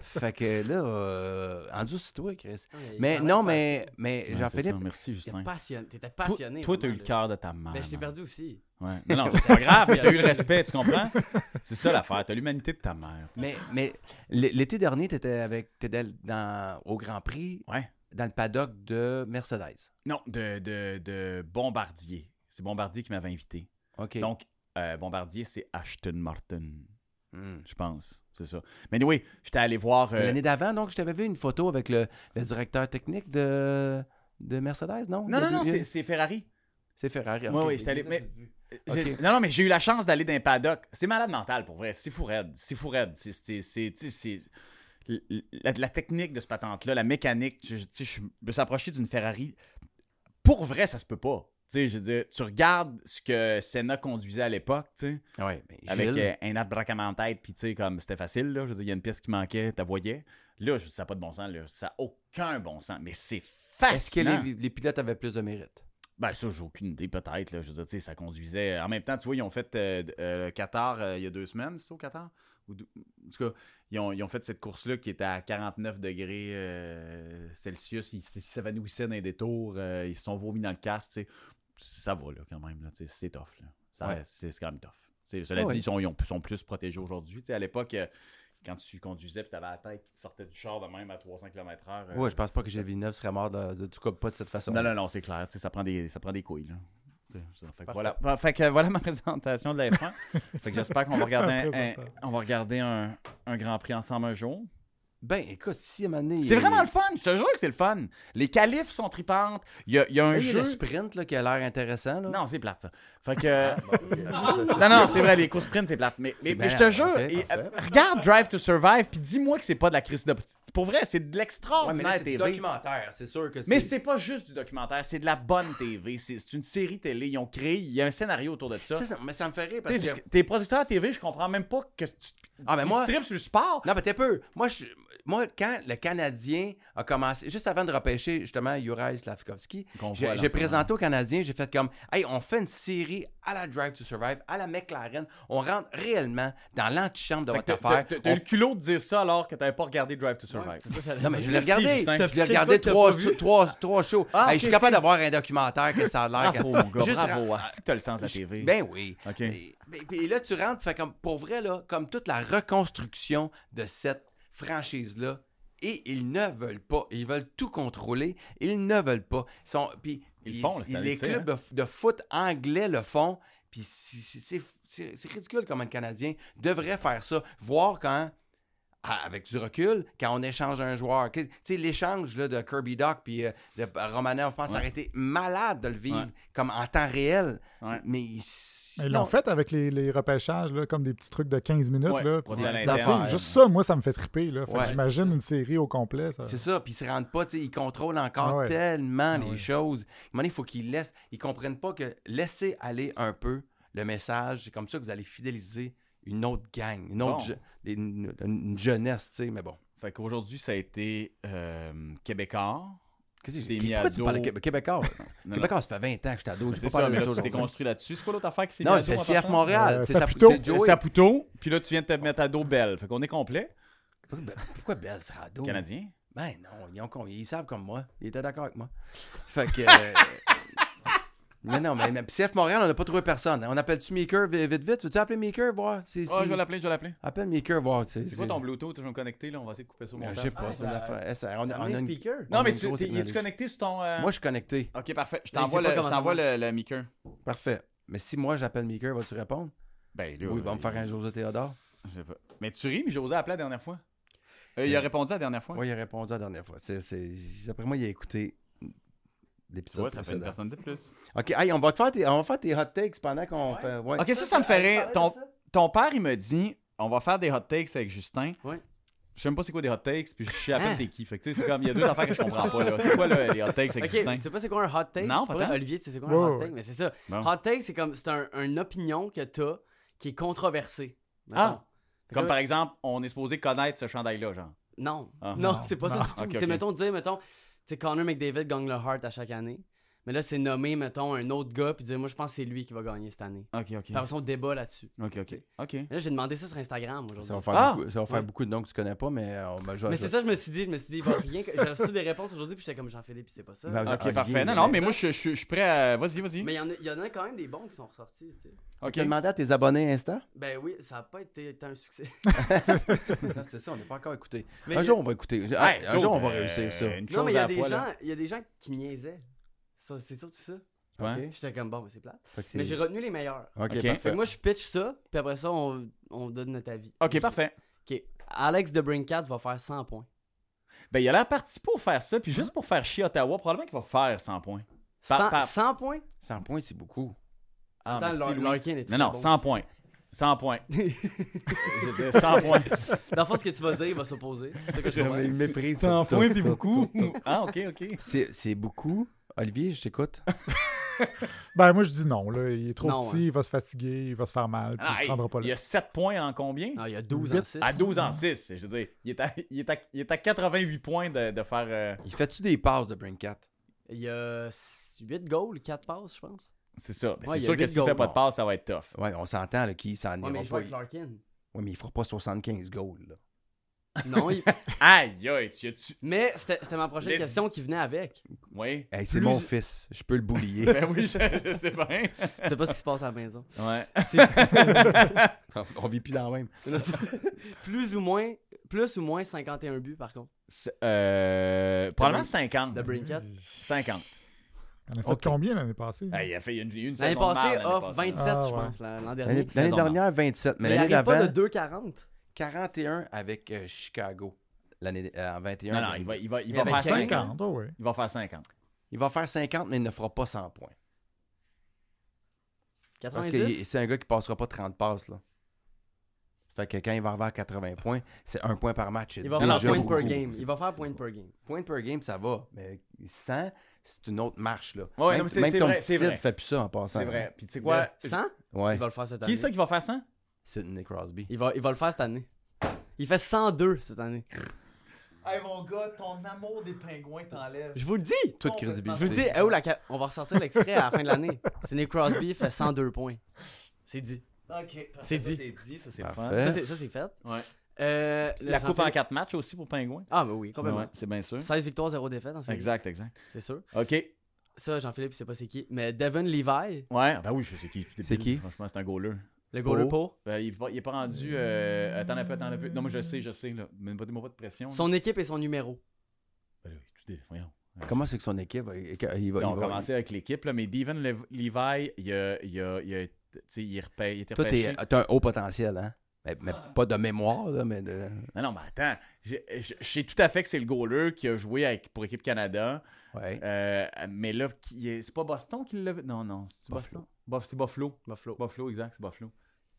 [SPEAKER 1] Fait que là, euh, endurcis-toi, Chris. Mais non, mais, mais
[SPEAKER 2] Ouais, c'est
[SPEAKER 1] Jean-Philippe,
[SPEAKER 2] ça, Merci, Justin.
[SPEAKER 4] Ah, T'étais passionné. T'étais
[SPEAKER 2] Toi-
[SPEAKER 4] passionné.
[SPEAKER 2] Toi, t'as eu
[SPEAKER 4] vraiment,
[SPEAKER 2] le
[SPEAKER 4] là.
[SPEAKER 2] cœur de ta mère.
[SPEAKER 4] Ben, je t'ai
[SPEAKER 2] hein.
[SPEAKER 4] perdu aussi.
[SPEAKER 2] Ouais. Non, non, c'est pas grave, mais t'as eu le respect, tu comprends? C'est ça l'affaire, t'as l'humanité de ta mère.
[SPEAKER 1] mais, mais l- l'été dernier, t'étais avec t'étais dans, au Grand Prix
[SPEAKER 2] Ouais.
[SPEAKER 1] dans le paddock de Mercedes.
[SPEAKER 2] Non, de, de, de Bombardier. C'est Bombardier qui m'avait invité.
[SPEAKER 1] OK.
[SPEAKER 2] Donc, euh, Bombardier, c'est Ashton Martin,
[SPEAKER 1] Mm.
[SPEAKER 2] je pense. C'est ça. Mais oui, anyway, j'étais allé voir. euh,
[SPEAKER 1] L'année d'avant, donc, je t'avais vu une photo avec le, le directeur technique de, de Mercedes, non?
[SPEAKER 2] Non,
[SPEAKER 1] Il y a
[SPEAKER 2] non, non,
[SPEAKER 1] deux-
[SPEAKER 2] c'est c'est Ferrari.
[SPEAKER 1] C'est Ferrari.
[SPEAKER 2] Ouais,
[SPEAKER 1] ok.
[SPEAKER 2] ouais, j'étais allé. Mais
[SPEAKER 1] Ok.
[SPEAKER 2] J'ai- Non, non, mais j'ai eu la chance d'aller dans un paddock. C'est malade mental, pour vrai. C'est fou raide. C'est fou raide. C'est- c'est- c'est- tu sais, c'est- l- La, la technique de ce patente-là, la mécanique, tu tu sais, je me suis approché d'une Ferrari. Pour vrai, ça se peut pas. Tu sais, je veux dire, tu regardes ce que Senna conduisait à l'époque, tu sais,
[SPEAKER 1] Ouais, mais
[SPEAKER 2] avec
[SPEAKER 1] Gilles,
[SPEAKER 2] euh, un abracam en tête, puis tu sais, comme c'était facile, là. Je veux dire, il y a une pièce qui manquait, t'as voyais. Là, je- ça n'a pas de bon sens, là. Ça n'a aucun bon sens, mais c'est
[SPEAKER 1] est-ce que
[SPEAKER 2] fascinant.
[SPEAKER 1] les, les pilotes avaient plus de mérite?
[SPEAKER 2] Ben ça, j'ai aucune idée, peut-être. là. Je veux dire, tu sais, ça conduisait. En même temps, tu vois, ils ont fait euh, d- euh, le Qatar euh, il y a deux semaines, c'est ça, au Qatar? ou dou- en tout cas, ils ont, ils ont fait cette course-là qui était à 49 degrés euh, Celsius. Ils s- ils s'évanouissaient dans les détours. euh, ils se sont vomis dans le casque. tu sais. Ça va là, quand même. là, tu sais, c'est tough. là. Ça,
[SPEAKER 1] Ouais.
[SPEAKER 2] C'est c'est quand même tough. Tu sais, cela
[SPEAKER 1] Ouais,
[SPEAKER 2] dit,
[SPEAKER 1] ouais.
[SPEAKER 2] ils sont, ils ont- sont plus protégés aujourd'hui. Tu sais, À l'époque, euh, quand tu conduisais et tu avais la tête qui te sortait du char de même à 300 km/h.
[SPEAKER 1] Ouais, je pense pas que Villeneuve serait mort, de, de- du coup, pas de cette façon.
[SPEAKER 2] Non, non, non, c'est clair. tu sais, Ça prend des, ça prend des couilles. Là. Tu sais, ça- fait que
[SPEAKER 1] Parfait.
[SPEAKER 2] voilà, Bah, fait que, euh, voilà ma présentation de la F1. fait que j'espère qu'on va regarder,
[SPEAKER 3] Ma
[SPEAKER 2] un- un,
[SPEAKER 3] présentation.
[SPEAKER 2] on va regarder un, un Grand Prix ensemble un jour.
[SPEAKER 1] Ben, écoute, si à un moment donné,
[SPEAKER 2] C'est
[SPEAKER 1] il-
[SPEAKER 2] vraiment le fun, je te jure que c'est le fun. Les qualifs sont tripantes. Il y a, il y a un
[SPEAKER 1] il y a
[SPEAKER 2] jeu.
[SPEAKER 1] le sprint là, qui a l'air intéressant. Là.
[SPEAKER 2] Non, c'est plate ça. Fait que.
[SPEAKER 1] non.
[SPEAKER 2] non, non, c'est vrai, les courses sprint, c'est plate. Mais, mais,
[SPEAKER 1] C'est
[SPEAKER 2] mais je
[SPEAKER 1] bien,
[SPEAKER 2] te jure,
[SPEAKER 1] parfait,
[SPEAKER 2] et-
[SPEAKER 1] parfait.
[SPEAKER 2] euh, regarde Drive to Survive, puis dis-moi que c'est pas de la crise de. Pour vrai, c'est de
[SPEAKER 1] Ouais, mais
[SPEAKER 2] l'extraordinaire
[SPEAKER 1] là, c'est du
[SPEAKER 2] TV.
[SPEAKER 1] documentaire, c'est sûr que c'est.
[SPEAKER 2] Mais c'est pas juste du documentaire, c'est de la bonne TV. C'est c'est une série télé. Ils ont créé, il y a un scénario autour de ça.
[SPEAKER 1] Ça, ça- mais ça me fait rire parce
[SPEAKER 2] T'sais,
[SPEAKER 1] que.
[SPEAKER 2] parce que T'es producteur à TV, je comprends même pas que tu,
[SPEAKER 1] Ah, mais
[SPEAKER 2] tu
[SPEAKER 1] moi.
[SPEAKER 2] tripes sur le sport.
[SPEAKER 1] Non, mais t'es peu. Moi, je... moi, quand le Canadien a commencé, juste avant de repêcher justement Juraj Slavkovski,
[SPEAKER 2] Qu'on voit à
[SPEAKER 1] j'ai j'ai
[SPEAKER 2] l'instant.
[SPEAKER 1] présenté au Canadien, j'ai fait comme Hey, on fait une série à la Drive to Survive, à la McLaren. On rentre réellement dans l'antichambre de
[SPEAKER 2] Fait que
[SPEAKER 1] votre
[SPEAKER 2] t'as- t'as
[SPEAKER 1] affaire.
[SPEAKER 2] t'as eu
[SPEAKER 1] On-
[SPEAKER 2] le culot de dire ça alors que t'avais pas regardé Drive to Survive.
[SPEAKER 1] Non, mais je l'ai
[SPEAKER 2] Merci,
[SPEAKER 1] regardé.
[SPEAKER 2] Justin.
[SPEAKER 1] Je l'ai regardé trois, trois, trois shows.
[SPEAKER 2] Ah,
[SPEAKER 1] Hey, je suis
[SPEAKER 2] ok,
[SPEAKER 1] capable d'avoir un documentaire que ça a l'air.
[SPEAKER 2] Bravo,
[SPEAKER 1] que-
[SPEAKER 2] mon gars,
[SPEAKER 1] Juste
[SPEAKER 2] bravo.
[SPEAKER 1] ra-
[SPEAKER 2] Ah, c'est que t'as le sens de la
[SPEAKER 1] Je-
[SPEAKER 2] TV.
[SPEAKER 1] Ben oui.
[SPEAKER 2] OK.
[SPEAKER 1] Et, et- et là, tu rentres, fait comme pour vrai, là, comme toute la reconstruction de cette franchise-là. Et ils ne veulent pas. Ils veulent tout contrôler. Ils ne veulent pas. Ils sont- puis,
[SPEAKER 2] Ils le
[SPEAKER 1] puis
[SPEAKER 2] font, hein. là, cette année,
[SPEAKER 1] les
[SPEAKER 2] tu sais,
[SPEAKER 1] clubs de, de foot anglais le font. Puis c'est- c'est c'est- c'est ridicule comme un Canadien devrait faire ça. Voir quand, à- avec du recul, quand on échange un joueur. Que- Tu sais, l'échange là, de Kirby Doc puis euh, de Romanov, je pense, ça aurait été malade de le vivre
[SPEAKER 2] Ouais.
[SPEAKER 1] comme en temps réel.
[SPEAKER 2] Ouais.
[SPEAKER 1] Mais ils-
[SPEAKER 3] Mais Ils
[SPEAKER 1] non.
[SPEAKER 3] l'ont fait avec les, les repêchages, là, comme des petits trucs de 15 minutes.
[SPEAKER 2] Ouais,
[SPEAKER 3] là,
[SPEAKER 2] pour
[SPEAKER 3] puis
[SPEAKER 2] dire
[SPEAKER 3] des
[SPEAKER 2] à
[SPEAKER 3] petites
[SPEAKER 2] l'intérieur.
[SPEAKER 3] affaires. Juste ça, moi, ça me fait triper. Là. Fait que
[SPEAKER 1] Ouais,
[SPEAKER 3] J'imagine une série au complet. Ça...
[SPEAKER 1] C'est ça, puis ils se rendent pas, tu sais, ils contrôlent encore
[SPEAKER 3] euh. Ah ouais.
[SPEAKER 1] tellement
[SPEAKER 3] Ah
[SPEAKER 1] les
[SPEAKER 3] ouais.
[SPEAKER 1] choses. À un moment donné, il faut qu'ils laissent, ils comprennent pas que laisser aller un peu le message, c'est comme ça que vous allez fidéliser une autre gang, une autre
[SPEAKER 2] Bon.
[SPEAKER 1] je- des- une, une jeunesse, tu sais, mais bon.
[SPEAKER 2] Fait qu'aujourd'hui, ça a été euh, Québécois.
[SPEAKER 1] Qu'est-ce
[SPEAKER 2] Tu t'es
[SPEAKER 1] que
[SPEAKER 2] mis
[SPEAKER 1] j'ai
[SPEAKER 2] à
[SPEAKER 1] Pourquoi tu
[SPEAKER 2] dos.
[SPEAKER 1] parles de Québé- Québécois?
[SPEAKER 2] Non, non,
[SPEAKER 1] Québécois, ça fait 20 ans que je suis ado, je
[SPEAKER 2] C'est
[SPEAKER 1] peux
[SPEAKER 2] ça,
[SPEAKER 1] pas
[SPEAKER 2] mais
[SPEAKER 1] parler de ça
[SPEAKER 2] là, tu t'es
[SPEAKER 1] aujourd'hui.
[SPEAKER 2] construit là-dessus. C'est quoi l'autre affaire qui s'est
[SPEAKER 1] Non,
[SPEAKER 2] mis
[SPEAKER 1] c'est
[SPEAKER 2] à
[SPEAKER 1] le
[SPEAKER 2] dos en
[SPEAKER 1] CF
[SPEAKER 2] partant?
[SPEAKER 1] Montréal,
[SPEAKER 3] Euh,
[SPEAKER 1] c'est ça
[SPEAKER 3] Saputo.
[SPEAKER 1] c'est Joey.
[SPEAKER 2] Saputo, puis là, tu viens de te mettre à dos Belle. Fait qu'on est complet.
[SPEAKER 1] Pourquoi, ben, pourquoi Bell sera ado?
[SPEAKER 2] Canadien.
[SPEAKER 1] Ben non, ils, ont con- ils savent comme moi. Ils étaient d'accord avec moi. Fait que. euh, non, non, mais, mais puis CF Montréal, on n'a pas trouvé personne. hein. On appelle-tu Maker vi- vite, vite? Veux-tu appeler Maker, voir? si-
[SPEAKER 2] Oh,
[SPEAKER 1] si-
[SPEAKER 2] je vais l'appeler, je vais l'appeler.
[SPEAKER 1] Appelle Maker, voir. C'est
[SPEAKER 2] C'est quoi ton Bluetooth? Je vais me connecter, là. On va essayer de couper ça au
[SPEAKER 1] Je
[SPEAKER 2] montage. Ah,
[SPEAKER 1] sais Euh, pas, c'est une affaire. Eh, ça- on a- on a une-
[SPEAKER 4] speaker.
[SPEAKER 2] Non,
[SPEAKER 1] on a
[SPEAKER 2] mais
[SPEAKER 1] une
[SPEAKER 2] tu
[SPEAKER 1] grosse
[SPEAKER 2] t'es- es-tu
[SPEAKER 1] technologie.
[SPEAKER 2] connecté sur ton. euh,
[SPEAKER 1] Moi, je suis connecté.
[SPEAKER 2] Ok, parfait. Je
[SPEAKER 4] Mais il
[SPEAKER 2] t'envoie
[SPEAKER 4] sait pas
[SPEAKER 2] le, je
[SPEAKER 4] comment ça
[SPEAKER 2] t'envoie
[SPEAKER 4] marche.
[SPEAKER 2] le, le micro.
[SPEAKER 1] Parfait. Mais si moi, j'appelle Maker, vas-tu répondre?
[SPEAKER 2] Ben,
[SPEAKER 1] Oui, il va me faire un José Théodore.
[SPEAKER 2] Je sais pas. Mais tu ris, mais José a appelé la dernière fois. Euh, il
[SPEAKER 1] Mais-
[SPEAKER 2] a répondu la dernière fois.
[SPEAKER 1] Moi, il a répondu la dernière fois. C'est- c'est- D'après moi, il a écouté
[SPEAKER 2] tu vois,
[SPEAKER 1] l'épisode
[SPEAKER 2] ça fait une
[SPEAKER 1] précédent.
[SPEAKER 2] personne de plus.
[SPEAKER 1] OK, hey, on va te faire tes, on va faire tes hot takes pendant qu'on
[SPEAKER 4] Ouais.
[SPEAKER 1] fait. ouais.
[SPEAKER 2] Ok, ça, ça me fait rire. Ton, ton père, il me dit on va faire des hot takes avec Justin.
[SPEAKER 4] Ouais.
[SPEAKER 2] Je sais même pas c'est quoi des hot takes, puis je sais à
[SPEAKER 4] Hein?
[SPEAKER 2] peine t'es qui. Fait que tu sais, c'est comme il y a deux affaires que je comprends pas. là. C'est quoi là, les hot takes avec
[SPEAKER 4] Ok,
[SPEAKER 2] Justin
[SPEAKER 4] tu sais pas c'est quoi un hot take?
[SPEAKER 2] Non,
[SPEAKER 4] Je sais
[SPEAKER 2] pas tant.
[SPEAKER 4] Olivier, tu sais c'est quoi
[SPEAKER 3] Ouais,
[SPEAKER 4] un hot
[SPEAKER 3] ouais.
[SPEAKER 4] take? Mais c'est ça.
[SPEAKER 2] Bon.
[SPEAKER 4] Hot take, c'est comme, c'est un, une opinion que t'as qui est controversée.
[SPEAKER 2] Ah!
[SPEAKER 4] mettons. Fait que
[SPEAKER 2] Comme
[SPEAKER 4] là-
[SPEAKER 2] par exemple, on est supposé connaître ce chandail-là, genre.
[SPEAKER 4] Non,
[SPEAKER 2] Ah.
[SPEAKER 4] non,
[SPEAKER 3] Non.
[SPEAKER 4] c'est pas ça
[SPEAKER 3] Non.
[SPEAKER 4] du tout.
[SPEAKER 2] Ok,
[SPEAKER 4] c'est,
[SPEAKER 2] ok.
[SPEAKER 4] mettons, dire, mettons, tu sais, Connor McDavid gagne le Hart à chaque année. Mais là, c'est nommer, mettons, un autre gars, puis dire, moi, je pense que c'est lui qui va gagner cette année.
[SPEAKER 2] Ok, ok.
[SPEAKER 4] Par son débat là-dessus.
[SPEAKER 2] Ok, ok. Ok.
[SPEAKER 4] Mais Là, j'ai demandé ça sur Instagram aujourd'hui.
[SPEAKER 1] Ça va faire,
[SPEAKER 2] Ah!
[SPEAKER 1] beaucoup, ça va faire
[SPEAKER 4] Ouais.
[SPEAKER 1] beaucoup de noms que tu connais pas, mais euh, on va
[SPEAKER 4] Mais c'est ça, je me suis dit, je me suis dit, il va rien. que- J'ai reçu des réponses aujourd'hui, puis j'étais comme Jean-Philippe, puis c'est pas ça. Ah,
[SPEAKER 1] Ben,
[SPEAKER 2] Ok,
[SPEAKER 1] Olivier,
[SPEAKER 2] parfait. Non,
[SPEAKER 1] il
[SPEAKER 2] non,
[SPEAKER 1] est
[SPEAKER 2] mais moi, je, je- je suis prêt à. Vas-y, vas-y.
[SPEAKER 4] Mais il y, en a- il y en a quand même des bons qui sont ressortis, tu sais.
[SPEAKER 2] Ok.
[SPEAKER 1] Tu as demandé à tes abonnés Insta?
[SPEAKER 4] Ben oui, ça n'a pas été tant un succès.
[SPEAKER 1] non, c'est ça, on n'est pas encore écouté.
[SPEAKER 4] Mais
[SPEAKER 1] un
[SPEAKER 4] il-
[SPEAKER 1] jour, on va écouter. Ah,
[SPEAKER 2] Hey,
[SPEAKER 1] un
[SPEAKER 2] go,
[SPEAKER 1] jour, on va
[SPEAKER 2] euh,
[SPEAKER 1] réussir ça.
[SPEAKER 2] une
[SPEAKER 4] Non,
[SPEAKER 2] chose
[SPEAKER 4] mais il y,
[SPEAKER 2] à
[SPEAKER 4] a
[SPEAKER 2] la
[SPEAKER 4] des
[SPEAKER 2] fois, là.
[SPEAKER 4] gens, il y a des gens qui niaisaient. Ça, c'est surtout ça.
[SPEAKER 2] Ouais.
[SPEAKER 1] Ok.
[SPEAKER 4] J'étais comme, bon, mais c'est plate.
[SPEAKER 1] Fait que c'est-
[SPEAKER 4] Mais j'ai retenu les meilleurs.
[SPEAKER 1] Ok,
[SPEAKER 2] Ok.
[SPEAKER 1] parfait.
[SPEAKER 4] Fait que moi, je pitch ça, puis après ça, on, on donne notre avis.
[SPEAKER 2] Ok, parfait.
[SPEAKER 4] OK. Alex de Brincat va faire 100 points.
[SPEAKER 2] Ben, il a l'air parti pour faire ça, puis juste pour faire chier Ottawa, probablement qu'il va faire 100 points. Par-
[SPEAKER 4] 100,
[SPEAKER 2] par-
[SPEAKER 4] 100 points?
[SPEAKER 1] 100 points, c'est beaucoup.
[SPEAKER 2] Ah,
[SPEAKER 4] Attends,
[SPEAKER 2] merci,
[SPEAKER 4] Lar-
[SPEAKER 2] Louis.
[SPEAKER 4] Larkin est
[SPEAKER 2] Non,
[SPEAKER 4] très
[SPEAKER 2] non,
[SPEAKER 4] bon
[SPEAKER 2] 100
[SPEAKER 4] aussi.
[SPEAKER 2] points. 100 points. Je veux dire, 100 points.
[SPEAKER 4] Dans le fond, ce que tu vas dire, il va s'opposer. C'est ça que je comprends.
[SPEAKER 1] méprise.
[SPEAKER 2] puis beaucoup. Ah, ok, ok.
[SPEAKER 1] C'est c'est beaucoup. Olivier, je t'écoute.
[SPEAKER 3] Ben, moi, je dis non. Là. Il est trop
[SPEAKER 4] Non,
[SPEAKER 3] petit, il va se fatiguer, il va se faire mal, puis
[SPEAKER 2] Ah,
[SPEAKER 3] il
[SPEAKER 2] hey,
[SPEAKER 3] se rendra pas
[SPEAKER 2] il y
[SPEAKER 3] là.
[SPEAKER 2] a 7 points en combien
[SPEAKER 4] Non, il y a 12 en
[SPEAKER 3] Huit.
[SPEAKER 4] 6.
[SPEAKER 2] À 12 en 6. Je veux dire, il est à, il est à, il est à 88 points de, de faire. euh,
[SPEAKER 1] Il fait-tu des passes de Brinkat?
[SPEAKER 4] Il y a 8 goals, 4 passes, je pense.
[SPEAKER 2] C'est ça. Ben,
[SPEAKER 4] Ouais, il y
[SPEAKER 2] c'est
[SPEAKER 4] a
[SPEAKER 2] sûr que
[SPEAKER 4] huit
[SPEAKER 2] s'il fait
[SPEAKER 4] goals,
[SPEAKER 2] pas
[SPEAKER 4] non.
[SPEAKER 2] de passe, ça va être tough.
[SPEAKER 1] Ouais, on s'entend là, qui s'en
[SPEAKER 4] Ouais,
[SPEAKER 1] ira
[SPEAKER 4] mais je joue
[SPEAKER 1] pas.
[SPEAKER 4] avec Larkin.
[SPEAKER 1] Oui, mais il fera pas 75 goals. là.
[SPEAKER 4] Non, il-
[SPEAKER 2] Aïe, aïe, tu as-tu.
[SPEAKER 4] mais c'était c'était ma prochaine
[SPEAKER 2] Laisse-
[SPEAKER 4] question qui venait avec.
[SPEAKER 2] Oui.
[SPEAKER 1] Hey, c'est
[SPEAKER 4] Plus-
[SPEAKER 1] mon fils, je peux le boulier.
[SPEAKER 2] Ben oui, je, je sais bien.
[SPEAKER 4] Je sais pas ce qui se passe à la maison.
[SPEAKER 2] Ouais.
[SPEAKER 1] On vit plus dans la même.
[SPEAKER 4] plus ou moins plus ou moins 51 buts par contre.
[SPEAKER 2] C'est, Euh, probablement 50.
[SPEAKER 4] De
[SPEAKER 1] Mhm.
[SPEAKER 4] Brinket.
[SPEAKER 2] 50.
[SPEAKER 3] On a fait
[SPEAKER 1] Ok.
[SPEAKER 3] combien l'année passée?
[SPEAKER 2] Ah, il a fait une, une
[SPEAKER 4] L'année
[SPEAKER 2] saison de merde
[SPEAKER 4] passée,
[SPEAKER 2] l'année
[SPEAKER 4] off
[SPEAKER 2] passée.
[SPEAKER 4] 27,
[SPEAKER 3] Ah,
[SPEAKER 4] je
[SPEAKER 3] ouais.
[SPEAKER 4] pense, la- l'an
[SPEAKER 1] L'année
[SPEAKER 4] dernier.
[SPEAKER 1] l'année
[SPEAKER 2] saison
[SPEAKER 1] dernière, 27. Mais
[SPEAKER 4] Mais il
[SPEAKER 1] l'année
[SPEAKER 4] arrive
[SPEAKER 1] d'avant,
[SPEAKER 4] pas de 2,40.
[SPEAKER 1] 41 avec euh, Chicago. L'année euh, en 21.
[SPEAKER 2] Non, non, il va, il va, il
[SPEAKER 4] Il
[SPEAKER 2] va
[SPEAKER 4] avait
[SPEAKER 2] faire
[SPEAKER 4] 50.
[SPEAKER 2] 50.
[SPEAKER 3] oh oui.
[SPEAKER 2] Il va faire 50.
[SPEAKER 1] Il va faire 50, mais il ne fera pas 100 points. Parce que
[SPEAKER 4] 90.
[SPEAKER 1] il- c'est un gars qui passera pas 30 passes. Là. Fait que quand il va arriver à 80 points, c'est un point par match. c'est
[SPEAKER 4] Il va
[SPEAKER 1] déjà
[SPEAKER 4] faire point
[SPEAKER 1] beaucoup.
[SPEAKER 4] per game. Il va faire point per game.
[SPEAKER 1] Point per game, ça va. Mais 100, c'est une autre marche. Là.
[SPEAKER 2] Ouais, non,
[SPEAKER 1] même
[SPEAKER 2] mais c'est-
[SPEAKER 1] même
[SPEAKER 2] c'est
[SPEAKER 1] ton
[SPEAKER 2] vrai,
[SPEAKER 1] petit
[SPEAKER 2] c'est
[SPEAKER 1] Sid
[SPEAKER 2] vrai.
[SPEAKER 1] fait plus ça en passant.
[SPEAKER 2] C'est vrai. Puis tu sais quoi?
[SPEAKER 4] 100?
[SPEAKER 1] Ouais.
[SPEAKER 4] Il va le faire cette année.
[SPEAKER 2] Qui est ça qui va faire 100?
[SPEAKER 1] Sidney Crosby.
[SPEAKER 4] Il va, il va le faire cette année. Il fait 102 cette année.
[SPEAKER 5] Hey mon gars, ton amour des pingouins t'enlève.
[SPEAKER 4] Je vous le dis!
[SPEAKER 1] Toute crédibilité.
[SPEAKER 5] complètement-
[SPEAKER 4] Je vous le dis, eh oh, la ca- on va ressortir l'extrait à la fin de l'année. Sidney Crosby fait 102 points. C'est dit.
[SPEAKER 5] Ok.
[SPEAKER 4] C'est
[SPEAKER 2] Ça,
[SPEAKER 4] dit.
[SPEAKER 2] C'est dit, ça, c'est le fun.
[SPEAKER 1] Parfait.
[SPEAKER 4] Ça, c'est ça, c'est fait.
[SPEAKER 2] Ouais.
[SPEAKER 4] Euh,
[SPEAKER 2] La
[SPEAKER 4] le
[SPEAKER 2] coupe en
[SPEAKER 4] champion-
[SPEAKER 2] 4 matchs aussi pour Pingouin.
[SPEAKER 4] Ah, mais oui, complètement.
[SPEAKER 2] Ouais, c'est bien sûr.
[SPEAKER 4] 16 victoires, 0 défaites. dans ces-
[SPEAKER 2] Exact, exact.
[SPEAKER 4] C'est sûr.
[SPEAKER 2] OK. Ouais,
[SPEAKER 4] Ça, Jean-Philippe, je sais pas c'est qui. Mais Devon Levi,
[SPEAKER 2] ben oui, je sais qui. tu
[SPEAKER 1] C'est
[SPEAKER 2] débiles.
[SPEAKER 1] qui?
[SPEAKER 2] Franchement, c'est un goaler.
[SPEAKER 4] le
[SPEAKER 3] Oh.
[SPEAKER 4] goaler pour.
[SPEAKER 2] Ben, il, va- il est pas rendu. euh, Attends un peu, attends un peu. Non, moi je sais, je sais. Là. Mais pas, moi pas de pression. là.
[SPEAKER 4] Son équipe et son numéro.
[SPEAKER 2] Ben oui, tout est- Voyons.
[SPEAKER 1] Comment c'est que son équipe va. Il va, il va-
[SPEAKER 2] Là, on va commencer avec l'équipe, là, mais Devon Lev- Levi, il a, il a, il a- tu sais, il repa- il était
[SPEAKER 1] Toi,
[SPEAKER 2] repêché.
[SPEAKER 1] t'es, t'as un haut potentiel, hein? Mais, mais pas de mémoire, là, mais de...
[SPEAKER 2] Non, non, mais attends, je je- je sais tout à fait que c'est le goaler qui a joué avec, pour Équipe Canada,
[SPEAKER 1] Ouais.
[SPEAKER 2] euh, mais là, qui est- c'est pas Boston qui l'a... Non, non, c'est Buffalo.
[SPEAKER 1] Buffalo.
[SPEAKER 2] Buff- c'est Buffalo.
[SPEAKER 4] Buffalo.
[SPEAKER 2] Buffalo, exact, c'est Buffalo.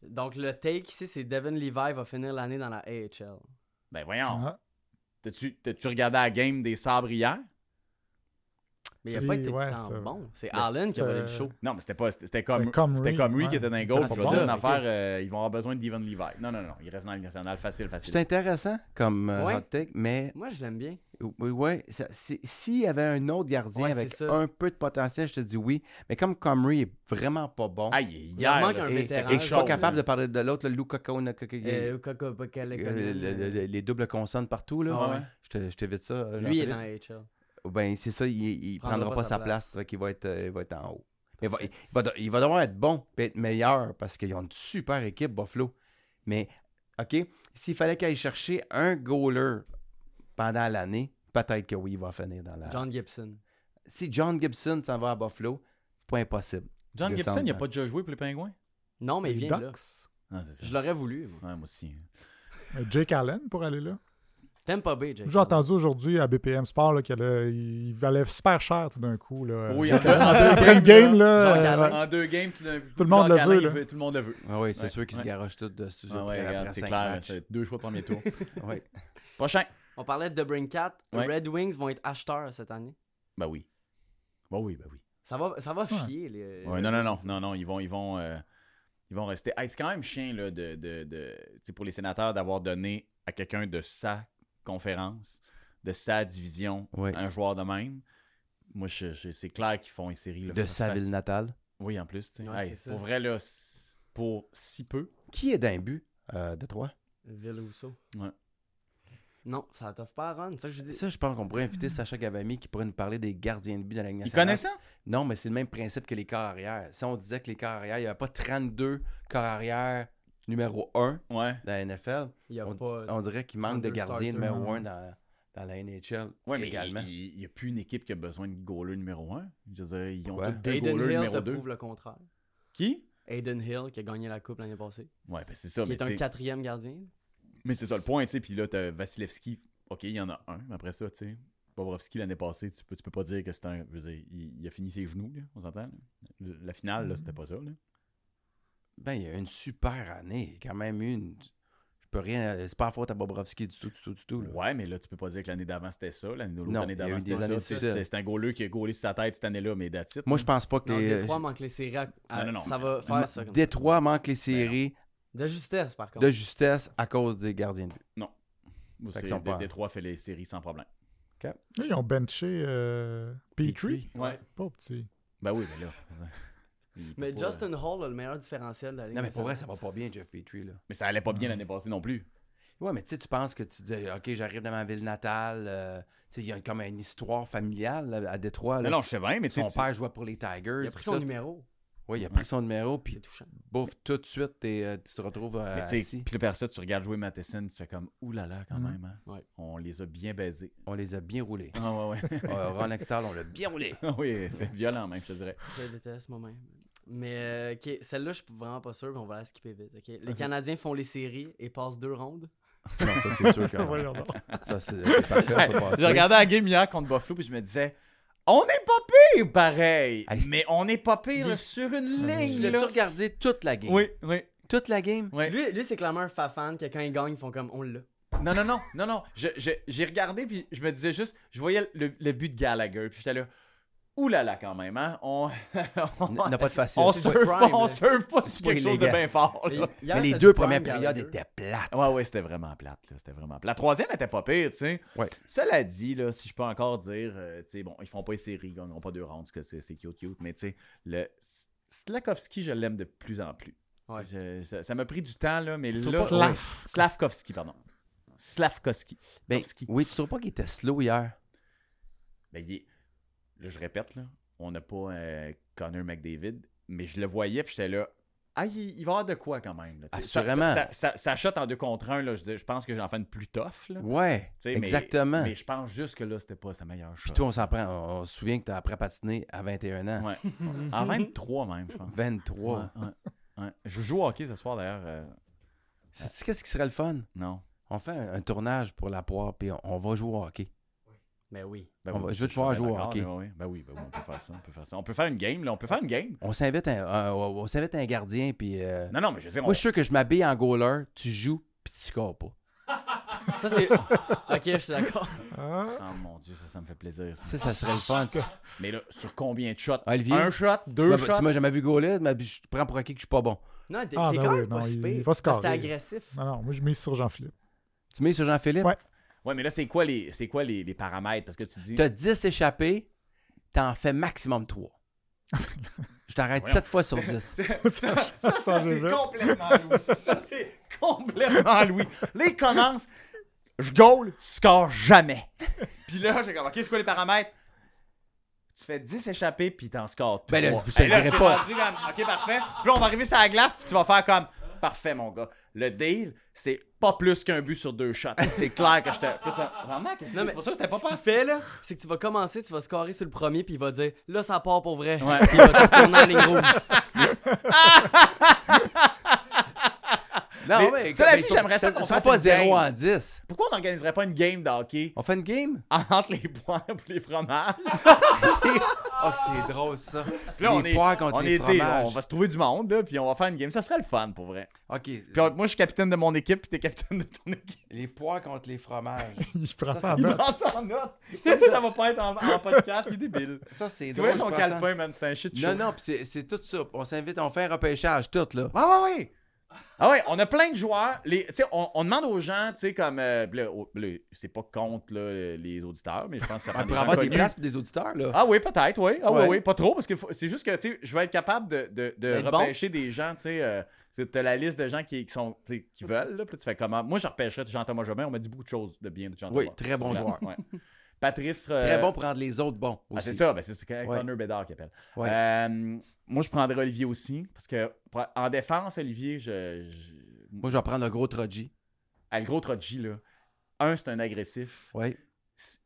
[SPEAKER 4] Donc, le take ici, c'est Devon Levi va finir l'année dans la AHL.
[SPEAKER 2] Ben voyons,
[SPEAKER 3] Ah,
[SPEAKER 2] t'as-tu t'as-tu regardé la game des sabres hier?
[SPEAKER 4] Mais il a
[SPEAKER 3] Puis,
[SPEAKER 4] pas été
[SPEAKER 3] ouais,
[SPEAKER 4] tant
[SPEAKER 3] c'est-
[SPEAKER 4] bon. C'est
[SPEAKER 2] Mais
[SPEAKER 4] Allen qui a
[SPEAKER 3] c'est-
[SPEAKER 4] volé le show.
[SPEAKER 2] Non, mais c'était pas... C'était c'était comme...
[SPEAKER 3] C'était Comrie,
[SPEAKER 2] C'était comme lui qui
[SPEAKER 3] ouais.
[SPEAKER 2] était dans les goals,
[SPEAKER 4] Ah,
[SPEAKER 2] puis
[SPEAKER 4] c'est
[SPEAKER 2] c'est
[SPEAKER 4] ça,
[SPEAKER 2] une
[SPEAKER 4] ok.
[SPEAKER 2] affaire, euh, ils vont avoir besoin de Devon Levi. Non, non, non, il reste dans la Ligue nationale, facile,
[SPEAKER 1] C'est
[SPEAKER 2] facile.
[SPEAKER 1] intéressant comme euh,
[SPEAKER 4] Ouais.
[SPEAKER 1] hot take, mais
[SPEAKER 4] Moi, je l'aime bien.
[SPEAKER 1] oui, ouais, ça- c'est- s'il y avait un autre gardien
[SPEAKER 4] Ouais,
[SPEAKER 1] avec
[SPEAKER 4] c'est ça.
[SPEAKER 1] un peu de potentiel, je te dis oui. Mais comme Comrie est vraiment pas bon
[SPEAKER 2] Aïe, hier,
[SPEAKER 4] leur manque
[SPEAKER 2] là,
[SPEAKER 4] un
[SPEAKER 2] c'était
[SPEAKER 4] vétéran,
[SPEAKER 1] et que je
[SPEAKER 2] quelque
[SPEAKER 1] suis pas
[SPEAKER 2] chose,
[SPEAKER 1] capable
[SPEAKER 2] là.
[SPEAKER 1] de parler de l'autre, le Luca Kona- euh,
[SPEAKER 4] Euh, Coco- Bocale-
[SPEAKER 1] le- le- le- les doubles consonnes partout, là.
[SPEAKER 4] Ah
[SPEAKER 2] ouais.
[SPEAKER 1] Je te- je t'évite ça.
[SPEAKER 4] euh,
[SPEAKER 1] euh,
[SPEAKER 4] Lui, il
[SPEAKER 1] Jean-Philippe.
[SPEAKER 4] est dans la AHL.
[SPEAKER 1] Ben, c'est ça, il, il prendra, pas, sa place. donc il, va être, euh, il va être en haut. Mais il va, il, va de- il va devoir être bon et être meilleur parce qu'ils ont une super équipe, Buffalo. Mais, OK, s'il fallait qu'il aille chercher un goaler pendant l'année, peut-être que oui, il va finir dans
[SPEAKER 3] Ah.
[SPEAKER 1] la.
[SPEAKER 4] John Gibson.
[SPEAKER 1] Si John Gibson s'en va à Buffalo, pas impossible.
[SPEAKER 2] John Gibson,
[SPEAKER 1] Descendre.
[SPEAKER 2] il a pas déjà joué pour les Pingouins?
[SPEAKER 4] Non, mais il
[SPEAKER 3] les
[SPEAKER 4] vient de là.
[SPEAKER 3] Ducks.
[SPEAKER 2] Ah, c'est ça.
[SPEAKER 4] Je l'aurais voulu. moi.
[SPEAKER 2] Ouais, moi aussi.
[SPEAKER 3] Euh, Jake Allen pour aller là.
[SPEAKER 4] T'aimes pas B, Jake.
[SPEAKER 3] J'ai entendu aujourd'hui à BPM Sport là, qu'il allait- il valait super cher tout d'un coup. Là.
[SPEAKER 2] Oui, en
[SPEAKER 3] Euh, en
[SPEAKER 2] deux- en deux games,
[SPEAKER 3] game, game
[SPEAKER 2] là.
[SPEAKER 3] là,
[SPEAKER 4] Jacques
[SPEAKER 3] euh,
[SPEAKER 4] Allen.
[SPEAKER 2] En deux games, tout d'un coup,
[SPEAKER 3] Tout le monde le
[SPEAKER 2] Jacques Alain,
[SPEAKER 3] veut,
[SPEAKER 2] il
[SPEAKER 3] là.
[SPEAKER 2] Tout le monde le veut.
[SPEAKER 1] Ah oui, c'est
[SPEAKER 2] Ouais,
[SPEAKER 1] sûr qu'ils
[SPEAKER 2] ouais.
[SPEAKER 1] se garochent tout de ce
[SPEAKER 2] Ah ouais, regarde, c'est clair. c'est Deux choix de premier tour.
[SPEAKER 1] Ouais.
[SPEAKER 2] Prochain.
[SPEAKER 4] On parlait de Brinkat.
[SPEAKER 2] Ouais.
[SPEAKER 4] Red Wings vont être acheteurs cette année.
[SPEAKER 2] Ben oui. Ben oui, ben oui.
[SPEAKER 4] Ça va, ça va
[SPEAKER 3] Ouais.
[SPEAKER 4] chier. Les,
[SPEAKER 2] Ouais, non, non, non, non, non, ils vont, ils vont, euh, ils vont rester. Hey, c'est quand même chien là, de, de, de- tu sais, pour les sénateurs d'avoir donné à quelqu'un de sa conférence, de sa division,
[SPEAKER 1] Ouais.
[SPEAKER 2] un joueur de même. Moi, je- je- c'est clair qu'ils font une série. là,
[SPEAKER 1] De
[SPEAKER 2] face-
[SPEAKER 1] sa
[SPEAKER 2] face-
[SPEAKER 1] ville natale.
[SPEAKER 2] Oui, en plus. tu sais.
[SPEAKER 4] Ouais,
[SPEAKER 2] Hey,
[SPEAKER 4] c'est
[SPEAKER 2] pour
[SPEAKER 4] ça.
[SPEAKER 2] vrai, là, c'est- pour si peu.
[SPEAKER 1] Qui est d'un but euh, de toi
[SPEAKER 4] Ville-Rousseau.
[SPEAKER 2] Ouais.
[SPEAKER 4] Non, ça t'offre pas à Ron. Ça, je dis.
[SPEAKER 1] Ça, je pense qu'on pourrait inviter Sacha Gavami qui pourrait nous parler des gardiens de but dans la Ligue
[SPEAKER 2] Ils
[SPEAKER 1] nationale.
[SPEAKER 2] connaissent ça?
[SPEAKER 1] Non, mais c'est le même principe que les corps arrière. Si on disait que les corps arrière, il n'y avait pas 32 corps arrière numéro 1
[SPEAKER 2] Ouais.
[SPEAKER 1] dans la NFL,
[SPEAKER 4] Il y a pas.
[SPEAKER 1] on dirait qu'il manque de
[SPEAKER 4] 32
[SPEAKER 1] gardiens
[SPEAKER 4] starters.
[SPEAKER 1] numéro 1 dans, dans la NHL
[SPEAKER 2] Ouais, mais
[SPEAKER 1] également.
[SPEAKER 2] il n'y a plus une équipe qui a besoin de goaler numéro 1. Je veux dire, ils ont
[SPEAKER 1] Ouais.
[SPEAKER 2] tous deux
[SPEAKER 4] Aiden
[SPEAKER 2] goalers
[SPEAKER 4] Hill te
[SPEAKER 2] numéro 2.
[SPEAKER 4] prouve le contraire.
[SPEAKER 2] Qui?
[SPEAKER 4] Aiden Hill qui a gagné la coupe l'année passée,
[SPEAKER 2] Ouais, ben c'est ça.
[SPEAKER 4] qui
[SPEAKER 2] Mais,
[SPEAKER 4] est un
[SPEAKER 2] t'sais-
[SPEAKER 4] quatrième gardien.
[SPEAKER 2] mais c'est ça le point, tu sais. Puis là, t'as Vasilevski. OK, il y en a un. Mais après ça, tu sais, Bobrovski l'année passée, tu peux, tu peux pas dire que c'est un. Je veux dire, il, il a fini ses genoux, là, on s'entend. là. Le- La finale, là, c'était pas ça. Là.
[SPEAKER 1] Ben, il y a eu une super année. Il y a quand même eu une. Je peux rien. C'est pas la faute à Bobrovski du tout, du tout, du tout. là.
[SPEAKER 2] Ouais, mais là, tu peux pas dire que l'année d'avant, c'était ça. L'année l'autre
[SPEAKER 1] Non,
[SPEAKER 2] année
[SPEAKER 1] il y a
[SPEAKER 2] d'avant,
[SPEAKER 1] eu
[SPEAKER 2] c'était
[SPEAKER 1] des années
[SPEAKER 2] ça.
[SPEAKER 1] difficiles.
[SPEAKER 2] C'est c'est un goaler qui a goalé sur sa tête cette année-là, mais that's it.
[SPEAKER 1] Moi, je pense pas que
[SPEAKER 4] Non,
[SPEAKER 1] les.
[SPEAKER 4] Détroit manque les séries. à- à-
[SPEAKER 2] Non, non, non,
[SPEAKER 4] ça
[SPEAKER 2] mais-
[SPEAKER 4] va
[SPEAKER 1] Ma-
[SPEAKER 4] faire ça. comme ça.
[SPEAKER 1] Détroit manque Ben les séries
[SPEAKER 4] De justesse, par contre.
[SPEAKER 1] de justesse à cause des gardiens de but.
[SPEAKER 2] Moi,
[SPEAKER 1] Fait
[SPEAKER 2] c'est-
[SPEAKER 1] qu'ils sont
[SPEAKER 2] Dé-
[SPEAKER 1] pas-
[SPEAKER 2] Détroit fait les séries sans problème.
[SPEAKER 3] Ils ont benché euh, Petrie.
[SPEAKER 1] Petrie.
[SPEAKER 2] Ouais.
[SPEAKER 3] Pas petit.
[SPEAKER 2] Ben oui, mais là. ben Il peut
[SPEAKER 4] Mais
[SPEAKER 2] pas,
[SPEAKER 4] Justin Hall a le meilleur différentiel de la Ligue
[SPEAKER 1] Non, mais pour vrai,
[SPEAKER 4] nationale.
[SPEAKER 1] ça va pas bien, Jeff Petrie. Là.
[SPEAKER 2] euh, Mais ça allait pas
[SPEAKER 1] Ah.
[SPEAKER 2] bien l'année passée non plus.
[SPEAKER 1] Ouais, mais tu sais, tu penses que tu dis, OK, j'arrive dans ma ville natale. euh, tu sais, il y a comme une histoire familiale là, à Détroit. Là.
[SPEAKER 2] Non, non, je sais bien, mais tu sais,
[SPEAKER 1] Ah, Son
[SPEAKER 2] tu-
[SPEAKER 1] père jouait pour les Tigers.
[SPEAKER 4] Il a pris son numéro.
[SPEAKER 1] Oui, il a pris son numéro, puis
[SPEAKER 4] C'est touchant.
[SPEAKER 1] bouffe tout de suite, et tu te retrouves euh,
[SPEAKER 2] mais tu sais,
[SPEAKER 1] assis.
[SPEAKER 2] puis le père ça, tu regardes jouer Matheson, tu fais comme oulala quand
[SPEAKER 1] Hmm.
[SPEAKER 3] Mhm.
[SPEAKER 2] même. hein.
[SPEAKER 4] Ouais.
[SPEAKER 2] On les a bien baisés.
[SPEAKER 1] On les a bien roulés.
[SPEAKER 2] Ah ouais, ouais.
[SPEAKER 1] Euh, Ron Extall, on l'a bien roulé.
[SPEAKER 2] Ah oui, c'est violent même, je te dirais.
[SPEAKER 4] Je le déteste moi-même. Mais euh, ok, celle-là, je suis vraiment pas sûr, mais on va la skipper vite. ok? Les Canadiens font les séries et passent deux rondes.
[SPEAKER 1] Non, ça, c'est sûr que
[SPEAKER 3] Voyons donc.
[SPEAKER 1] Ça, c'est c'est parfait. on peut passer.
[SPEAKER 2] J'ai regardé la game hier contre Buffalo, puis je me disais, on est pas pire pareil,
[SPEAKER 1] Hey, c'est-
[SPEAKER 2] mais on est pas pire là, sur une
[SPEAKER 1] Tu
[SPEAKER 2] ligne.
[SPEAKER 1] l'as-tu
[SPEAKER 2] Là.
[SPEAKER 1] regardé toute la game?
[SPEAKER 2] Oui, oui,
[SPEAKER 1] Toute la game?
[SPEAKER 2] oui.
[SPEAKER 4] Lui, lui c'est clairement un fan que quand il gagne, ils font comme on l'a.
[SPEAKER 2] Non, non, non, non, non. Je- je- J'ai regardé, puis je me disais juste, je voyais le, le but de Gallagher, puis j'étais là, oulala quand même, hein. On
[SPEAKER 1] N- n'a pas de facile.
[SPEAKER 2] on
[SPEAKER 1] C'est
[SPEAKER 2] surfe
[SPEAKER 4] pas
[SPEAKER 2] pas,
[SPEAKER 4] prime,
[SPEAKER 2] on
[SPEAKER 4] là.
[SPEAKER 2] surfe pas sur
[SPEAKER 1] pas
[SPEAKER 2] quelque chose de
[SPEAKER 1] illégal.
[SPEAKER 2] bien fort. là.
[SPEAKER 4] Hier,
[SPEAKER 1] Mais les
[SPEAKER 4] c'était
[SPEAKER 1] deux
[SPEAKER 4] du
[SPEAKER 1] premières
[SPEAKER 4] prime
[SPEAKER 1] périodes
[SPEAKER 4] Gallagher.
[SPEAKER 1] étaient plates.
[SPEAKER 2] Ouais, ouais, c'était vraiment plate. là. C'était vraiment plate. La troisième était pas pire, tu sais.
[SPEAKER 1] Ouais.
[SPEAKER 2] Cela dit, là, si je peux encore dire, euh, tu sais, bon, ils font pas les séries, ils gagneront pas deux rounds, parce que c'est c'est cute, cute, mais tu sais, le S- Slakowski, je l'aime de plus en plus.
[SPEAKER 4] Ouais.
[SPEAKER 2] Je- ça ça m'a pris du temps, là, mais
[SPEAKER 3] Surtout
[SPEAKER 2] là.
[SPEAKER 3] Slav.
[SPEAKER 2] Ouais. Slavkovski, pardon. Slavkovski.
[SPEAKER 1] Ben,
[SPEAKER 2] Slavkovski.
[SPEAKER 1] oui, tu trouves pas qu'il était slow hier?
[SPEAKER 2] Ben, il est- Là, je répète, là, on n'a pas euh, Connor McDavid, mais je le voyais, puis j'étais là. Ah, il, il va y avoir de quoi quand même. là, tu sais. Ça-
[SPEAKER 1] Assurément.
[SPEAKER 2] Ça, ça, ça shot en deux contre un, là, je, dis- je pense que j'en fais une plus tough. Là.
[SPEAKER 1] Ouais,
[SPEAKER 2] Tu sais, mais-
[SPEAKER 1] exactement.
[SPEAKER 2] Mais, je pense juste que là, c'était pas sa meilleure
[SPEAKER 1] Puis
[SPEAKER 2] shot.
[SPEAKER 1] toi, hein? on s'en prend. On, on se souvient que t'as après patiné à 21 ans.
[SPEAKER 2] Ouais. en 23 même, je pense.
[SPEAKER 1] 23.
[SPEAKER 2] Ouais, ouais, ouais. Je joue au hockey ce soir d'ailleurs. euh,
[SPEAKER 1] Sais-tu qu'est-ce qui serait le fun?
[SPEAKER 2] non.
[SPEAKER 1] On fait un, un tournage pour la poire, puis on, on va jouer au hockey.
[SPEAKER 4] Mais oui.
[SPEAKER 2] Ben
[SPEAKER 1] On
[SPEAKER 2] oui,
[SPEAKER 1] va- je veux te
[SPEAKER 2] suis
[SPEAKER 1] voir
[SPEAKER 2] bien
[SPEAKER 1] jouer au
[SPEAKER 2] d'accord,
[SPEAKER 1] hockey.
[SPEAKER 2] mais oui, ben oui, ben oui, on peut faire ça, on peut faire ça. On peut faire une game, là, on peut faire une game.
[SPEAKER 1] On s'invite un, un- on s'invite un gardien, puis. euh,
[SPEAKER 2] Non, non, mais je veux dire, on...
[SPEAKER 1] Moi, je suis sûr que je m'habille en goaler, tu joues, puis tu scores pas.
[SPEAKER 4] Ça, c'est. ok, je suis d'accord.
[SPEAKER 3] Ah,
[SPEAKER 2] Oh mon dieu, ça, ça me fait plaisir. ça.
[SPEAKER 1] Ça, ça serait le fun. ça.
[SPEAKER 2] Mais là, sur combien de shots
[SPEAKER 1] Olivier?
[SPEAKER 2] Un shot,
[SPEAKER 1] Tu
[SPEAKER 2] deux
[SPEAKER 1] m'as-
[SPEAKER 2] shots.
[SPEAKER 1] tu m'as jamais vu goaler, mais je te prends pour acquis que je suis pas bon.
[SPEAKER 4] Non, t'es t'es
[SPEAKER 3] Ah, ben
[SPEAKER 4] quand
[SPEAKER 3] oui,
[SPEAKER 4] même pas
[SPEAKER 3] non,
[SPEAKER 4] si
[SPEAKER 3] il-
[SPEAKER 4] pire.
[SPEAKER 3] il va se
[SPEAKER 4] Parce
[SPEAKER 3] carrer.
[SPEAKER 4] que T'es agressif.
[SPEAKER 3] non, non, moi je mise sur Jean-Philippe.
[SPEAKER 1] Tu mets sur Jean-Philippe?
[SPEAKER 3] Ouais.
[SPEAKER 2] Ouais, mais là, c'est quoi les, c'est quoi les, les paramètres Parce que tu dis.
[SPEAKER 1] T'as 10 échappés, t'en fais maximum 3. je t'arrête 7 fois sur 10.
[SPEAKER 5] Ça, ça,
[SPEAKER 3] Ça, je
[SPEAKER 5] c'est
[SPEAKER 3] veux.
[SPEAKER 5] complètement Louis. Ça, c'est
[SPEAKER 2] complètement Louis. Là, il commence. Je goal, tu scores jamais. Puis là, j'ai comme, OK, c'est quoi les paramètres? Tu fais 10 échappés, puis t'en scores
[SPEAKER 1] Ben là,
[SPEAKER 2] trois.
[SPEAKER 1] je te
[SPEAKER 2] Et là,
[SPEAKER 1] dirais
[SPEAKER 2] c'est
[SPEAKER 1] pas.
[SPEAKER 2] rendu comme, OK, parfait. Puis là, on va arriver sur la glace, puis tu vas faire comme, parfait, mon gars. Le deal, c'est pas plus qu'un but sur deux shots. C'est clair que je te. Puis ça- Vraiment, qu'est-ce que c'est?
[SPEAKER 4] Non, mais
[SPEAKER 2] C'est pour ça que c'était pas
[SPEAKER 4] Ce qu'il
[SPEAKER 2] parfait.
[SPEAKER 4] fait, là, c'est que tu vas commencer, tu vas scorer sur le premier, puis il va dire là, ça part pour vrai.
[SPEAKER 2] Ouais.
[SPEAKER 4] Puis il va te tourner en ligne rouge.
[SPEAKER 1] Non,
[SPEAKER 2] Mais cela dit,
[SPEAKER 1] faut-
[SPEAKER 2] j'aimerais ça qu'on
[SPEAKER 1] sera
[SPEAKER 2] fasse
[SPEAKER 1] pas
[SPEAKER 2] une
[SPEAKER 1] 0
[SPEAKER 2] game.
[SPEAKER 1] en 10.
[SPEAKER 2] Pourquoi on n'organiserait pas une game d'hockey
[SPEAKER 1] On fait une game?
[SPEAKER 2] entre les poires pour les fromages?
[SPEAKER 1] Oh, que c'est drôle, ça.
[SPEAKER 2] Puis là,
[SPEAKER 1] les
[SPEAKER 2] on est,
[SPEAKER 1] poires contre
[SPEAKER 2] on
[SPEAKER 1] les
[SPEAKER 2] est, tu sais,
[SPEAKER 1] fromages.
[SPEAKER 2] on va se trouver du monde, là, puis on va faire une game. Ça serait le fun, pour vrai.
[SPEAKER 1] OK.
[SPEAKER 2] Puis euh, moi, je suis capitaine de mon équipe, puis t'es capitaine de ton équipe.
[SPEAKER 1] Les poires contre les fromages.
[SPEAKER 3] Il prend ça
[SPEAKER 1] Ah,
[SPEAKER 3] en
[SPEAKER 2] Il
[SPEAKER 1] ben.
[SPEAKER 3] note.
[SPEAKER 2] pense en note. Ça, ça va pas être en, en podcast, il est débile.
[SPEAKER 1] Ça, c'est
[SPEAKER 2] Tu
[SPEAKER 1] drôle.
[SPEAKER 2] vois son
[SPEAKER 1] je pense, hein.
[SPEAKER 2] calepin, man, c'est un shit show.
[SPEAKER 1] Non, non, puis c'est- c'est tout ça. On s'invite, on fait un repêchage, tout, là.
[SPEAKER 2] Ouais, ouais, ouais. Ah ouais, on a plein de joueurs. Les, tu sais, on, on demande aux gens, tu sais, comme. euh, là, oh, là, c'est pas contre là, les auditeurs, mais je pense que ça prend
[SPEAKER 1] On
[SPEAKER 2] des
[SPEAKER 1] pourrait
[SPEAKER 2] gens
[SPEAKER 1] avoir des
[SPEAKER 2] connus.
[SPEAKER 1] places Ah, pour des auditeurs, là.
[SPEAKER 2] Ah oui, peut-être, oui. Ah oui,
[SPEAKER 1] Ouais.
[SPEAKER 2] oui, pas trop, parce que faut- c'est juste que, tu sais, je vais être capable de, de, de
[SPEAKER 4] D'être bon.
[SPEAKER 2] repêcher des gens, tu sais. euh, c'est- T'as la liste de gens qui, qui sont, tu sais, qui veulent, là, puis tu fais comment. Moi, je repêcherais de Jean-Thomas Jobin, on m'a dit beaucoup de choses de bien de Jean-Thomas.
[SPEAKER 1] Oui, très bon
[SPEAKER 2] Sur la-
[SPEAKER 1] joueur.
[SPEAKER 2] ouais. Patrice... euh,
[SPEAKER 1] Très bon pour rendre les autres bons.
[SPEAKER 2] ah,
[SPEAKER 1] aussi.
[SPEAKER 2] c'est ça, ben, c'est ce que
[SPEAKER 1] Ouais.
[SPEAKER 2] Connor Bédard qui appelle.
[SPEAKER 1] Ouais.
[SPEAKER 2] Euh, moi, je prendrais Olivier aussi, parce que pour- en défense, Olivier, je... je-
[SPEAKER 1] Moi, je vais prendre un gros Troji.
[SPEAKER 2] à le gros Trotsky, là, un, c'est un agressif.
[SPEAKER 1] Ouais.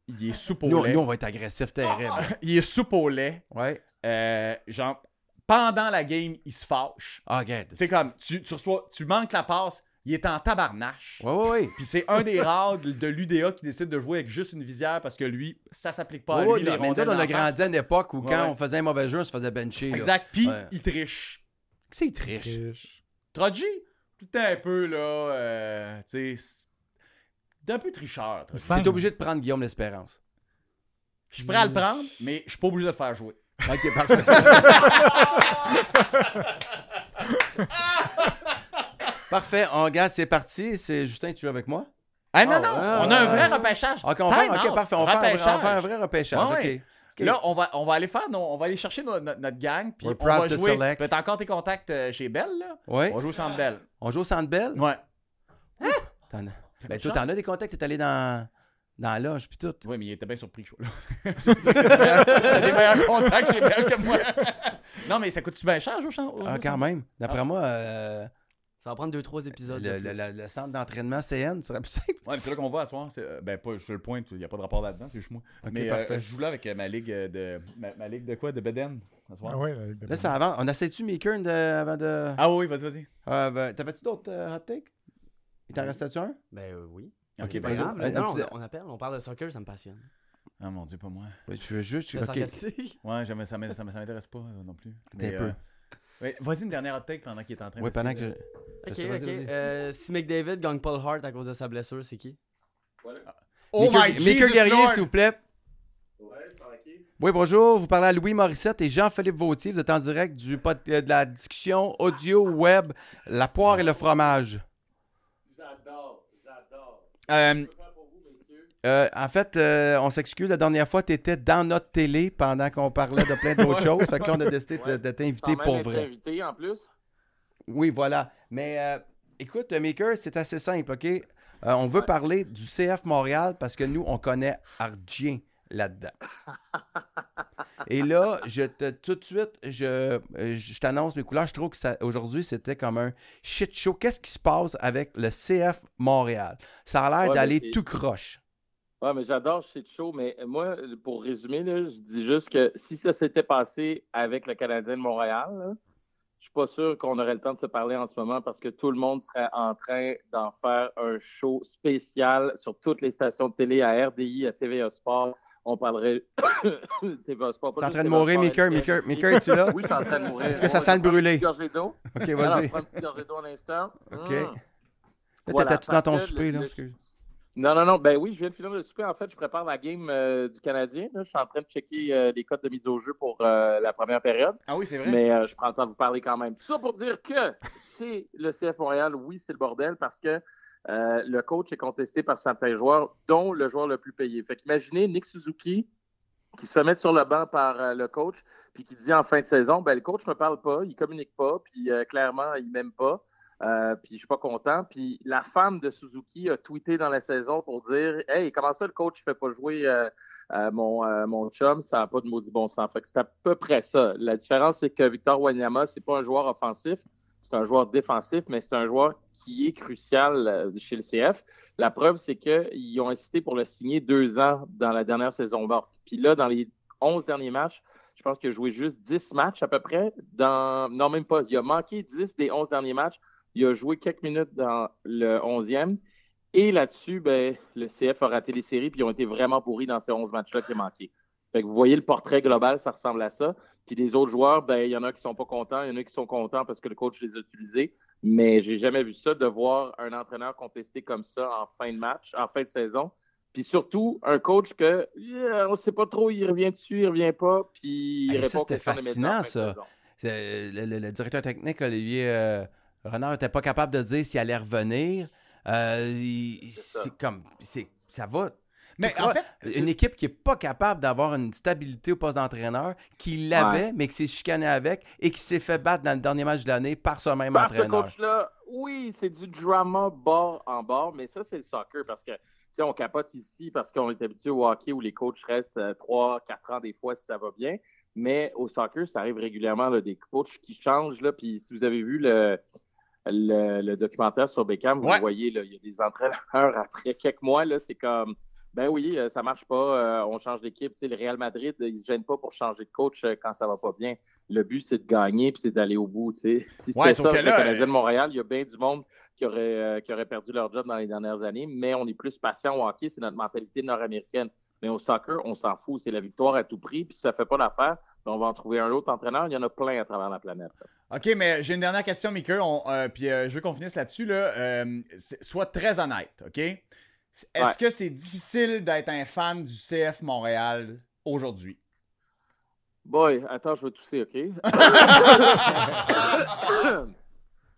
[SPEAKER 2] Il est soupe
[SPEAKER 1] Nous,
[SPEAKER 2] au lait.
[SPEAKER 1] nous, on va être agressif, terrible.
[SPEAKER 2] Il est soupe au lait.
[SPEAKER 1] ouais.
[SPEAKER 2] Euh, genre, pendant la game, il se fâche.
[SPEAKER 1] Ah, regarde.
[SPEAKER 2] C'est comme, tu, tu reçois, tu manques la passe, il est en tabarnache.
[SPEAKER 1] Ouais, ouais, ouais.
[SPEAKER 2] Puis c'est un des rares de de l'UDA qui décide de jouer avec juste une visière parce que lui, ça s'applique pas à
[SPEAKER 1] Ouais,
[SPEAKER 2] lui.
[SPEAKER 1] ouais,
[SPEAKER 2] les
[SPEAKER 1] là, mais
[SPEAKER 2] rondelles
[SPEAKER 1] là, on
[SPEAKER 2] d'en
[SPEAKER 1] a
[SPEAKER 2] face.
[SPEAKER 1] grandi à une époque où
[SPEAKER 2] Ouais,
[SPEAKER 1] quand
[SPEAKER 2] ouais.
[SPEAKER 1] on faisait un mauvais jeu, on se faisait bencher. là.
[SPEAKER 2] Exact. Euh, Puis
[SPEAKER 1] Ouais.
[SPEAKER 2] il triche.
[SPEAKER 1] C'est triche.
[SPEAKER 3] Riche.
[SPEAKER 2] Trodgy, tout le temps un peu, là, euh, tu sais, c'est- d'un peu tricheur.
[SPEAKER 3] Il
[SPEAKER 2] Trotsky.
[SPEAKER 3] semble.
[SPEAKER 1] T'es obligé de prendre Guillaume l'Espérance.
[SPEAKER 2] Je suis prêt à le prendre, mais je suis pas obligé de le faire jouer.
[SPEAKER 1] Ok, parfait. parfait, on regarde, c'est parti. C'est Justin, tu joues avec moi?
[SPEAKER 2] Ah non,
[SPEAKER 1] Ah,
[SPEAKER 2] non,
[SPEAKER 1] ouais,
[SPEAKER 2] on a un
[SPEAKER 1] ouais,
[SPEAKER 2] vrai repêchage.
[SPEAKER 1] Ok, on va-
[SPEAKER 2] Time
[SPEAKER 1] ok,
[SPEAKER 2] out.
[SPEAKER 1] parfait, on va faire on va
[SPEAKER 2] Repêchage.
[SPEAKER 1] faire un vrai repêchage.
[SPEAKER 2] Ouais, ouais.
[SPEAKER 1] ok.
[SPEAKER 2] Là, on va, on va aller faire, nos- on va aller chercher no- no- notre gang, puis
[SPEAKER 1] We're
[SPEAKER 2] on
[SPEAKER 1] proud
[SPEAKER 2] va
[SPEAKER 1] to
[SPEAKER 2] jouer.
[SPEAKER 1] select.
[SPEAKER 2] Peut-être encore tes contacts euh, chez Bell, là.
[SPEAKER 1] Ouais.
[SPEAKER 2] On joue sans Bell.
[SPEAKER 1] On joue au Centre Bell.
[SPEAKER 2] Ouais.
[SPEAKER 3] Ah!
[SPEAKER 1] T'en as- Ben,
[SPEAKER 2] notre
[SPEAKER 1] toi, t'en as des contacts. T'es allé dans, dans la loge, puis tout.
[SPEAKER 2] Oui, mais il était bien surpris que je sois là. J'ai des meilleurs contacts chez Bell que moi. non, mais ça coûte-tu bien cher, jouer sans
[SPEAKER 1] Ah, quand même. D'après moi, euh,
[SPEAKER 4] Ça va prendre deux, trois épisodes.
[SPEAKER 1] le,
[SPEAKER 4] de
[SPEAKER 1] le-
[SPEAKER 4] plus.
[SPEAKER 1] le- le centre d'entraînement CN serait plus simple.
[SPEAKER 2] Ouais, mais c'est là qu'on va à soir. c'est- euh, Ben, pas, je te le pointe, il n'y a pas de rapport là-dedans, c'est juste moi.
[SPEAKER 1] Ok,
[SPEAKER 2] mais euh,
[SPEAKER 1] parfait.
[SPEAKER 2] je joue là avec euh, ma ligue euh, de. Ma, ma ligue de quoi De Beden à soir.
[SPEAKER 3] Ah ouais, la Ligue des
[SPEAKER 1] Là,
[SPEAKER 3] Belles.
[SPEAKER 1] ça avance. On essaie-tu Meekern de- avant de.
[SPEAKER 2] Ah oui, vas-y, vas-y.
[SPEAKER 1] Ah, ben, T'avais-tu d'autres euh, hot takes Il t'en restait-tu un
[SPEAKER 4] Ben euh, oui.
[SPEAKER 1] Ok,
[SPEAKER 4] C'est
[SPEAKER 1] ben,
[SPEAKER 4] pas grave.
[SPEAKER 1] un- un
[SPEAKER 4] là. Non,
[SPEAKER 1] petit-
[SPEAKER 4] on, on appelle, on parle de soccer, ça me passionne.
[SPEAKER 2] Ah mon dieu, pas moi.
[SPEAKER 1] Ouais, Tu veux juste.
[SPEAKER 4] C'est
[SPEAKER 1] ok.
[SPEAKER 4] sarcastique.
[SPEAKER 2] Ouais, jamais, ça m'in- ça m'in- ça m'intéresse pas euh, non plus.
[SPEAKER 1] T'es un peu.
[SPEAKER 2] ouais, vas-y une dernière hot take pendant qu'il est en train
[SPEAKER 1] Oui,
[SPEAKER 2] de-
[SPEAKER 1] pendant que.
[SPEAKER 4] Ok,
[SPEAKER 1] Vas-y, vas-y,
[SPEAKER 4] ok.
[SPEAKER 1] vas-y.
[SPEAKER 4] Euh, si McDavid gagne Paul Hart à cause de sa blessure, c'est qui
[SPEAKER 2] Oh
[SPEAKER 1] Maker-
[SPEAKER 2] my Jesus
[SPEAKER 1] Maker Guerrier,
[SPEAKER 2] Lord!
[SPEAKER 1] s'il vous plaît. Oui, bonjour. Vous parlez à Louis Morissette et Jean-Philippe Vautier. Vous êtes en direct du pod- euh, de la discussion audio web La poire et le fromage.
[SPEAKER 2] Euh,
[SPEAKER 1] Euh, en fait, euh, on s'excuse. La dernière fois, tu étais dans notre télé pendant qu'on parlait de plein d'autres choses. Fait que là, on a décidé de- de, t'inviter pour vrai.
[SPEAKER 6] invité en plus.
[SPEAKER 1] Oui, voilà. Mais euh, écoute, euh, Maker, c'est assez simple, OK? Euh, on veut parler du CF Montréal parce que nous, on connaît Ardien là-dedans. Et là, je te, tout de suite, je, euh, je je t'annonce mes couleurs. Je trouve que ça- aujourd'hui, c'était comme un shit show. Qu'est-ce qui se passe avec le CF Montréal? Ça a l'air
[SPEAKER 6] Ouais, mais
[SPEAKER 1] d'aller
[SPEAKER 6] c'est-
[SPEAKER 1] tout croche.
[SPEAKER 6] Ouais, mais j'adore Shit Show, mais moi, pour résumer, là, je dis juste que si ça s'était passé avec le Canadien de Montréal, là, je suis pas sûr qu'on aurait le temps de se parler en ce moment parce que tout le monde serait en train d'en faire un show spécial sur toutes les stations de télé, à RDI, à TVA Sport. On parlerait TVA Sport.
[SPEAKER 1] T'es en
[SPEAKER 6] pas juste
[SPEAKER 1] train de
[SPEAKER 6] TVA
[SPEAKER 1] mourir,
[SPEAKER 6] Sport,
[SPEAKER 1] Maker.
[SPEAKER 6] LCS.
[SPEAKER 1] Maker, Maker, es-tu là?
[SPEAKER 6] Oui, je suis en train de mourir.
[SPEAKER 1] Est-ce que ça
[SPEAKER 6] Ouais,
[SPEAKER 1] sent le
[SPEAKER 6] je prends une
[SPEAKER 1] brûler?
[SPEAKER 6] petite gorgée d'eau.
[SPEAKER 1] OK,
[SPEAKER 6] Alors, je
[SPEAKER 1] vas-y.
[SPEAKER 6] prends une petite gorgée d'eau un instant.
[SPEAKER 1] OK.
[SPEAKER 6] Mm.
[SPEAKER 1] Là,
[SPEAKER 6] Voilà,
[SPEAKER 1] t'étais tout dans
[SPEAKER 6] parce
[SPEAKER 1] ton
[SPEAKER 6] que
[SPEAKER 1] souper,
[SPEAKER 6] le-
[SPEAKER 1] là.
[SPEAKER 6] le-
[SPEAKER 1] excuse.
[SPEAKER 6] Non, non, non. Ben oui, je viens de finir le souper. En fait, je prépare la game euh, du Canadien. là. Je suis en train de checker euh, les codes de mise au jeu pour euh, la première période.
[SPEAKER 2] Ah oui, c'est vrai.
[SPEAKER 6] Mais euh, je prends le temps de vous parler quand même. Tout ça pour dire que chez le CF Montréal, oui, c'est le bordel parce que euh, le coach est contesté par certains joueurs, dont le joueur le plus payé. Fait qu'imaginez Nick Suzuki qui se fait mettre sur le banc par euh, le coach, puis qui dit en fin de saison, ben, le coach me parle pas, il communique pas, puis euh, clairement, il m'aime pas, euh, puis je suis pas content. Puis la femme de Suzuki a tweeté dans la saison pour dire, hey, comment ça le coach fait pas jouer euh, euh, mon, euh, mon chum, ça n'a pas de maudit bon sens. Fait que c'est à peu près ça. La différence, c'est que Victor Wanyama, c'est pas un joueur offensif, c'est un joueur défensif, mais c'est un joueur qui est crucial euh, chez le CF. La preuve, c'est qu'ils ont incité pour le signer deux ans dans la dernière saison morte. Puis là, dans les 11 derniers matchs, je pense qu'il a joué juste 10 matchs à peu près. Dans... Non, même pas. Il a manqué 10 des 11 derniers matchs. Il a joué quelques minutes dans le 11e. Et là-dessus, ben, le CF a raté les séries, puis ils ont été vraiment pourris dans ces 11 matchs-là qui ont manqué. Fait que vous voyez le portrait global, ça ressemble à ça. Puis les autres joueurs, ben, il y en a qui sont pas contents, il y en a qui sont contents parce que le coach les a utilisés. Mais j'ai jamais vu ça de voir un entraîneur contesté comme ça en fin de match, en fin de saison. Puis surtout, un coach que yeah, on ne sait pas trop, il revient dessus, il revient pas, puis il
[SPEAKER 1] Hey, ça,
[SPEAKER 6] répond aux
[SPEAKER 1] c'était
[SPEAKER 6] questions des médias en
[SPEAKER 1] fascinant,
[SPEAKER 6] fin de
[SPEAKER 1] ça.
[SPEAKER 6] saison.
[SPEAKER 1] Euh, le, le- le directeur technique, Olivier euh, Renard, n'était pas capable de dire s'il allait revenir. Euh, il- il-
[SPEAKER 6] C'est ça.
[SPEAKER 1] c'est comme. c'est- Ça va.
[SPEAKER 2] Mais
[SPEAKER 1] tout
[SPEAKER 2] en
[SPEAKER 1] croche.
[SPEAKER 2] fait, euh,
[SPEAKER 1] Une équipe qui n'est pas capable d'avoir une stabilité au poste d'entraîneur, qui l'avait, mais qui s'est chicané avec et qui s'est fait battre dans le dernier match de l'année par ce même
[SPEAKER 6] Par ce
[SPEAKER 1] entraîneur.
[SPEAKER 6] coach-là, oui, c'est du drama bord en bord, mais ça, c'est le soccer parce que, tu sais, on capote ici parce qu'on est habitué au hockey où les coachs restent 3, 4 ans des fois si ça va bien. Mais au soccer, ça arrive régulièrement, là, des coachs qui changent. Là, puis si vous avez vu le, le, le documentaire sur Beckham, vous
[SPEAKER 2] Ouais.
[SPEAKER 6] le voyez, là, il y a des entraîneurs après quelques mois, là, c'est comme. Ben oui, euh, ça marche pas, euh, on change d'équipe. Tu sais, le Real Madrid, euh, ils se gênent pas pour changer de coach euh, quand ça va pas bien. Le but, c'est de gagner puis c'est d'aller au bout. tu sais. Si c'était
[SPEAKER 2] Ouais, sauf
[SPEAKER 6] ça
[SPEAKER 2] que
[SPEAKER 6] avec
[SPEAKER 2] là, euh,
[SPEAKER 6] le Canadien de Montréal, il y a bien du monde qui aurait, euh, qui aurait perdu leur job dans les dernières années, mais on est plus patient au hockey, c'est notre mentalité nord-américaine. Mais au soccer, on s'en fout, c'est la victoire à tout prix, puis si ça fait pas l'affaire, ben on va en trouver un autre entraîneur, il y en a plein à travers la planète.
[SPEAKER 2] OK, mais j'ai une dernière question, Mika. On, euh, puis euh, je veux qu'on finisse là-dessus. Là, Euh, c'est- sois très honnête, OK? Est-ce
[SPEAKER 6] Ouais.
[SPEAKER 2] que c'est difficile d'être un fan du CF Montréal aujourd'hui?
[SPEAKER 6] Boy, attends, je veux tousser, OK?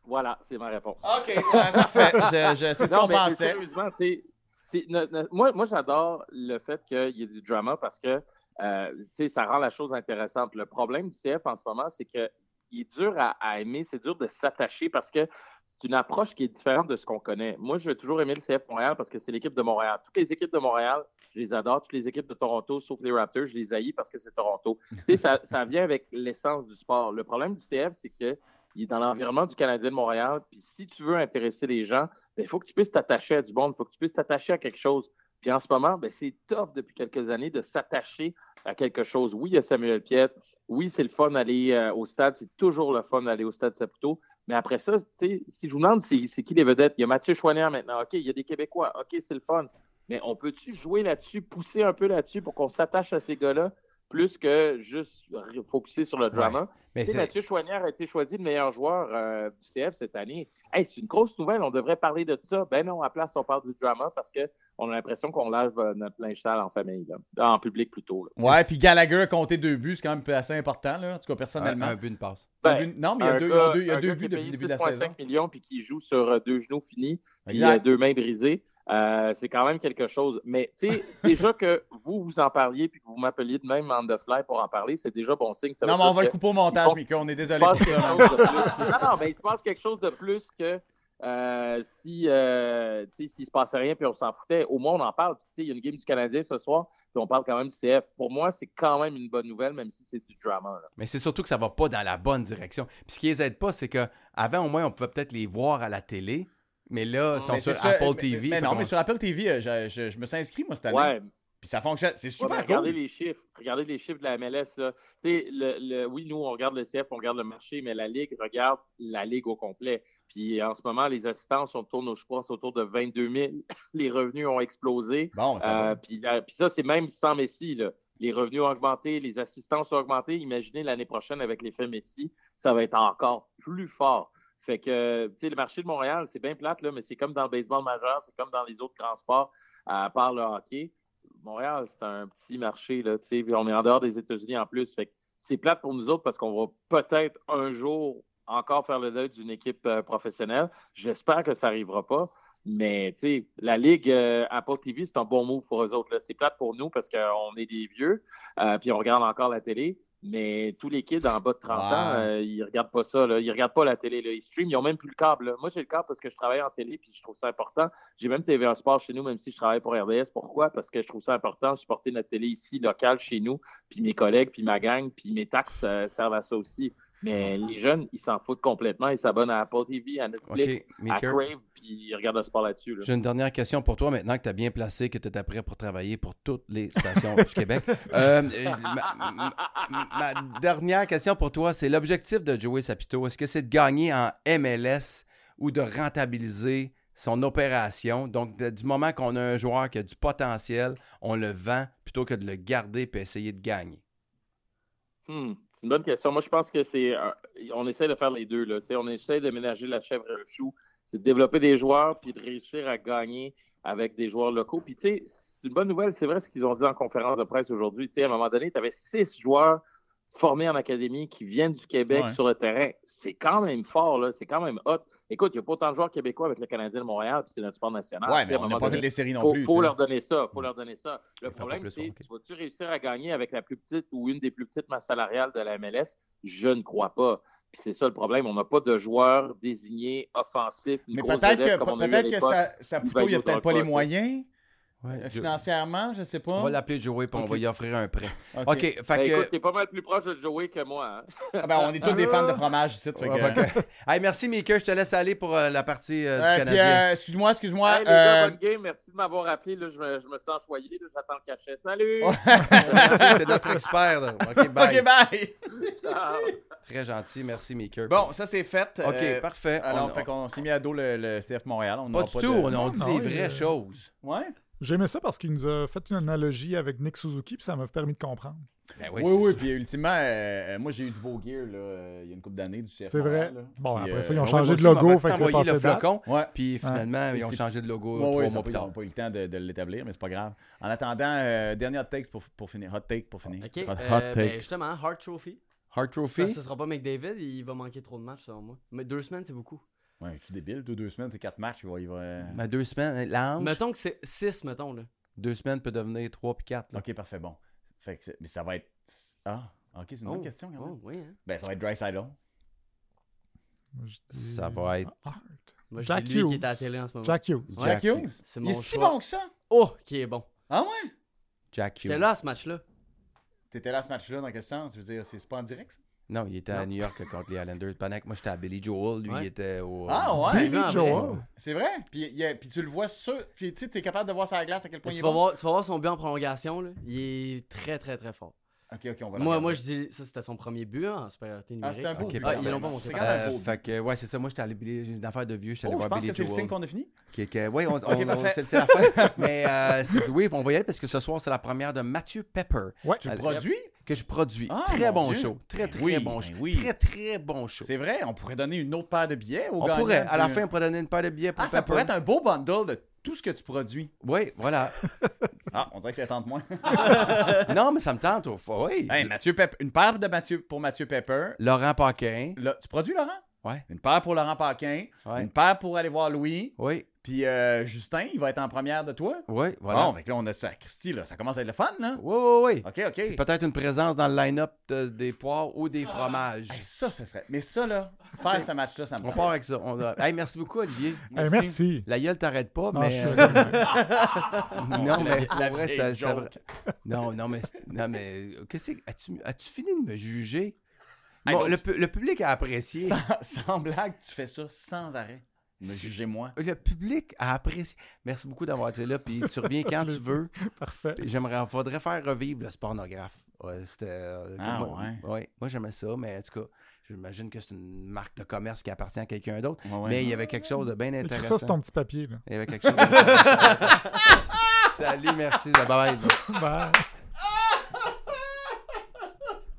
[SPEAKER 6] voilà, c'est ma réponse.
[SPEAKER 2] OK, parfait. Je- je- c'est ce
[SPEAKER 6] Non,
[SPEAKER 2] qu'on
[SPEAKER 6] mais
[SPEAKER 2] pensait.
[SPEAKER 6] Sérieusement, tu sais, c'est- ne- ne- moi, moi j'adore le fait qu'il y ait du drama parce que euh, tu sais, ça rend la chose intéressante. Le problème du CF en ce moment, c'est que il est dur à, à aimer, c'est dur de s'attacher parce que c'est une approche qui est différente de ce qu'on connaît. Moi, je vais toujours aimer le CF Montréal parce que c'est l'équipe de Montréal. Toutes les équipes de Montréal, je les adore. Toutes les équipes de Toronto, sauf les Raptors, je les haïs parce que c'est Toronto. tu sais, ça, ça vient avec l'essence du sport. Le problème du CF, c'est que il est dans l'environnement du Canadien de Montréal. Puis si tu veux intéresser les gens, il faut que tu puisses t'attacher à du monde, il faut que tu puisses t'attacher à quelque chose. Puis en ce moment, ben, c'est tough depuis quelques années de s'attacher à quelque chose. Oui, il y a Samuel Piette. Oui, c'est le fun d'aller euh, au stade. C'est toujours le fun d'aller au stade Saputo. Mais après ça, tu sais, si je vous demande c'est c'est qui les vedettes, il y a Mathieu Chouanière maintenant. OK, il y a des Québécois. OK, c'est le fun. Mais on peut-tu jouer là-dessus, pousser un peu là-dessus pour qu'on s'attache à ces gars-là plus que juste r- focuser sur le drama?
[SPEAKER 1] Mais
[SPEAKER 6] Tu sais,
[SPEAKER 1] c'est.
[SPEAKER 6] Mathieu Chouanière a été choisi le meilleur joueur euh, du CF cette année. Hey, c'est une grosse nouvelle, on devrait parler de ça. Ben non, à place, on parle du drama parce qu'on a l'impression qu'on lave euh, notre linge sale en famille, là. Ah, en public plutôt. là.
[SPEAKER 2] Ouais, puis Gallagher a compté deux buts, c'est quand même assez important, là, en tout cas
[SPEAKER 1] Un,
[SPEAKER 2] personnellement.
[SPEAKER 1] un but, une passe.
[SPEAKER 2] Un but- non, mais il y a
[SPEAKER 6] Ben, Un
[SPEAKER 2] deux,
[SPEAKER 6] gars-
[SPEAKER 2] il y a deux- il y a
[SPEAKER 6] un
[SPEAKER 2] deux
[SPEAKER 6] gars qui
[SPEAKER 2] buts depuis
[SPEAKER 6] est
[SPEAKER 2] le
[SPEAKER 6] payé
[SPEAKER 2] début de la saison.
[SPEAKER 6] 6,5 millions puis qui joue sur euh, deux genoux finis, puis
[SPEAKER 2] Exact.
[SPEAKER 6] euh, deux mains brisées, euh, c'est quand même quelque chose. Mais tu sais, déjà que vous vous en parliez puis que vous m'appeliez de même on the fly pour en parler, c'est déjà bon signe. Ça veut
[SPEAKER 2] Non, mais
[SPEAKER 6] dire
[SPEAKER 2] on va
[SPEAKER 6] que-
[SPEAKER 2] le couper au montage,
[SPEAKER 6] Ils
[SPEAKER 2] Mika, on est
[SPEAKER 6] il se
[SPEAKER 2] désolé pour
[SPEAKER 6] passe
[SPEAKER 2] ça.
[SPEAKER 6] quelque chose de plus. Non, non, mais il se passe quelque chose de plus que euh, si euh, tu sais, s'il se passait rien puis on s'en foutait. Au moins, on en parle. Puis, tu sais, il y a une game du Canadien ce soir, puis on parle quand même du CF. Pour moi, c'est quand même une bonne nouvelle, même si c'est du drama. là.
[SPEAKER 1] Mais c'est surtout que ça va pas dans la bonne direction. Puis ce qui les aide pas, c'est que avant au moins, on pouvait peut-être les voir à la télé, mais là, ils sont
[SPEAKER 2] Ah. Mais
[SPEAKER 1] sur
[SPEAKER 2] c'est ça,
[SPEAKER 1] Apple
[SPEAKER 2] mais-
[SPEAKER 1] TV.
[SPEAKER 2] Mais
[SPEAKER 1] fait
[SPEAKER 2] non,
[SPEAKER 1] qu'on-
[SPEAKER 2] mais sur Apple TV, euh, je, je- je me suis inscrit, moi, cette année.
[SPEAKER 6] Ouais,
[SPEAKER 2] Puis ça fonctionne, c'est
[SPEAKER 6] Ouais,
[SPEAKER 2] super
[SPEAKER 6] mais
[SPEAKER 2] cool.
[SPEAKER 6] regardez les chiffres. Regardez les chiffres de la MLS. Là. Tu sais, Le, le- oui, nous, on regarde le CF, on regarde le marché, mais la Ligue regarde la Ligue au complet. Puis en ce moment, les assistances, on tourne, au- je pense, autour de 22 000. Les revenus ont explosé.
[SPEAKER 2] Bon, ça va.
[SPEAKER 6] Euh, puis, euh, puis ça, c'est même sans Messi. là. Les revenus ont augmenté, les assistances ont augmenté. Imaginez l'année prochaine avec l'effet Messi, ça va être encore plus fort. Fait que, tu sais, le marché de Montréal, c'est bien plate, là, mais c'est comme dans le baseball majeur, c'est comme dans les autres grands sports, à part le hockey. Montréal, c'est un petit marché, là, tu sais, puis on est en dehors des États-Unis en plus. Fait que c'est plate pour nous autres parce qu'on va peut-être un jour encore faire le deuil d'une équipe euh, professionnelle. J'espère que ça n'arrivera pas. Mais tu sais, la Ligue euh, Apple TV, c'est un bon move pour eux autres. là. C'est plate pour nous parce qu'on est des vieux, euh, puis on regarde encore la télé. Mais tous les kids en bas de 30
[SPEAKER 2] Ouais.
[SPEAKER 6] ans, euh, ils regardent pas ça. Là. Ils regardent pas la télé. Là. Ils streament. Ils ont même plus le câble. là. Moi, j'ai le câble parce que je travaille en télé puis je trouve ça important. J'ai même TVA Sport chez nous, même si je travaille pour RDS. Pourquoi? Parce que je trouve ça important de supporter notre télé ici, locale, chez nous. Puis mes collègues, puis ma gang, puis mes taxes euh, servent à ça aussi. Mais
[SPEAKER 1] Mm-hmm.
[SPEAKER 6] les jeunes, ils s'en foutent complètement. Ils s'abonnent à Apple TV, à Netflix,
[SPEAKER 1] OK,
[SPEAKER 6] à
[SPEAKER 1] Maker,
[SPEAKER 6] Crave, puis ils regardent le sport là-dessus. là.
[SPEAKER 1] j'ai une dernière question pour toi maintenant que tu as bien placé, que tu étais prêt pour travailler pour toutes les stations du Québec. Euh, euh, ma, ma- ma dernière question pour toi, c'est l'objectif de Joey Sapito. Est-ce que c'est de gagner en MLS ou de rentabiliser son opération? Donc, de- du moment qu'on a un joueur qui a du potentiel, on le vend plutôt que de le garder et essayer de gagner.
[SPEAKER 6] Hmm, c'est une bonne question. Moi, je pense que c'est. euh, on essaie de faire les deux. Là. Tu sais, On essaie de ménager la chèvre et le chou. C'est de développer des joueurs puis de réussir à gagner avec des joueurs locaux. Puis, tu sais, c'est une bonne nouvelle. C'est vrai ce qu'ils ont dit en conférence de presse aujourd'hui. Tu sais, à un moment donné, tu avais six joueurs formés en académie qui viennent du Québec
[SPEAKER 2] Ouais.
[SPEAKER 6] sur le terrain. C'est quand même fort. là. C'est quand même hot. Écoute, il n'y a pas autant de joueurs québécois avec le Canadien de Montréal puis c'est notre sport national.
[SPEAKER 2] ouais,
[SPEAKER 6] Tu sais,
[SPEAKER 2] mais
[SPEAKER 6] à un
[SPEAKER 2] on n'a
[SPEAKER 6] moment
[SPEAKER 2] pas
[SPEAKER 6] donné,
[SPEAKER 2] fait les séries non
[SPEAKER 6] faut,
[SPEAKER 2] plus.
[SPEAKER 6] faut
[SPEAKER 2] tu sais. Mm.
[SPEAKER 6] leur donner ça, faut leur donner ça. Le
[SPEAKER 1] Ils font pas
[SPEAKER 6] problème,
[SPEAKER 1] plus,
[SPEAKER 6] c'est,
[SPEAKER 1] ok.
[SPEAKER 6] tu vas-tu réussir à gagner avec la plus petite ou une des plus petites masses salariales de la MLS? Je ne crois pas. Puis c'est ça le problème, on n'a pas de joueurs désignés offensifs, une
[SPEAKER 2] Mais
[SPEAKER 6] grosse
[SPEAKER 2] peut-être
[SPEAKER 6] vedette
[SPEAKER 2] que,
[SPEAKER 6] comme on a eu à
[SPEAKER 2] peut-être que
[SPEAKER 6] l'époque.
[SPEAKER 2] ça, ça
[SPEAKER 6] Une
[SPEAKER 2] plutôt, il n'y a
[SPEAKER 6] Bagno
[SPEAKER 2] peut-être pas les
[SPEAKER 6] Tanka,
[SPEAKER 2] moyens
[SPEAKER 1] Ouais,
[SPEAKER 2] euh,
[SPEAKER 1] Jo-
[SPEAKER 2] financièrement, je sais pas.
[SPEAKER 1] on va l'appeler Joey puis on
[SPEAKER 2] Ok.
[SPEAKER 1] va lui offrir un prêt.
[SPEAKER 2] OK.
[SPEAKER 1] OK, fait
[SPEAKER 6] Ben,
[SPEAKER 1] que.
[SPEAKER 6] Écoute, t'es pas mal plus proche de Joey que moi. hein.
[SPEAKER 2] Ah ben, on est tous des fans de fromage ici. fait
[SPEAKER 1] Ouais,
[SPEAKER 2] que-
[SPEAKER 1] fait que- Hey, merci, Mika. Je te laisse aller pour euh, la partie euh,
[SPEAKER 2] Ouais,
[SPEAKER 1] du
[SPEAKER 2] puis,
[SPEAKER 1] Canadien.
[SPEAKER 2] euh, excuse-moi, excuse-moi.
[SPEAKER 6] Hey, les gars,
[SPEAKER 2] euh,
[SPEAKER 6] bonne game, merci de m'avoir appelé. là, je, me, je me sens choyé, là, j'attends le cachet. Salut!
[SPEAKER 1] Merci, t'es notre expert. là. OK, bye.
[SPEAKER 2] OK, bye.
[SPEAKER 6] Ciao.
[SPEAKER 1] Très gentil. Merci, Mika.
[SPEAKER 2] Bon, ça, c'est fait.
[SPEAKER 1] OK,
[SPEAKER 2] euh,
[SPEAKER 1] parfait.
[SPEAKER 2] Alors,
[SPEAKER 1] On-
[SPEAKER 2] fait qu'on s'est mis à dos le, le CF Montréal. On
[SPEAKER 1] pas
[SPEAKER 2] n'aura
[SPEAKER 1] du tout. On
[SPEAKER 2] de-
[SPEAKER 1] on
[SPEAKER 3] Non,
[SPEAKER 1] dit
[SPEAKER 3] non,
[SPEAKER 1] les
[SPEAKER 3] il,
[SPEAKER 1] vraies
[SPEAKER 3] euh,
[SPEAKER 1] choses.
[SPEAKER 2] Ouais.
[SPEAKER 3] J'aimais ça parce qu'il nous a fait une analogie avec Nick Suzuki, puis ça m'a permis de comprendre.
[SPEAKER 1] Ben
[SPEAKER 2] Oui,
[SPEAKER 1] c'est
[SPEAKER 2] oui,
[SPEAKER 1] ça.
[SPEAKER 2] puis ultimement, euh, euh, moi j'ai eu du beau gear là, euh, il y a une couple d'années du CF.
[SPEAKER 3] C'est vrai.
[SPEAKER 2] Montréal, là.
[SPEAKER 3] Bon,
[SPEAKER 2] Puis,
[SPEAKER 3] après ça,
[SPEAKER 2] euh,
[SPEAKER 3] ils ont
[SPEAKER 1] Ouais,
[SPEAKER 3] changé
[SPEAKER 1] moi
[SPEAKER 3] de
[SPEAKER 1] aussi, on
[SPEAKER 3] logo,
[SPEAKER 1] m'avait
[SPEAKER 3] fait que c'est
[SPEAKER 1] envoyé
[SPEAKER 3] passé
[SPEAKER 1] le
[SPEAKER 3] date.
[SPEAKER 1] flocon.
[SPEAKER 2] Ouais.
[SPEAKER 1] Puis finalement, ils ont
[SPEAKER 2] C'est-
[SPEAKER 1] changé de logo
[SPEAKER 2] Ouais, ouais,
[SPEAKER 1] trois
[SPEAKER 2] ils
[SPEAKER 1] mois
[SPEAKER 2] n'ont
[SPEAKER 1] plus
[SPEAKER 2] pas,
[SPEAKER 1] tard.
[SPEAKER 2] ils ont pas eu le temps de, de l'établir, mais c'est pas grave. En attendant, euh, dernière texte pour, pour finir. Hot take pour finir.
[SPEAKER 4] Ok,
[SPEAKER 2] hot, hot
[SPEAKER 4] euh, ben,
[SPEAKER 2] take.
[SPEAKER 4] justement, Hart Trophy.
[SPEAKER 1] Hard
[SPEAKER 4] Ça,
[SPEAKER 1] Trophy?
[SPEAKER 4] ce sera pas McDavid, il va manquer trop de matchs selon moi. Mais deux semaines, c'est beaucoup.
[SPEAKER 2] Ouais, tu débile, toi, deux semaines, c'est quatre matchs, il va. Il va...
[SPEAKER 1] Mais deux semaines, la hanche,
[SPEAKER 4] Mettons que c'est 6, mettons, là.
[SPEAKER 1] deux semaines peut devenir trois puis quatre. là.
[SPEAKER 2] Ok, parfait, bon. Fait que c'est- mais ça va être. Ah, ok, c'est une
[SPEAKER 4] Oh,
[SPEAKER 2] bonne question quand même.
[SPEAKER 4] Oh, oui, hein.
[SPEAKER 2] Ben, ça va être Dry Side
[SPEAKER 3] Moi, je dis-
[SPEAKER 1] Ça va être-
[SPEAKER 3] Hart.
[SPEAKER 4] Moi, je
[SPEAKER 3] Jack
[SPEAKER 4] dis lui qui
[SPEAKER 3] Hughes.
[SPEAKER 4] est à la télé en ce moment.
[SPEAKER 3] Jack Hughes.
[SPEAKER 1] Ouais. Jack
[SPEAKER 2] Jack Hughes.
[SPEAKER 4] C'est
[SPEAKER 2] Il
[SPEAKER 4] mon
[SPEAKER 2] est si
[SPEAKER 4] choix.
[SPEAKER 2] bon que ça.
[SPEAKER 4] Oh, qui est bon.
[SPEAKER 2] Ah ouais?
[SPEAKER 1] Jack
[SPEAKER 4] J'étais
[SPEAKER 1] Hughes.
[SPEAKER 4] là à ce match-là.
[SPEAKER 2] T'étais là à ce match-là, dans quel sens? Je veux dire, c'est c'est pas en direct, ça?
[SPEAKER 1] Non, il était à New York contre les Islanders. Pendant que moi, j'étais à Billy Joel, lui,
[SPEAKER 4] Ouais.
[SPEAKER 1] il était au. euh,
[SPEAKER 2] Ah
[SPEAKER 3] Billy
[SPEAKER 2] ouais?
[SPEAKER 4] vivant,
[SPEAKER 3] Joel.
[SPEAKER 2] C'est vrai? Puis, il y a- puis tu le vois sur. Puis tu sais, t'es capable de voir sur la glace à quel point il
[SPEAKER 4] Tu
[SPEAKER 2] est
[SPEAKER 4] vas,
[SPEAKER 2] bon.
[SPEAKER 4] voir, tu vas voir son but en prolongation, là. Il est très, très, très fort.
[SPEAKER 2] Ok, ok, on va le
[SPEAKER 4] moi,
[SPEAKER 2] regarder.
[SPEAKER 4] moi, je dis, ça, c'était son premier but hein, en supériorité
[SPEAKER 2] Ah,
[SPEAKER 4] numérique.
[SPEAKER 2] c'était un beau
[SPEAKER 1] Ok,
[SPEAKER 2] but.
[SPEAKER 1] parfait.
[SPEAKER 4] Ah, ils l'ont pas montré.
[SPEAKER 2] C'est quand même
[SPEAKER 1] Euh,
[SPEAKER 2] un beau. but.
[SPEAKER 1] fait que, ouais, c'est ça. Moi, j'étais allé Billy, une affaire de vieux, j'étais allé
[SPEAKER 2] Oh, je
[SPEAKER 1] voir
[SPEAKER 2] pense
[SPEAKER 1] Billy
[SPEAKER 2] que c'est le signe
[SPEAKER 1] Joel.
[SPEAKER 2] qu'on a fini.
[SPEAKER 1] Que- que- ouais, on, on- on-
[SPEAKER 2] parfait.
[SPEAKER 1] c'est c'est la fin. Mais euh, c'est- oui, on va y aller parce que ce soir, c'est la première de Mathieu Pepper
[SPEAKER 3] Ouais.
[SPEAKER 2] Tu le
[SPEAKER 1] Allez.
[SPEAKER 2] produis?
[SPEAKER 1] que je produis.
[SPEAKER 2] Ah,
[SPEAKER 1] très
[SPEAKER 2] mon
[SPEAKER 1] bon
[SPEAKER 2] Dieu.
[SPEAKER 1] show. Très, très
[SPEAKER 2] oui,
[SPEAKER 1] bon
[SPEAKER 2] ben
[SPEAKER 1] show.
[SPEAKER 2] oui.
[SPEAKER 1] Très, très bon show.
[SPEAKER 2] C'est vrai, on pourrait donner une autre paire de billets au
[SPEAKER 1] On
[SPEAKER 2] gagnant
[SPEAKER 1] pourrait, à la
[SPEAKER 2] du-
[SPEAKER 1] fin, on pourrait donner une paire de billets pour
[SPEAKER 2] Ah, ça
[SPEAKER 1] Pepper.
[SPEAKER 2] pourrait être un beau bundle de tout ce que tu produis.
[SPEAKER 1] Oui, voilà.
[SPEAKER 2] Ah, on dirait que ça tente moins.
[SPEAKER 1] non, mais ça me tente. au- Oui.
[SPEAKER 2] Hey, Mathieu Pep- une paire de Mathieu pour Mathieu Pepper.
[SPEAKER 1] Laurent Paquin.
[SPEAKER 2] Le- tu produis Laurent?
[SPEAKER 1] Ouais.
[SPEAKER 2] Une paire pour Laurent Paquin.
[SPEAKER 1] Ouais.
[SPEAKER 2] Une paire pour aller voir Louis.
[SPEAKER 1] Oui,
[SPEAKER 2] Puis euh, Justin, il va être en première de toi.
[SPEAKER 1] oui,
[SPEAKER 2] Bon, ben-
[SPEAKER 1] voilà.
[SPEAKER 2] fait que là, on a ça. Christy, là, ça commence à être le fun, là.
[SPEAKER 1] Oui, oui, oui.
[SPEAKER 2] OK, OK. Ah,
[SPEAKER 1] Peut-être une présence dans le line-up de- des poires ou des fromages.
[SPEAKER 2] Hey, ça, ce serait. Mais ça, là, faire ce match-là, ça me
[SPEAKER 1] On
[SPEAKER 2] tente.
[SPEAKER 1] part avec ça. On a- Hey, merci beaucoup, Olivier.
[SPEAKER 3] Hey, Eh, merci.
[SPEAKER 1] La gueule t'arrête pas,
[SPEAKER 3] Non,
[SPEAKER 1] mais.
[SPEAKER 3] je suis-
[SPEAKER 1] euh, non, mais. pour vrai,
[SPEAKER 2] La vieille
[SPEAKER 1] c'était- c'était-
[SPEAKER 2] joke.
[SPEAKER 1] Non, non, mais. Non, mais. euh, Qu'est-ce que. As-tu as-tu fini de me juger?
[SPEAKER 2] Hey,
[SPEAKER 1] Bon,
[SPEAKER 2] bon,
[SPEAKER 1] le, pu- le public a apprécié.
[SPEAKER 2] Sans, sans blague, tu fais ça sans arrêt. Me
[SPEAKER 1] C'est-
[SPEAKER 2] jugez-moi.
[SPEAKER 1] Le public a apprécié. Merci beaucoup d'avoir été là. Puis tu reviens quand tu veux.
[SPEAKER 3] Parfait.
[SPEAKER 1] Puis J'aimerais, faudrait faire revivre le spornographe. Ouais, c'était, euh,
[SPEAKER 2] Ah,
[SPEAKER 1] moi,
[SPEAKER 2] ouais.
[SPEAKER 1] moi j'aimais ça, mais en tout cas, j'imagine que c'est une marque de commerce qui appartient à quelqu'un d'autre.
[SPEAKER 2] Ouais, ouais.
[SPEAKER 1] Mais il y avait quelque chose de bien
[SPEAKER 3] Écris
[SPEAKER 1] intéressant.
[SPEAKER 3] ça sur ton petit papier. Là.
[SPEAKER 1] Il y avait quelque chose. de- Salut, merci, bye bye.
[SPEAKER 3] Bye.